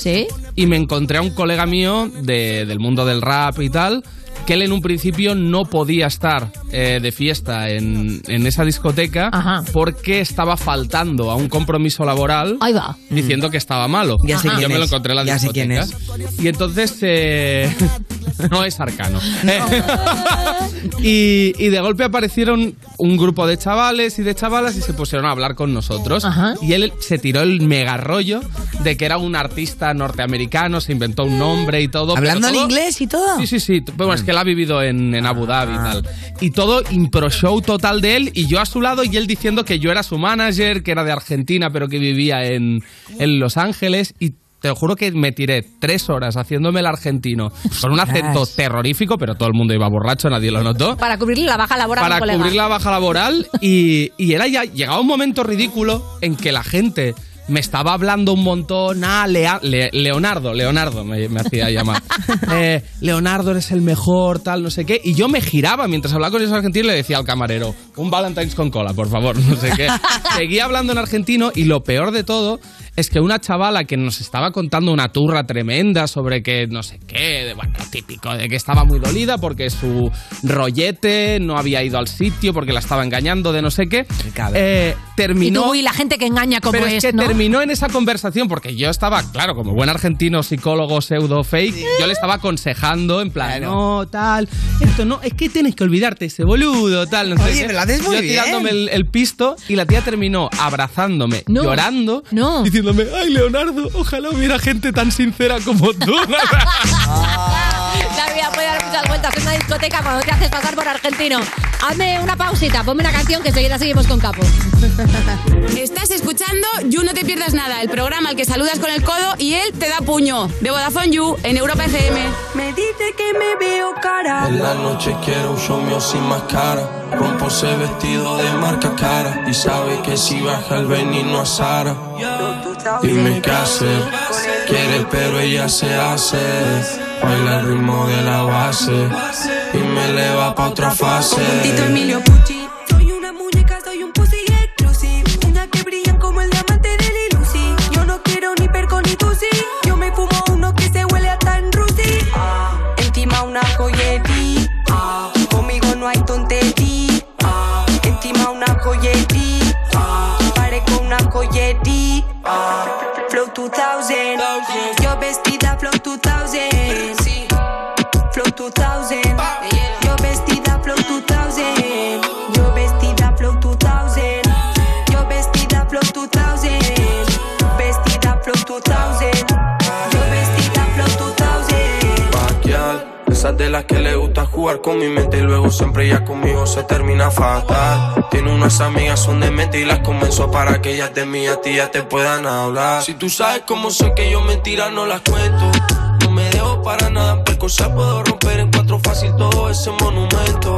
S33: y me encontré a un colega mío de- del mundo del rap y tal. Que él en un principio no podía estar eh, de fiesta en, en esa discoteca porque estaba faltando a un compromiso laboral
S2: Ahí va.
S33: diciendo que estaba malo.
S3: Ya sé
S33: Y yo
S3: quién
S33: me lo
S3: es.
S33: encontré en la
S3: Ya sé quién
S33: discoteca. Y entonces eh, no es arcano. Eh. y, y de golpe aparecieron un grupo de chavales y de chavalas y se pusieron a hablar con nosotros. Y él se tiró el mega rollo de que era un artista norteamericano, se inventó un nombre y todo. pero
S3: ¿Hablando en
S33: todo-
S3: inglés y todo?
S33: Sí, sí, sí. Bueno, es que él ha vivido en, en Abu Dhabi y tal. Y todo impro show total de él y yo a su lado y él diciendo que yo era su manager, que era de Argentina, pero que vivía en, en Los Ángeles y... Te juro que me tiré tres horas haciéndome el argentino con un acento terrorífico, pero todo el mundo iba borracho, nadie lo notó
S2: Para cubrirle la baja laboral a un
S33: para
S2: colega.
S33: cubrir la baja laboral y, y era ya llegaba un momento ridículo en que la gente me estaba hablando un montón ah, Lea- Le- Leonardo Leonardo me, me hacía llamar Eh, Leonardo eres el mejor tal no sé qué y yo me giraba mientras hablaba con esos argentinos y le decía al camarero un Valentine's con cola por favor no sé qué seguía hablando en argentino y lo peor de todo es que una chavala que nos estaba contando una turra tremenda sobre que no sé qué, de- bueno, típico, de que estaba muy dolida porque su rollete no había ido al sitio porque la estaba engañando de no sé qué, eh,
S2: Y
S33: terminó...
S2: tú y la gente que engaña como
S33: pero es,
S2: es,
S33: que
S2: ¿no?
S33: terminó en esa conversación porque yo estaba, claro, como buen argentino psicólogo pseudo fake, yo le estaba aconsejando en plan, no, tal, esto no, es que tienes que olvidarte ese boludo, tal, no sé
S3: Oye,
S33: qué.
S3: pero lo haces muy
S33: Yo
S3: bien.
S33: tirándome el, el pisto y la tía terminó abrazándome,
S3: No.
S33: llorando, diciéndome, ay, Leonardo, ojalá hubiera gente tan sincera como tú.
S2: Está bien, todavía puede dar muchas vueltas en una discoteca cuando te haces pasar por argentino. Hazme una pausita, ponme una canción que enseguida seguimos con Capo.
S29: Estás escuchando You No Te Pierdas Nada, el programa al que saludas con el codo y él te da puño. De Vodafone You, en Europa FM. Me dice que me veo cara.
S34: En la noche quiero un show mío sin máscara. Rompo ese vestido de marca cara. Y sabe que si baja el veneno a Sara. Dime qué hacer. Quiere, pero ella se hace. Baila el ritmo de la base. Y me eleva pa' otra fase.
S29: Conjuntito Emilio
S35: Soy una muñeca, soy un pussy exclusive. Una que brillan como el diamante de Lilusi. Yo no quiero ni perco ni tusi. Yo me fumo uno que se huele a tan rusi. Ah, encima una joyería. Ah, conmigo no hay tontería. Ah, encima una joyería. Ah, parezco una joyería. Ah, flow 2000. Yo vestida flow 2000. Flow 2000. Yo vestida Flow 2000. Yo vestida Flow 2000. Yo vestida Flow 2000. Vestida Flow 2000. Yo vestida Flow 2000.
S34: Paquial, Esas de las que le gusta jugar con mi mente y luego siempre ya conmigo se termina fatal. Tiene unas amigas, son de mente y las convenzo para que ellas de mí a ti ya te puedan hablar. Si tú sabes cómo sé que yo mentiras no las cuento. No me dejo para nada, en percusión puedo romper en cuatro fácil todo ese monumento.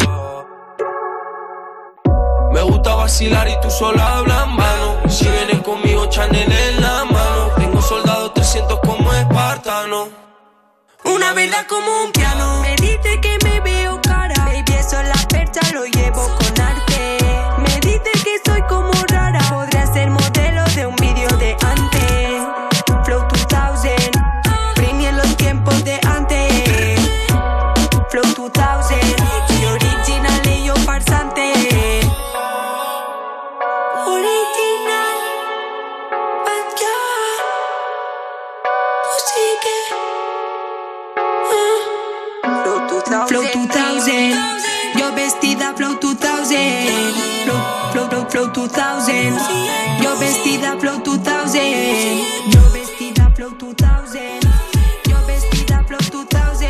S34: Me gusta vacilar y tú sola hablas mano. Si vienes conmigo, Chanel en la mano. Tengo soldados 300 como espartano.
S35: Una verdad como un piano. Me dice que me veo cara. Baby, eso es la percha, lo llevo con arte. Me dice que soy como rara. Podría ser modelo de un vídeo de antes. Flow 2000. Premien los tiempos de antes. Flow 2000. Y original y yo farsante. Original. Bad girl. Pussy girl. Flow 2000, yo vestida Flow 2000, Flow, Flow, Flow, Flow 2000, yo vestida Flow 2000, yo vestida Flow 2000, yo vestida Flow 2000,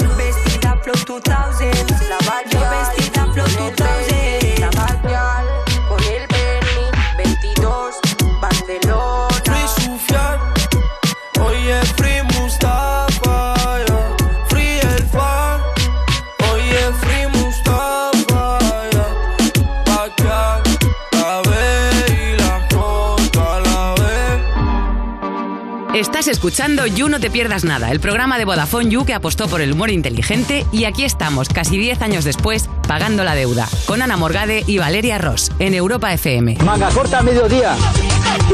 S35: yo vestida Flow 2000, yo vestida Flow 2000, la Badial con el Berlín 22, Barcelona.
S34: Free Sufian, oye Free Mustafa, yeah. Free el fan, oye Free Mustafa, yeah. Acá, la B y la J, la B.
S36: Estás escuchando You No Te Pierdas Nada, el programa de Vodafone You que apostó por el humor inteligente y aquí estamos, casi 10 años después, pagando la deuda, con Ana Morgade y Valeria Ross, en Europa FM.
S6: Manga corta a mediodía.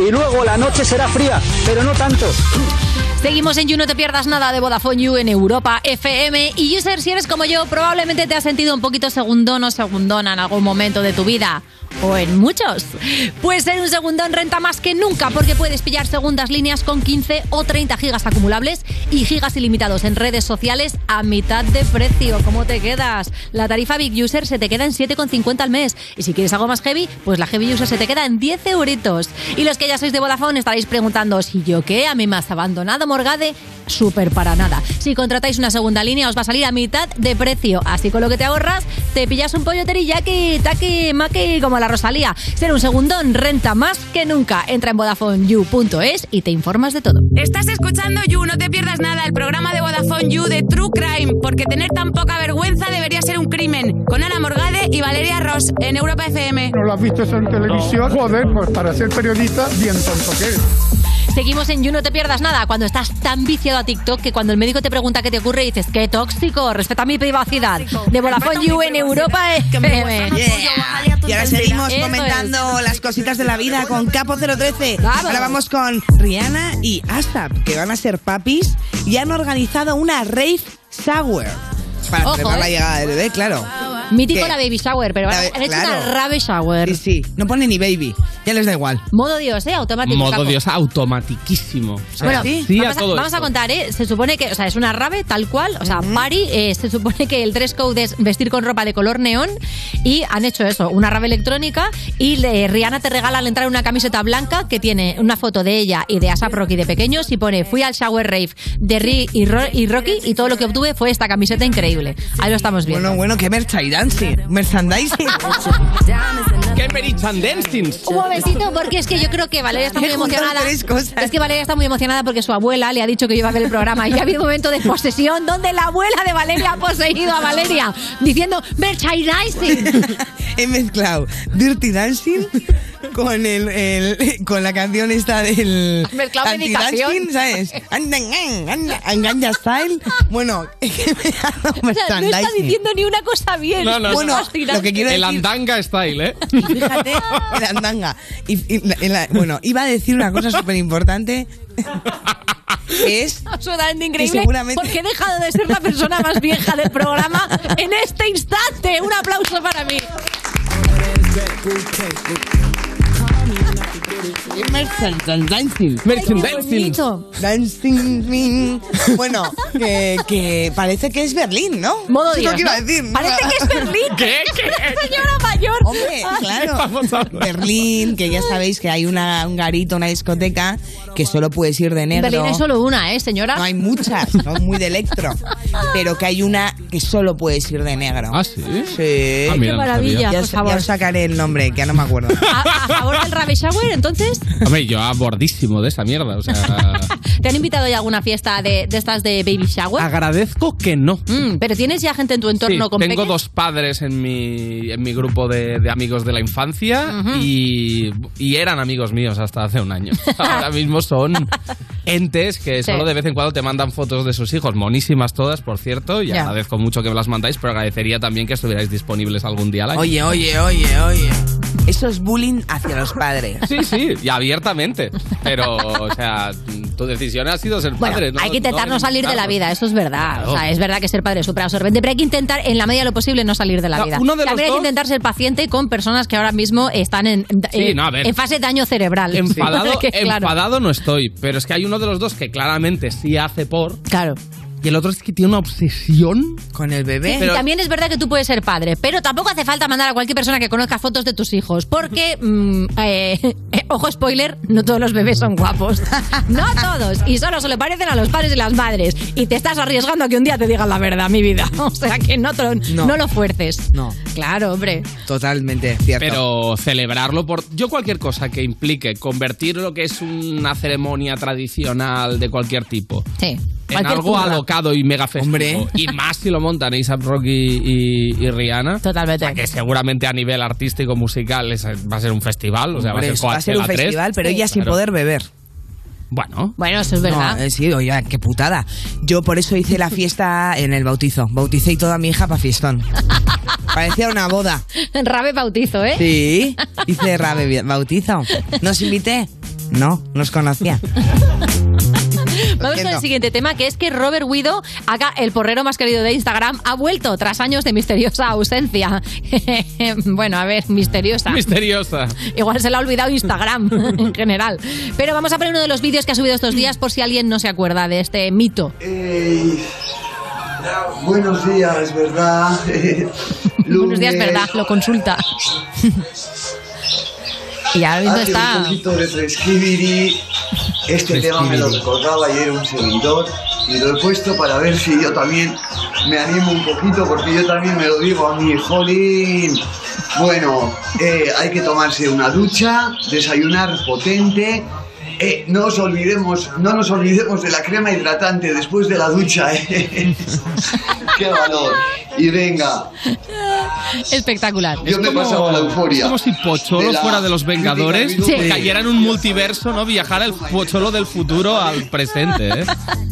S6: Y luego la noche será fría, pero no tanto.
S2: Seguimos en You, no te pierdas nada de Vodafone You en Europa FM. Y user, si eres como yo, probablemente te has sentido un poquito segundón o segundona en algún momento de tu vida. O en muchos. Pues ser un segundón renta más que nunca porque puedes pillar segundas líneas con 15 o 30 gigas acumulables y gigas ilimitados en redes sociales a mitad de precio. ¿Cómo te quedas? La tarifa Big User se te queda en 7,50 al mes. Y si quieres algo más heavy, pues la Heavy User se te queda en 10 euritos. Y los que ya sois de Vodafone estaréis preguntando, ¿y yo qué? ¿A mí me has abandonado, Morgade? Súper para nada. Si contratáis una segunda línea, os va a salir a mitad de precio. Así con lo que te ahorras, te pillas un pollo teriyaki, taqui, maqui, como la Rosalía. Ser un segundón renta más que nunca. Entra en VodafoneYou.es y te informas de todo.
S29: Estás escuchando You, no te pierdas nada, el programa de Vodafone You de True Crime, porque tener tan poca vergüenza debería ser un crimen. Con Ana Morgade y Valeria Ross en Europa FM.
S3: ¿No lo has visto eso en televisión? Joder, pues para ser periodista, bien tonto que eres.
S2: Seguimos en You, no te pierdas nada. Cuando estás tan viciado a TikTok que cuando el médico te pregunta qué te ocurre, dices, qué tóxico, respeta mi privacidad. De Vodafone You en Europa FM.
S3: Yeah. Y ahora seguimos
S2: Eso
S3: comentando las cositas de la vida con Capo 013. Ahora vamos con Rihanna y ASAP, que van a ser papis y han organizado una rave shower para
S2: Ojo,
S3: celebrar la
S2: eh.
S3: llegada del bebé, claro.
S2: Mítico
S3: ¿Qué?
S2: la baby shower, pero
S3: La
S2: han
S3: be-
S2: hecho una
S3: claro.
S2: rave shower.
S3: Sí, sí. No pone ni baby. Ya les da igual.
S2: Modo Dios, ¿eh? Automático.
S33: Modo
S2: capo.
S33: Dios automatiquísimo. O sea,
S2: Bueno,
S33: sí a
S2: vamos, a,
S33: todo
S2: vamos a
S33: esto.
S2: contar, ¿eh? Se supone que, o sea, es una rave tal cual, o sea, party, eh, se supone que el dress code es vestir con ropa de color neón y han hecho eso, una rave electrónica y le- Rihanna te regala al entrar una camiseta blanca que tiene una foto de ella y de ASAP Rocky de pequeños y pone, fui al shower rave de Ri y, Ro- y Rocky y todo lo que obtuve fue esta camiseta increíble. Ahí lo estamos viendo.
S3: Bueno, bueno, qué merchandising. Merchandising.
S33: ¡Qué merchandising!
S2: Un momentito, porque es que yo creo que Valeria está
S3: Me
S2: muy
S3: he juntado
S2: emocionada.
S3: tres cosas.
S2: Es que Valeria está muy emocionada porque su abuela le ha dicho que iba a ver el programa y ha habido un momento de posesión donde la abuela de Valeria ha poseído a Valeria diciendo merchandising.
S3: He mezclado Dirty Dancing con el, el- con la canción esta del
S2: Has mezclado
S3: anti-dancing,
S2: medicación.
S3: ¿sabes? Anda, anda, anda, Enganja Style. Bueno, es que me ha
S2: O
S3: dado
S2: sea, no está
S3: merchandising.
S2: diciendo ni una cosa bien. Pues
S33: No, no,
S3: Bueno,
S33: no.
S3: lo que quiero
S33: El
S3: decir-
S33: andanga style, ¿eh?
S3: Fíjate, el andanga. Y, y la- y la- bueno, iba a decir una cosa súper importante. Que es
S2: Absolutamente increíble.
S3: Y seguramente-
S2: Porque he dejado de ser la persona más vieja del programa en este instante. Un aplauso para mí.
S3: Merchandising.
S33: Merchandising.
S3: Dancing. ring. Bueno, que, que parece que es Berlín, ¿no?
S2: Modo
S3: Eso es lo
S2: Dios,
S3: que iba
S2: ¿no?
S3: a decir.
S2: Parece que es Berlín.
S33: ¿Qué? ¿Qué?
S2: Señora mayor.
S3: Hombre, claro.
S33: Vamos a
S3: Berlín, que ya sabéis que hay una, un garito, una discoteca, que solo puedes ir de
S2: En
S3: negro.
S2: Berlín hay solo una, ¿eh, señora? No
S3: hay muchas. son muy de electro. Pero que hay una que solo puedes ir de negro. Ah,
S33: sí.
S3: Sí.
S33: Ah, mira, Qué no maravilla, sabía.
S3: Ya,
S33: por
S3: os-
S33: favor.
S3: ya os sacaré el nombre, que ya no me acuerdo.
S2: A, a favor del Rave Shower, entonces,
S33: Hombre, yo abordísimo de esa mierda. O sea,
S2: ¿te han invitado ya a alguna fiesta de, de estas de Baby Shower?
S33: agradezco que no.
S2: Mm, pero tienes ya gente en tu entorno
S33: Sí,
S2: con
S33: tengo
S2: peques?
S33: dos padres en mi, en mi grupo de, de amigos de la infancia
S2: Ujú.
S33: y, y eran amigos míos hasta hace un año. Ahora mismo son entes que
S2: Sí.
S33: solo de vez en cuando te mandan fotos de sus hijos, monísimas todas, por cierto, y
S3: Ya.
S33: agradezco mucho que me las mandáis, pero agradecería también que estuvierais disponibles algún día al año.
S3: Oye, oye, oye, oye. Eso es bullying hacia los padres.
S33: Sí, sí, y abiertamente. Pero, o sea, tu decisión ha sido ser
S2: Bueno,
S33: padre. ¿no?
S2: hay que intentar no, salir de la vida, eso es verdad. O
S33: Claro.
S2: sea, es verdad que ser padre es súper absorbente, pero hay que intentar, en la medida de lo posible, no salir de la
S33: No,
S2: vida.
S33: uno de los
S2: También hay que
S33: dos-
S2: intentar ser paciente con personas que ahora mismo están en, eh,
S33: no, a ver.
S2: en fase de daño cerebral.
S33: Enfadado,
S2: Que, claro.
S33: enfadado no estoy, pero es que hay uno de los dos que claramente sí hace por.
S2: Claro.
S33: Y el otro es que tiene una obsesión
S3: con el bebé.
S2: Sí, y también es verdad que tú puedes ser padre, pero tampoco hace falta mandar a cualquier persona que conozca fotos de tus hijos, porque, mm, eh, ojo spoiler, no todos los bebés son guapos. No todos, y solo se le parecen a los padres y las madres. Y te estás arriesgando a que un día te digan la verdad, mi vida. O sea que no, te lo-
S3: No.
S2: no lo fuerces.
S3: No.
S2: Claro, hombre.
S3: Totalmente cierto.
S33: Pero celebrarlo por. Yo, cualquier cosa que implique convertir lo que es una ceremonia tradicional de cualquier tipo
S2: Sí.
S33: en
S2: Cualquier
S33: algo
S2: curra.
S33: alocado y mega festivo.
S2: Hombre.
S33: Y más si lo montan A$AP Rocky y, y Rihanna.
S2: Totalmente.
S33: que seguramente a nivel artístico, musical, es- va a ser un festival. O sea,
S3: Hombre,
S33: va a ser
S3: va a ser un
S33: Coachella 3.
S3: festival, pero ella sin
S33: Claro.
S3: poder beber.
S33: Bueno.
S2: Bueno, eso es verdad.
S3: No, eh, sí, oye, qué putada. Yo por eso hice la fiesta en el bautizo. Bauticé toda mi hija para fiestón. Parecía una boda.
S2: Rabe bautizo, ¿eh?
S3: Sí, hice rabe bautizo. ¿Nos invité? No, nos conocía.
S2: Vamos con el siguiente tema, que es que Robert Guido, acá el porrero más querido de Instagram, ha vuelto tras años de misteriosa ausencia. bueno, a ver, misteriosa.
S33: Misteriosa.
S2: Igual se le ha olvidado Instagram en general. Pero vamos a ver uno de los vídeos que ha subido estos días por si alguien no se acuerda de este mito.
S4: Ey, buenos días, ¿verdad?
S2: Buenos días, ¿verdad? Lo consulta. y ahora
S10: Ah,
S2: mismo
S4: Hace Ah, un
S2: está...
S4: poquito de fresquibiri. Este tema me lo recordaba ayer un seguidor y lo he puesto para ver si yo también me animo un poquito porque yo también me lo digo a mi jolín. Bueno, eh, hay que tomarse una ducha, desayunar potente. Eh, no, os olvidemos, no nos olvidemos de la crema hidratante después de la ducha. ¿eh? ¡Qué valor! Y venga,
S2: Espectacular.
S4: yo me he pasado la euforia.
S33: Es como si Pocholo
S4: De la
S33: fuera de los Vengadores,
S4: crítica
S33: que
S4: de
S33: cayera en un multiverso, ¿no? Viajara el Pocholo del futuro al presente, ¿eh?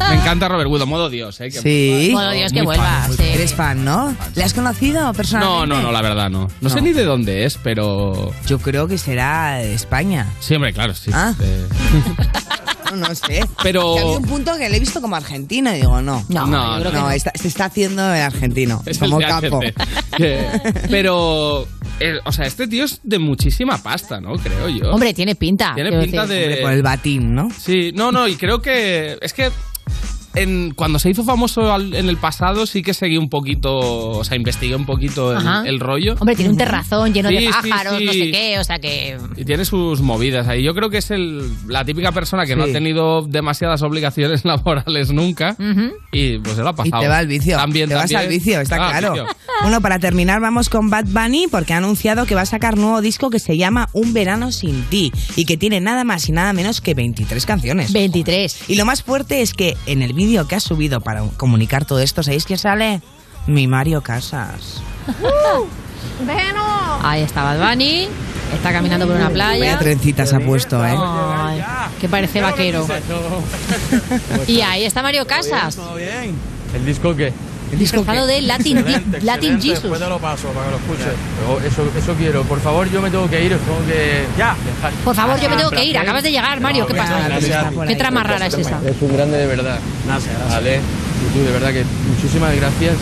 S33: Me encanta Robert Wood, modo Dios, ¿eh? Que-
S3: Sí.
S33: Modo Dios que Muy vuelva, fan, muy sí. fan.
S3: Eres fan, ¿no? ¿Le has conocido
S33: No,
S3: personalmente?
S33: no, no, la verdad no. No, sé ni de dónde es, pero...
S3: Yo creo que será de España.
S33: Sí, hombre, claro, sí.
S3: Ah.
S33: Eh,
S3: No, no sé.
S33: Pero-
S3: Que había un punto que le he visto como argentino y digo, no.
S33: No, No, yo creo que no.
S3: está- se está haciendo el argentino.
S33: Es el
S3: como
S33: de
S3: campo.
S33: AGT. Que- Eh, Pero, eh, o sea, este tío es de muchísima pasta, ¿no? Creo yo.
S2: Hombre, tiene pinta.
S33: Tiene
S2: quiero
S33: pinta
S2: decir.
S33: de-
S3: Hombre, por el batín, ¿no?
S33: Sí, no, no, y creo que. Es que. En, cuando se hizo famoso al- en el pasado, sí que seguí un poquito. O sea, investigué un poquito
S2: Ajá.
S33: el, el rollo.
S2: Hombre, tiene un terrazón lleno
S33: Sí,
S2: de
S33: sí,
S2: pájaros, no
S33: sí.
S2: sé qué, o sea que...
S33: Y tiene sus movidas ahí. Yo creo que es el, la típica persona que no ha
S2: Sí.
S33: tenido demasiadas obligaciones laborales nunca. Y pues se lo ha
S3: Y
S33: pasado.
S3: te va al vicio.
S33: También,
S3: te vas
S33: también.
S3: al vicio, está
S33: Ah,
S3: claro.
S33: vicio.
S3: Bueno, para terminar, vamos con Bad Bunny porque ha anunciado que va a sacar nuevo disco que se llama Un verano sin ti y que tiene nada más y nada menos que 23 canciones.
S2: 23.
S3: Y lo más fuerte es que en el vídeo que ha subido para comunicar todo esto, ¿sabéis quién sale? Mi Mario Casas.
S2: Bueno. Ahí está Bad Bunny, está caminando por una
S3: Vaya
S2: playa.
S3: trencitas ha puesto, ¿eh?
S2: Ay, que parece vaquero. Y ahí está Mario Casas,
S37: ¿El disco qué?
S2: ¿El disco disfrazado qué? de Latin-
S37: Excelente,
S2: Latin
S37: excelente.
S2: Jesus.
S37: Después te lo paso para que lo escuches. Yo Eso, eso quiero. Por favor, yo me tengo que ir. os Tengo que... Ya. dejar. Ah,
S2: Por favor, yo me tengo que ir. Acabas de llegar, Mario. ¿Qué pasa? ¿Qué trama rara
S33: Pues,
S2: es esa?
S37: Es un grande de verdad. Gracias, Vale. Y tú, de verdad que muchísimas gracias.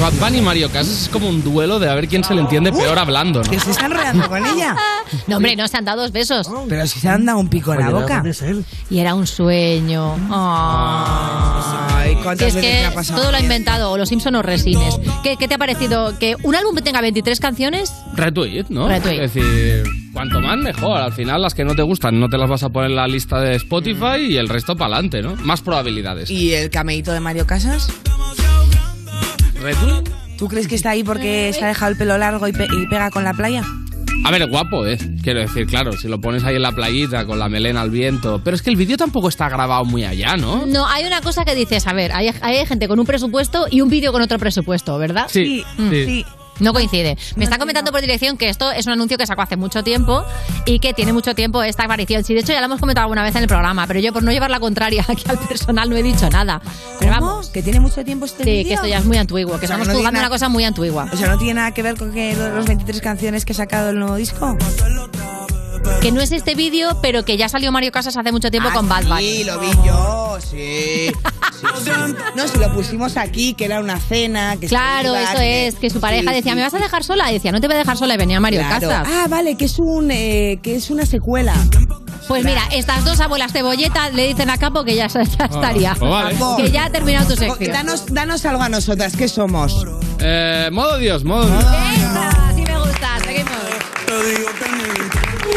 S33: Bad Bunny y Mario Casas es como un duelo de a ver quién se le entiende peor hablando, ¿no?
S3: se están rodeando con ella. Oh,
S2: No, hombre, no se han dado dos besos.
S3: Pero si se han dado un pico en la
S2: Oye,
S3: boca.
S2: ¿dónde Y era un sueño.
S3: Ay, ¿cuántas
S2: es
S3: veces
S2: que
S3: me ha pasado
S2: todo lo ha inventado, o los Simpson o Resines. ¿Qué, qué te ha parecido? ¿Que un álbum tenga 23 canciones?
S33: Retweet, ¿no?
S2: Retweet.
S33: Es decir, cuanto más mejor. Al final, las que no te gustan no te las vas a poner en la lista de Spotify y el resto para adelante, ¿no? Más probabilidades.
S3: ¿Y el cameíto de Mario Casas?
S33: ¿Retweet?
S3: ¿Tú crees que está ahí
S2: Eh,
S3: porque se ha dejado el pelo largo y, pe- y pega con la playa?
S33: A ver, guapo, ¿eh? Quiero decir, claro, si lo pones ahí en la playita con la melena al viento. Pero es que el vídeo tampoco está grabado muy allá, ¿no?
S2: No, hay una cosa que dices, a ver, hay, hay gente con un presupuesto y un vídeo con otro presupuesto, ¿verdad?
S33: Sí,
S2: Mm.
S33: sí. Sí.
S2: No coincide. Me está comentando por dirección que esto es un anuncio que sacó hace mucho tiempo y que tiene mucho tiempo esta aparición. Sí, de hecho ya lo hemos comentado alguna vez en el programa, pero yo por no llevar la contraria aquí al personal no he dicho nada. Pero vamos.
S3: ¿Que tiene mucho tiempo este
S2: Sí,
S3: vídeo?
S2: que esto ya es muy antiguo, que
S3: O sea,
S2: estamos
S3: no tiene
S2: jugando
S3: nada-
S2: una cosa muy antigua.
S3: O sea, ¿no tiene nada que ver con que lo- los 23 canciones que ha sacado el nuevo disco?
S2: Que no es este vídeo, pero que ya salió Mario Casas hace mucho tiempo con Bad Bunny.
S3: Ah, Sí, lo vi yo, sí. Sí, sí. No, si lo pusimos aquí, que era una cena. Que
S2: Claro,
S3: se iban,
S2: eso
S3: que-
S2: es, que su pareja
S3: Sí,
S2: decía,
S3: sí,
S2: ¿me vas a dejar sola? Y decía, no te voy a dejar sola, y venía Mario
S3: claro.
S2: Casas.
S3: Ah, vale, que es, un, eh, que es una secuela.
S2: Pues mira, estas dos abuelas cebolleta le dicen a Capo que ya, ya estaría.
S33: pues vale.
S2: Que ya ha terminado tu
S3: Que
S2: sección.
S3: Danos, danos algo a nosotras, ¿qué somos?
S33: Eh, modo Dios, modo Dios.
S2: Así me gusta, seguimos.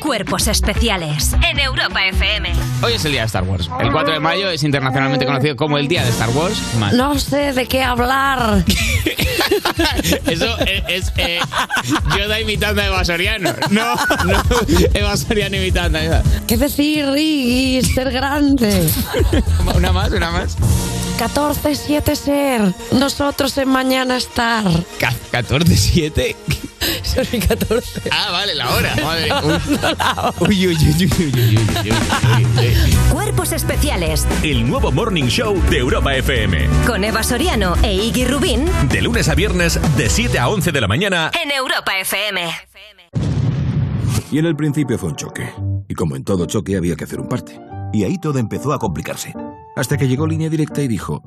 S20: Cuerpos especiales en Europa FM.
S25: Hoy es el día de Star Wars. El 4 de mayo es internacionalmente conocido como el día de Star Wars. Mal.
S20: No sé de qué hablar.
S25: Eso es, es, eh, Yoda imitando a Eva Soriano. No, no, Eva Soriano imitando a Yoda.
S20: ¿Qué decir, Riggy? Ser grande.
S25: Una más, una más.
S20: 14-7 ser. Nosotros en mañana estar.
S25: Ca- 14-7.
S20: Son 14.
S25: Ah, vale, la hora. Madre.
S6: Uy, uy, uy, uy, uy,
S20: Cuerpos especiales
S6: El nuevo Morning Show de Europa FM.
S20: con Eva Soriano e Iggy Rubín
S6: De lunes a viernes, de 7 a 11 de la mañana.
S20: en Europa FM.
S1: Y en el principio fue un choque. Y como en todo choque había que hacer un parte. Y ahí todo empezó a complicarse. Hasta que llegó Línea Directa y dijo,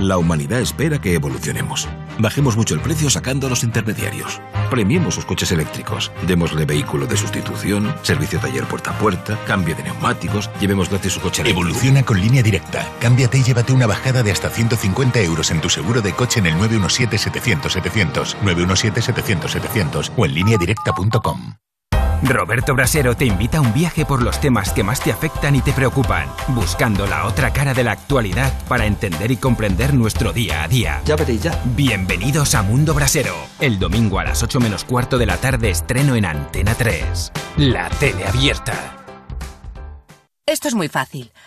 S1: la humanidad espera que evolucionemos. Bajemos mucho el precio sacando a los intermediarios. Premiemos sus coches eléctricos. Démosle vehículo de sustitución, servicio taller puerta a puerta, cambio de neumáticos, llevemos gratis su coche eléctrico.
S38: Evoluciona con línea directa. Cámbiate y llévate una bajada de hasta 150 euros en tu seguro de coche en el 917-700-700, 917-700-700 o en lineadirecta.com.
S12: Roberto Brasero te invita a un viaje por los temas que más te afectan y te preocupan, buscando la otra cara de la actualidad para entender y comprender nuestro día a día. Ya veréis ya. Bienvenidos a Mundo Brasero. El domingo a las 8 menos cuarto de la tarde estreno en Antena 3. La tele abierta.
S26: Esto es muy fácil.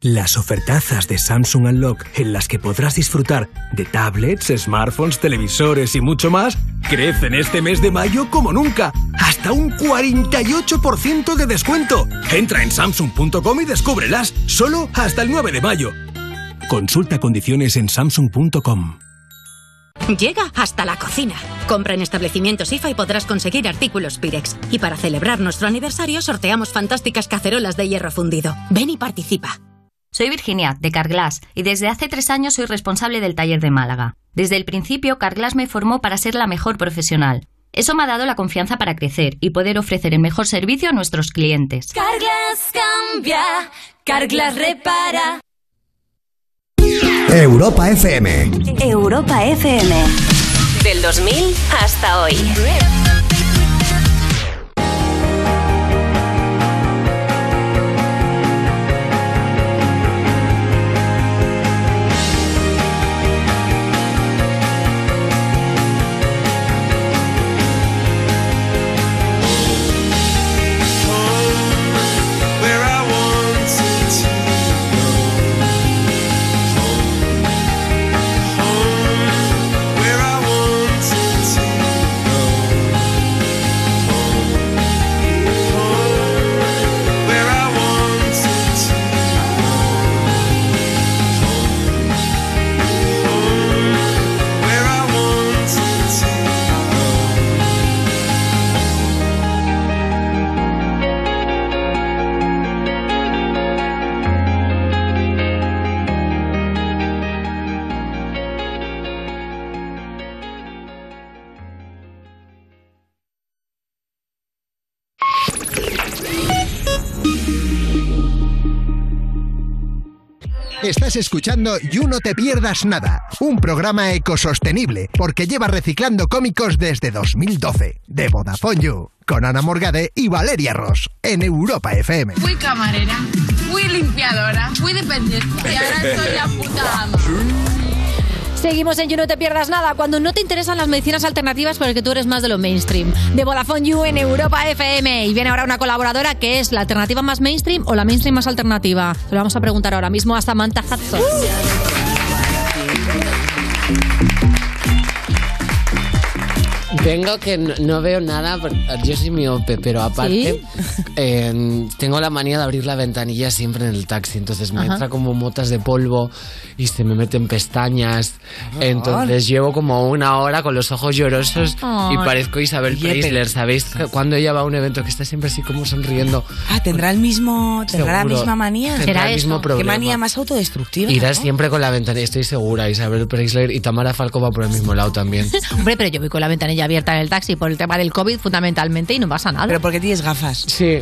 S1: Las ofertazas de Samsung Unlock, en las que podrás disfrutar de tablets, smartphones, televisores y mucho más, crecen este mes de mayo como nunca. Hasta un 48% de descuento. Entra en samsung.com y descúbrelas solo hasta el 9 de mayo. Consulta condiciones en samsung.com.
S10: Llega hasta la cocina. Compra en establecimientos IFA y podrás conseguir artículos Pirex. Y para celebrar nuestro aniversario sorteamos fantásticas cacerolas de hierro fundido. Ven y participa.
S11: Soy Virginia, de Carglass, y desde hace tres años soy responsable del taller de Málaga. Desde el principio, Carglass me formó para ser la mejor profesional. Eso me ha dado la confianza para crecer y poder ofrecer el mejor servicio a nuestros clientes.
S17: Carglass cambia, Carglass repara.
S11: Europa FM. Europa FM. Del 2000 hasta hoy.
S8: where I wanted to go. Home, home, where I wanted to go. Home, home, where I wanted to go. Home, home, where I wanted to go.
S4: Estás escuchando You No Te Pierdas Nada, un programa ecosostenible porque lleva reciclando cómicos desde 2012. De Vodafone You, con Ana Morgade y Valeria Ross, en Europa FM.
S15: Fui camarera, fui limpiadora, fui dependiente y ahora soy la puta ama.
S2: Seguimos en You No Te Pierdas Nada, cuando no te interesan las medicinas alternativas porque tú eres más de lo mainstream. De Vodafone You en Europa FM. Y viene ahora una colaboradora que es la alternativa más mainstream o la mainstream más alternativa. Se lo vamos a preguntar ahora mismo a Samantha Hudson.
S37: Vengo que no, no veo nada, por- yo soy miope, pero aparte eh, tengo la manía de abrir la ventanilla siempre en el taxi, entonces me
S6: Ajá.
S37: entra como motas de polvo y se me meten pestañas,
S6: Ah.
S37: entonces llevo como una hora con los ojos llorosos
S6: Ay.
S37: y parezco Isabel
S6: Ah. Oye, pero-
S37: Preisler, ¿sabéis? Cuando ella va a un evento que está siempre así como sonriendo.
S3: Ah, tendrá el mismo, tendrá la
S37: Seguro.
S3: misma manía.
S37: Tendrá Será el mismo eso.
S3: Qué
S37: problema.
S3: manía más autodestructiva.
S37: Irá siempre con la ventanilla, estoy segura, Isabel Preisler y Tamara Falco va por el mismo lado también.
S2: Hombre, pero yo voy con la ventanilla abierta en el taxi por el tema del COVID fundamentalmente y no pasa nada. Pero
S3: porque tienes gafas.
S37: Sí.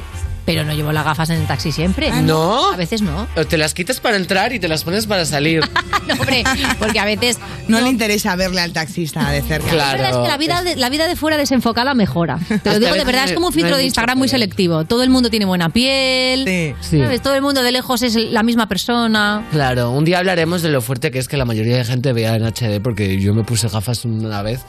S2: Pero no llevo las gafas en el taxi siempre.
S37: Ah, ¿no?
S2: A veces no. Ah,
S37: O te las quitas para entrar y te las pones para salir.
S2: No, hombre, porque a veces...
S39: No, le interesa verle al taxista de cerca.
S37: Claro.
S2: La verdad es que la vida, de, la vida de fuera desenfocada mejora. Te lo
S39: Hasta
S2: digo
S39: a
S2: de
S39: veces
S2: verdad, es
S39: no-
S2: como un
S39: no hay
S2: filtro de
S39: mucho
S2: Instagram muy selectivo. Todo el mundo tiene buena piel.
S37: Sí.
S2: ¿sabes? Todo el mundo de lejos es la misma persona.
S37: Claro, un día hablaremos de lo fuerte que es que la mayoría de gente vea en HD, porque yo me puse gafas una vez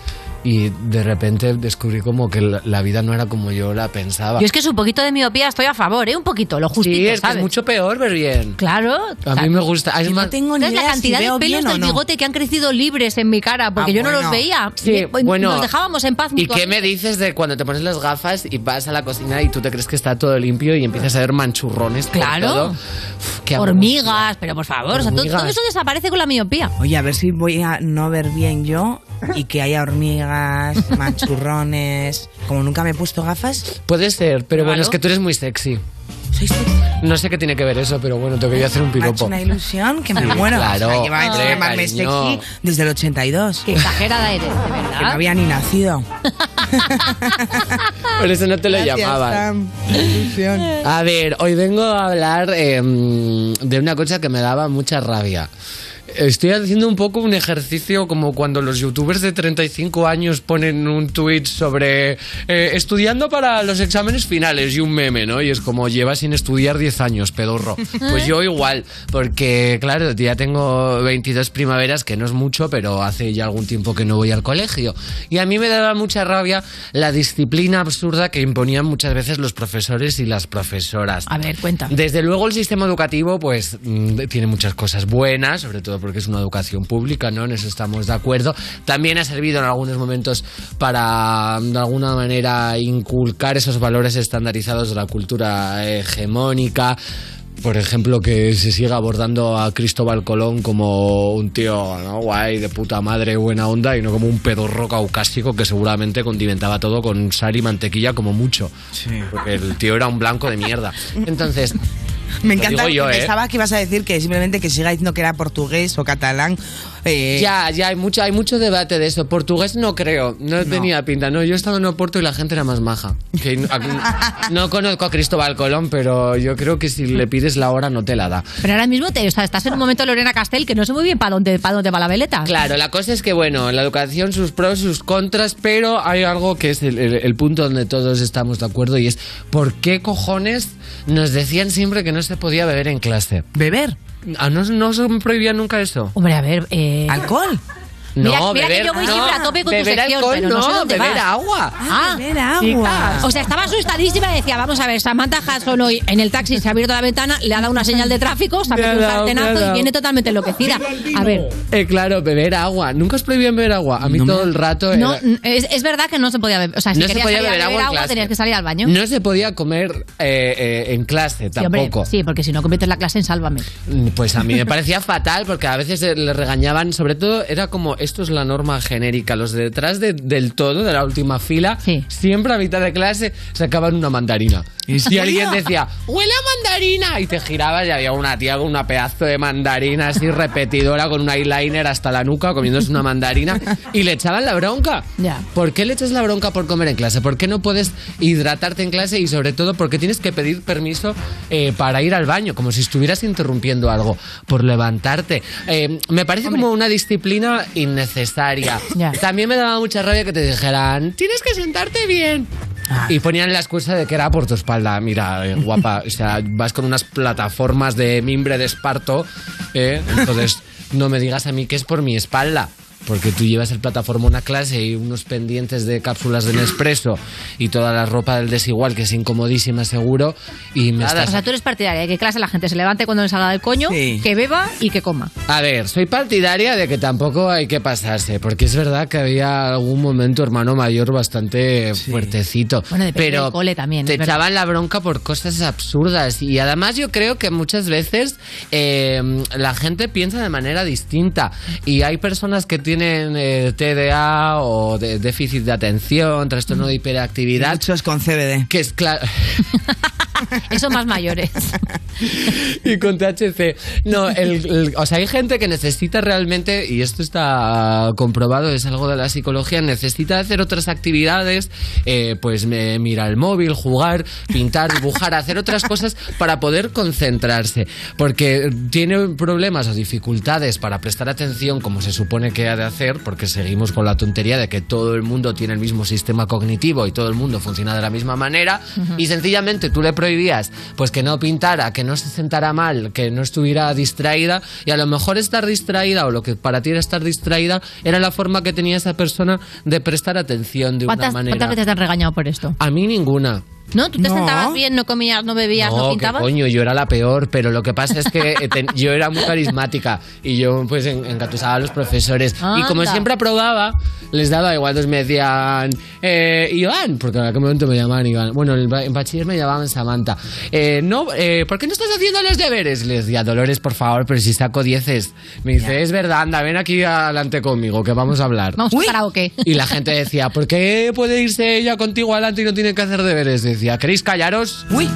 S37: y de repente descubrí como que la, la vida no era como yo la pensaba.
S2: Yo es que es un poquito de miopía, estoy a favor, ¿eh? Un poquito, lo justito,
S37: sí, es, que es
S2: ¿sabes?
S37: mucho peor ver bien.
S2: Claro.
S37: A mí me gusta. Es más-
S2: ¿Sabes la cantidad de pelos del bigote que han crecido libres en mi cara? Porque
S37: Ah,
S2: yo no
S37: bueno.
S2: los veía.
S37: Sí,
S2: Y, eh,
S37: bueno.
S2: Nos dejábamos en paz
S37: ¿Y qué
S2: mutuamente.
S37: me dices de cuando te pones las gafas y vas a la cocina y tú te crees que está todo limpio y empiezas a ver manchurrones? por
S2: Claro.
S37: todo? Uf, qué
S2: Hormigas, pero por favor, o sea, todo,
S3: Hormigas.
S2: todo eso desaparece con la miopía.
S3: Oye, a ver si voy a no ver bien yo y que haya hormigas, manchurrones. Como nunca me he puesto gafas.
S37: Puede ser, pero bueno,
S3: Claro.
S37: es que tú eres muy sexy. No sé qué tiene que ver eso, pero bueno, te quería hacer un
S3: Me ha
S37: piropo.
S3: hecho una ilusión que me
S37: Sí,
S3: muero.
S37: claro,
S3: o sea, lleva
S37: hombre,
S3: llamarme
S37: cariño.
S3: sexy desde el 82. Qué
S2: exagerada eres, de
S3: verdad. Que no había ni nacido.
S37: Por eso no te lo
S3: Gracias,
S37: llamabas.
S3: Sam. Qué ilusión.
S37: A ver, hoy vengo a hablar eh, de una cosa que me daba mucha rabia. Estoy haciendo un poco un ejercicio como cuando los youtubers de 35 años ponen un tweet sobre eh, estudiando para los exámenes finales y un meme, ¿no? Y es como lleva sin estudiar 10 años, pedorro. Pues yo igual, porque claro, ya tengo 22 primaveras, que no es mucho, pero hace ya algún tiempo que no voy al colegio. Y a mí me daba mucha rabia era la disciplina absurda que imponían muchas veces los profesores y las profesoras.
S2: A ver, cuenta.
S37: Desde luego el sistema educativo pues mm, tiene muchas cosas buenas, sobre todo porque es una educación pública, ¿no? En eso estamos de acuerdo. También ha servido en algunos momentos para de alguna manera inculcar esos valores estandarizados de la cultura hegemónica. Por ejemplo, que se siga abordando a Cristóbal Colón como un tío ¿no? guay, de puta madre, buena onda, y no como un pedorro caucásico que seguramente condimentaba todo con sal y mantequilla como mucho. Porque el tío era un blanco de mierda. Entonces,
S3: Me
S37: Lo
S3: encanta.
S37: digo yo, ¿eh?
S3: Pensaba que ibas a decir que simplemente que siga diciendo que era portugués o catalán. eh,
S37: Ya, ya, hay mucho, hay mucho debate de eso. Portugués no creo, no, tenía pinta. No, yo he estado en Oporto y la gente era más maja. Que no, a- no conozco a Cristóbal Colón, pero yo creo que si le pides la hora no te la da.
S2: Pero ahora mismo te, o sea, estás en un momento Lorena Castel que no sé muy bien para dónde, para dónde va la veleta.
S37: Claro, la cosa es que, bueno, la educación, sus pros, sus contras, pero hay algo que es el, el- el punto donde todos estamos de acuerdo y es ¿por qué cojones nos decían siempre que no se podía beber en clase? Ah,
S3: ¿Beber?
S37: no, no se prohibía nunca eso.
S2: Hombre, a ver, eh...
S3: ¿Alcohol?
S37: No,
S2: mira, mira
S37: beber,
S2: que yo voy
S37: no.
S2: siempre a tope con
S37: Beber
S2: tu sección,
S37: alcohol,
S2: pero no, sé
S37: no,
S2: dónde
S37: beber
S2: vas.
S37: agua.
S2: Ah,
S3: beber agua.
S2: O sea, estaba asustadísima y decía, vamos a ver, Samantha Hudson hoy en el taxi se ha abierto la ventana, le ha dado una señal de tráfico, se ha
S37: Me ha
S2: metido un
S37: dado, me ha
S2: sartenazo y
S37: dado.
S2: viene totalmente enloquecida. A ver,
S37: Eh, claro, beber agua. Nunca os prohibían beber agua. A mí todo el rato.
S2: no,
S37: era-
S2: mm, es, es verdad que no se podía beber, o sea, si
S37: No se
S2: querías
S37: podía
S2: salir
S37: beber
S2: a
S37: agua
S2: beber
S37: en
S2: agua
S37: clase.
S2: tenías que salir al baño.
S37: No se podía comer eh, eh, en clase
S2: Sí, hombre,
S37: tampoco.
S2: sí, porque si no cometes la clase en Sálvame.
S37: Mm, Pues a mí me parecía fatal porque a veces eh, le regañaban, sobre todo era como, esto es la norma genérica, los de detrás de- del todo, de la última fila, siempre a mitad de clase sacaban una mandarina. Y si alguien decía, huele a mandarina, y te girabas y había una tía con una pedazo de mandarina así repetidora con un eyeliner hasta la nuca comiéndose una mandarina y le echaban la bronca.
S2: Ya.
S37: ¿Por qué le echas la bronca por comer en clase? ¿Por qué no puedes hidratarte en clase y sobre todo por qué tienes que pedir permiso eh, para ir al baño? Como si estuvieras interrumpiendo algo por levantarte. Eh, me parece como una disciplina innecesaria.
S2: Ya.
S37: También me daba mucha rabia que te dijeran, tienes que sentarte bien.
S2: Ah.
S37: Y ponían la excusa de que era por tu espalda. Mira, eh, guapa, o sea, vas con unas plataformas de mimbre de esparto, ¿eh? entonces no me digas a mí que es por mi espalda. Porque tú llevas el plataforma a una clase y unos pendientes de cápsulas de Nespresso y toda la ropa del desigual, que es incomodísima seguro, y me
S2: O sea,
S37: estás...
S2: tú eres partidaria de que clase la gente se levante cuando le salga del coño,
S37: Sí.
S2: que beba y que coma.
S37: A ver, soy partidaria de que tampoco hay que pasarse, porque es verdad que había algún momento hermano mayor bastante fuertecito.
S2: Bueno, depende
S37: pero
S2: del cole también,
S37: Te
S2: es verdad.
S37: echaban la bronca por cosas absurdas. Y además yo creo que muchas veces eh, la gente piensa de manera distinta. Y hay personas que tienen eh, TDA o de- déficit de atención, trastorno
S2: Mm.
S37: de hiperactividad.
S3: Muchos con CBD.
S37: Que es claro.
S2: Eso más mayores.
S37: y con THC. No, el- el- o sea, hay gente que necesita realmente, y esto está comprobado, es algo de la psicología, necesita hacer otras actividades, eh, pues me, mirar el móvil, jugar, pintar, dibujar, hacer otras cosas para poder concentrarse. Porque tiene problemas o dificultades para prestar atención, como se supone que ha de hacer, porque seguimos con la tontería de que todo el mundo tiene el mismo sistema cognitivo y todo el mundo funciona de la misma manera,
S25: Ujú.
S37: y sencillamente tú le prohibías pues que no pintara, que no se sentara mal, que no estuviera distraída y a lo mejor estar distraída o lo que para ti era estar distraída era la forma que tenía esa persona de prestar atención de una
S2: ¿Cuántas,
S37: manera.
S2: cuántas veces te han regañado por esto?
S37: A mí ninguna.
S2: ¿No? ¿Tú te
S37: No.
S2: sentabas bien, no comías, no bebías, no,
S37: No, que
S2: pintabas?
S37: coño, yo era la peor, pero lo que pasa es que eh, ten- yo era muy carismática y yo pues en- engatusaba a los profesores. Y como
S2: Anda.
S37: siempre aprobaba, les daba igual, entonces me decían eh, Iván, porque en aquel momento me llamaban Iván. Bueno, en ba- en bachiller me llamaban Samantha. Eh, no, eh, ¿Por qué no estás haciendo los deberes? Les decía, Dolores, por favor, pero si saco dieces. Me dice, es verdad, anda, ven aquí adelante conmigo, que vamos a hablar.
S2: Vamos a Pues karaoke.
S37: Y la gente decía, ¿por qué puede irse ella contigo adelante y no tiene que hacer deberes? Decía, ¿queréis callaros?
S3: Uy.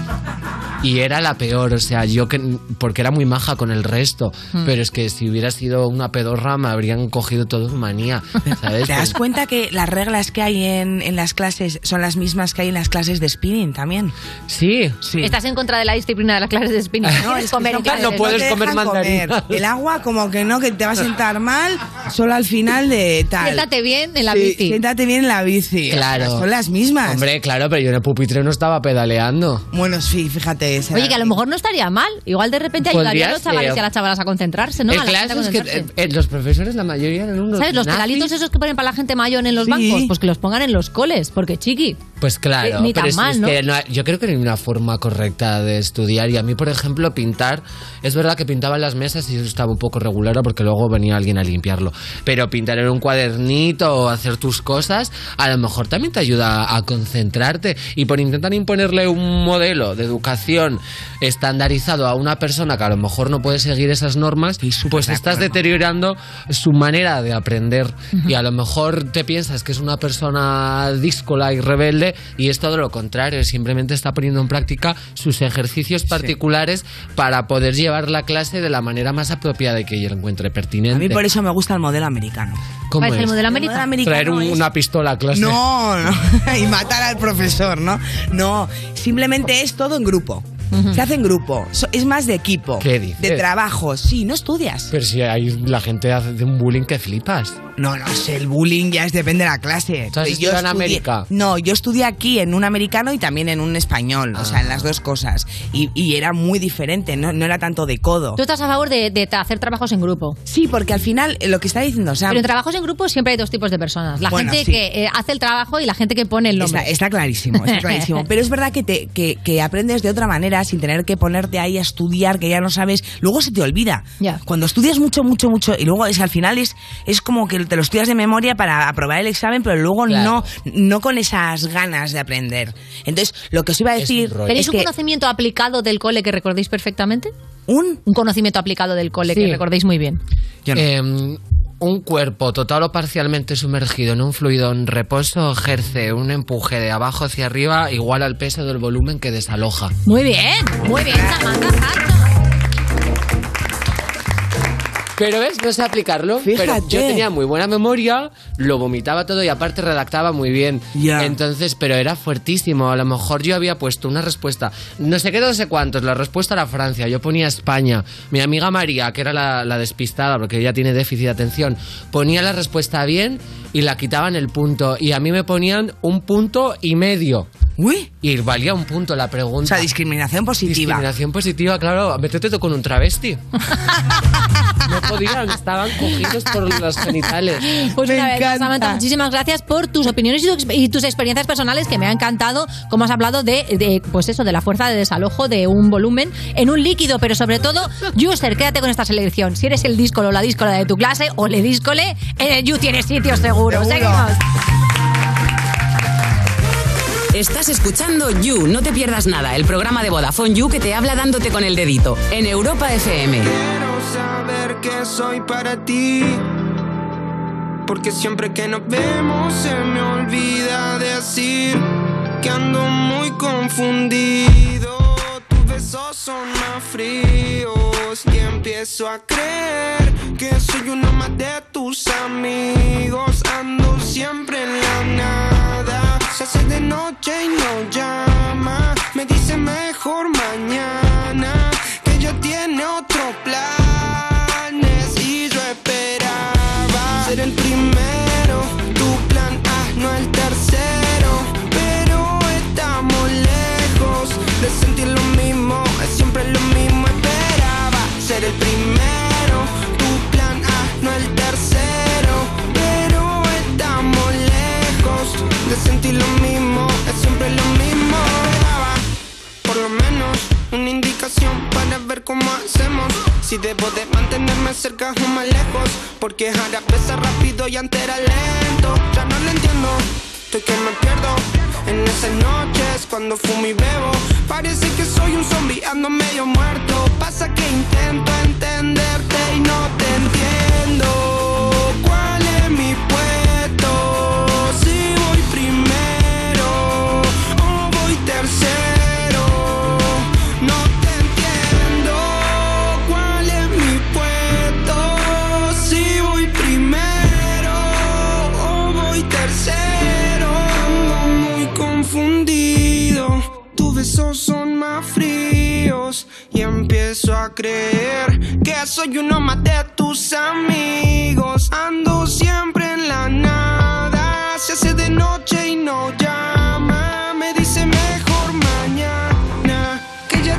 S37: Y era la peor, o sea, yo que. porque era muy maja con el resto.
S3: Mm.
S37: Pero es que si hubiera sido una pedorra me habrían cogido todos manía, ¿sabes?
S3: ¿Te das
S37: Pues-
S3: cuenta que las reglas que hay en, en las clases son las mismas que hay en las clases de spinning también?
S37: Sí.
S2: Estás en contra de la disciplina de las clases de spinning. No,
S3: es que
S2: es comer
S3: son
S2: en clases
S3: clases,
S2: de
S3: te
S2: spinning.
S3: dejan comer. El agua como que no, que te va a sentar mal solo al final de tal.
S2: Siéntate bien en la
S3: Sí,
S2: bici.
S3: Siéntate bien en la bici.
S37: Claro.
S3: Son las mismas.
S37: Hombre, claro, pero yo en el pupitre no estaba pedaleando.
S3: Bueno, sí, fíjate.
S16: te será-
S2: Oye, que a lo mejor no estaría mal. Igual de repente ayudaría a los
S37: Podrías,
S2: chavales
S37: eh,
S2: y a las chavalas a concentrarse, ¿no?
S37: El
S2: A la gente a
S37: claro es que eh,
S2: concentrarse.
S37: eh, los profesores, la mayoría eran unos.
S2: ¿Sabes? Los
S37: nazis.
S2: pedalitos esos que ponen para la gente mayor en los
S37: Sí.
S2: bancos, pues que los pongan en los coles, porque chiqui.
S37: Pues claro,
S2: Eh, ni tan
S37: pero es-
S2: mal,
S37: es
S2: ¿no?
S37: que no hay- yo creo que no hay una forma correcta de estudiar. Y a mí, por ejemplo, pintar, es verdad que pintaba en las mesas y eso estaba un poco regular porque luego venía alguien a limpiarlo. Pero pintar en un cuadernito o hacer tus cosas, a lo mejor también te ayuda a concentrarte. Y por intentar imponerle un modelo de educación estandarizado a una persona que a lo mejor no puede seguir esas normas, pues estás deteriorando su manera de aprender. Y a lo mejor te piensas que es una persona díscola y rebelde y es todo lo contrario, simplemente está poniendo en práctica sus ejercicios particulares para poder llevar la clase de la manera más apropiada y que ella encuentre pertinente.
S16: A mí por eso me gusta el modelo americano.
S37: ¿Cómo es? Traer un-
S16: es-
S37: una pistola a clase.
S16: No, no. y matar al profesor, ¿no? No, simplemente es todo en grupo. Se hace en grupo, So- es más de equipo,
S37: ¿Qué dices?
S16: de trabajo, sí, no estudias.
S37: Pero si hay la gente hace de un bullying que flipas.
S16: No, no sé, el bullying ya es depende de la clase.
S37: ¿Tú has estudiado en
S16: estudié-
S37: América?
S16: No, yo estudié aquí en un americano y también en un español, o sea, en
S37: Ah.
S16: las dos cosas. Y, y era muy diferente, no, no era tanto de codo.
S2: Tú estás a favor de, de hacer trabajos en grupo.
S16: Sí, porque al final eh, lo que está diciendo Sam...
S2: Pero en trabajos en grupo siempre hay dos tipos de personas. La
S16: Bueno,
S2: gente
S16: sí.
S2: que eh, hace el trabajo y la gente que pone el nombre.
S16: Está, está clarísimo, está clarísimo. Pero es verdad que, te, que, que aprendes de otra manera sin tener que ponerte ahí a estudiar, que ya no sabes. Luego se te olvida. Cuando estudias mucho, mucho, mucho, y luego es al final es, es como que te lo estudias de memoria para aprobar el examen, pero luego
S2: Claro.
S16: no, no con esas ganas de aprender. Entonces, lo que os iba a decir
S2: ¿Tenéis
S16: es
S2: un
S16: que
S2: conocimiento aplicado del cole que recordéis perfectamente?
S16: ¿Un?
S2: conocimiento aplicado del cole que
S37: Sí.
S2: recordéis muy bien.
S37: Eh, un cuerpo total o parcialmente sumergido en un fluido en reposo ejerce un empuje de abajo hacia arriba igual al peso del volumen que desaloja.
S2: Muy bien, muy bien, Samantha.
S37: Pero ves, no sé aplicarlo. Pero yo tenía muy buena memoria, lo vomitaba todo y aparte redactaba muy bien. Entonces, pero era fuertísimo. A lo mejor yo había puesto una respuesta, no sé qué, no sé cuántos, la respuesta era Francia, yo ponía España. Mi amiga María, que era la, la despistada, porque ella tiene déficit de atención, ponía la respuesta bien y la quitaban el punto. Y a mí me ponían un punto y medio.
S16: Uy.
S37: Y valía un punto la pregunta. O sea,
S16: discriminación positiva.
S37: Discriminación positiva, claro. Métete tú con un travesti. No podían, estaban cogidos por los genitales.
S2: Pues una vez más, Samantha, muchísimas gracias por tus opiniones y, tu ex- y tus experiencias personales que me ha encantado, como has hablado de, de, pues eso, de la fuerza de desalojo de un volumen en un líquido, pero sobre todo, Juster, quédate con esta selección. Si eres el díscolo o la díscola de tu clase o le díscole, en el You tienes sitio seguro. Seguimos.
S15: Estás escuchando You, no te pierdas nada, el programa de Vodafone You que te habla dándote con el dedito en Europa FM.
S40: Quiero saber que soy para ti. Porque siempre que nos vemos se me olvida decir que ando muy confundido. Tus besos son más fríos y empiezo a creer que soy uno más de tus amigos. Ando siempre en la nada. Se hace de noche y no llama. Me dice mejor mañana que ya tiene otros planes y yo esperaba ser el primero, tu plan A no el tercero, pero estamos lejos de sentir lo mismo, es siempre lo mismo esperaba ser el primero, tu plan A no el tercero, pero estamos lejos de sentir lo mismo, es siempre lo mismo esperaba por lo menos una indicación para ver cómo hacemos. Si debo de mantenerme cerca o más lejos. Porque ahora pesa rápido y antes era lento. Ya no lo entiendo, estoy que me pierdo. En esas noches cuando fumo y bebo. Parece que soy un zombie, ando medio muerto. Pasa que intento entenderte y no te entiendo. ¿Cuál es mi puesto? Si voy primero o voy tercero. No te entiendo cuál es mi puesto. Si voy primero o voy tercero. Ando muy confundido. Tus besos son más fríos y empiezo a creer que soy uno más de tus amigos. Ando siempre en la nada, se hace de noche y no llama. Me dice mejor mañana que ya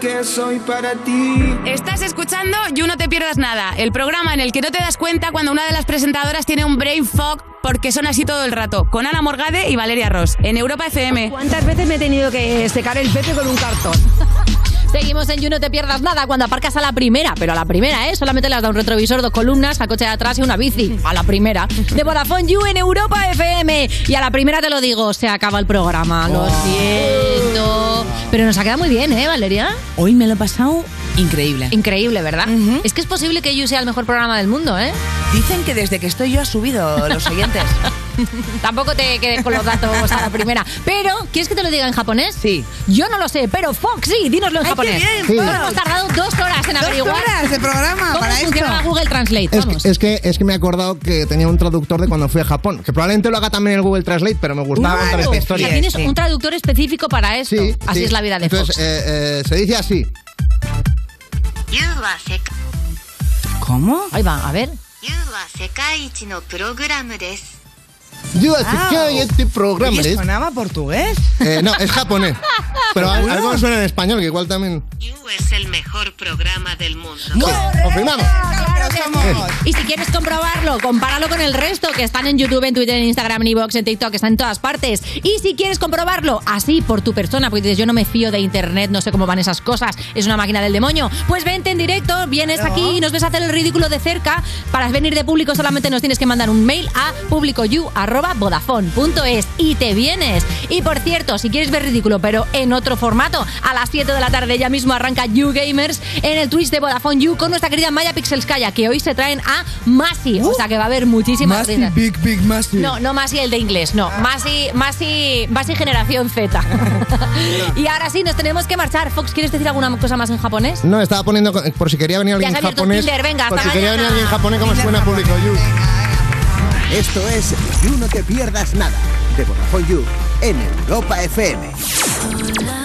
S40: que soy para ti.
S7: Estás escuchando You No Te Pierdas Nada, el programa en el que no te das cuenta cuando una de las presentadoras tiene un brain fog porque son así todo el rato, con Ana Morgade y Valeria Ross, en Europa FM.
S25: ¿Cuántas veces me he tenido que secar el pepe con un cartón?
S2: Seguimos en You, no te pierdas nada cuando aparcas a la primera, pero a la primera, ¿eh? Solamente le has dado un retrovisor, dos columnas, a coche de atrás y una bici. A la primera. De Vodafone You en Europa FM. Y a la primera te lo digo, se acaba el programa. Lo
S16: Oh.
S2: siento. Pero nos ha quedado muy bien, ¿eh, Valeria?
S16: Hoy me lo he pasado increíble.
S2: Increíble, ¿verdad? Es que es posible que You sea el mejor programa del mundo, ¿eh?
S16: Dicen que desde que estoy yo ha subido los oyentes.
S2: Tampoco te quedes con los datos a la primera. Pero, ¿quieres que te lo diga en japonés? Sí. Yo no lo sé, pero Fox, sí, dínoslo en
S25: Ay, qué
S2: japonés.
S25: bien,
S2: Porque
S25: Fox.
S2: Hemos tardado dos horas en
S25: Dos
S2: averiguar.
S25: horas de programa
S2: cómo
S25: para
S2: funcionaba
S25: esto.
S2: Google Translate.
S25: Es
S2: Vamos.
S4: que- Es que, es que me he acordado que tenía un traductor de cuando fui a Japón, que probablemente lo haga también el Google Translate, pero me gustaba contar
S2: Claro.
S4: esta
S2: O sea,
S4: historia.
S2: tienes un traductor específico para esto. Así
S4: Sí.
S2: es la vida de
S4: Entonces,
S2: Fox.
S4: eh, eh, se dice así.
S16: ¿Cómo?
S2: Ahí va, a ver.
S34: は世界一のプログラムです。
S4: Yo así que hay este programa.
S34: Oye,
S4: ¿eh?
S16: ¿Sonaba portugués?
S4: Eh, no, es japonés. Pero al- algo me suena en español, que igual también.
S34: You es el mejor programa del mundo.
S4: Confirmamos.
S2: Y si quieres comprobarlo, compáralo con el resto que están en YouTube, en Twitter, en Instagram, en Evox, en TikTok, que están en todas partes. Y si quieres comprobarlo así por tu persona, porque dices yo no me fío de internet, no sé cómo van esas cosas, es una máquina del demonio, pues vente en directo, vienes
S41: Claro.
S2: aquí y nos ves hacer el ridículo de cerca. Para venir de público solamente nos tienes que mandar un mail a publicoyu@vodafone.es y te vienes. Y por cierto, si quieres ver ridículo, pero en otro formato, a las 7 de la tarde ya mismo arranca You Gamers en el Twitch de Vodafone You con nuestra querida Maya Pixelskaya, que hoy se traen a Masi, o sea que va a haber muchísimas
S41: Masi,
S2: risas.
S41: big, big Masi. Ah.
S2: No, no Masi el de inglés, no. Masi, Masi, Masi generación Z. y ahora sí, nos tenemos que marchar. Fox, ¿quieieres decir alguna cosa más en japonés?
S4: No, estaba poniendo con- por si quería venir
S2: Ya
S4: alguien
S2: has abierto
S4: japonés.
S2: Tinder, venga,
S4: por
S2: hasta
S4: si quería venir
S2: mañana.
S4: alguien japonés, ¿cómo suena público? You?
S10: Esto es You No Te Pierdas Nada de Vodafone You en Europa FM.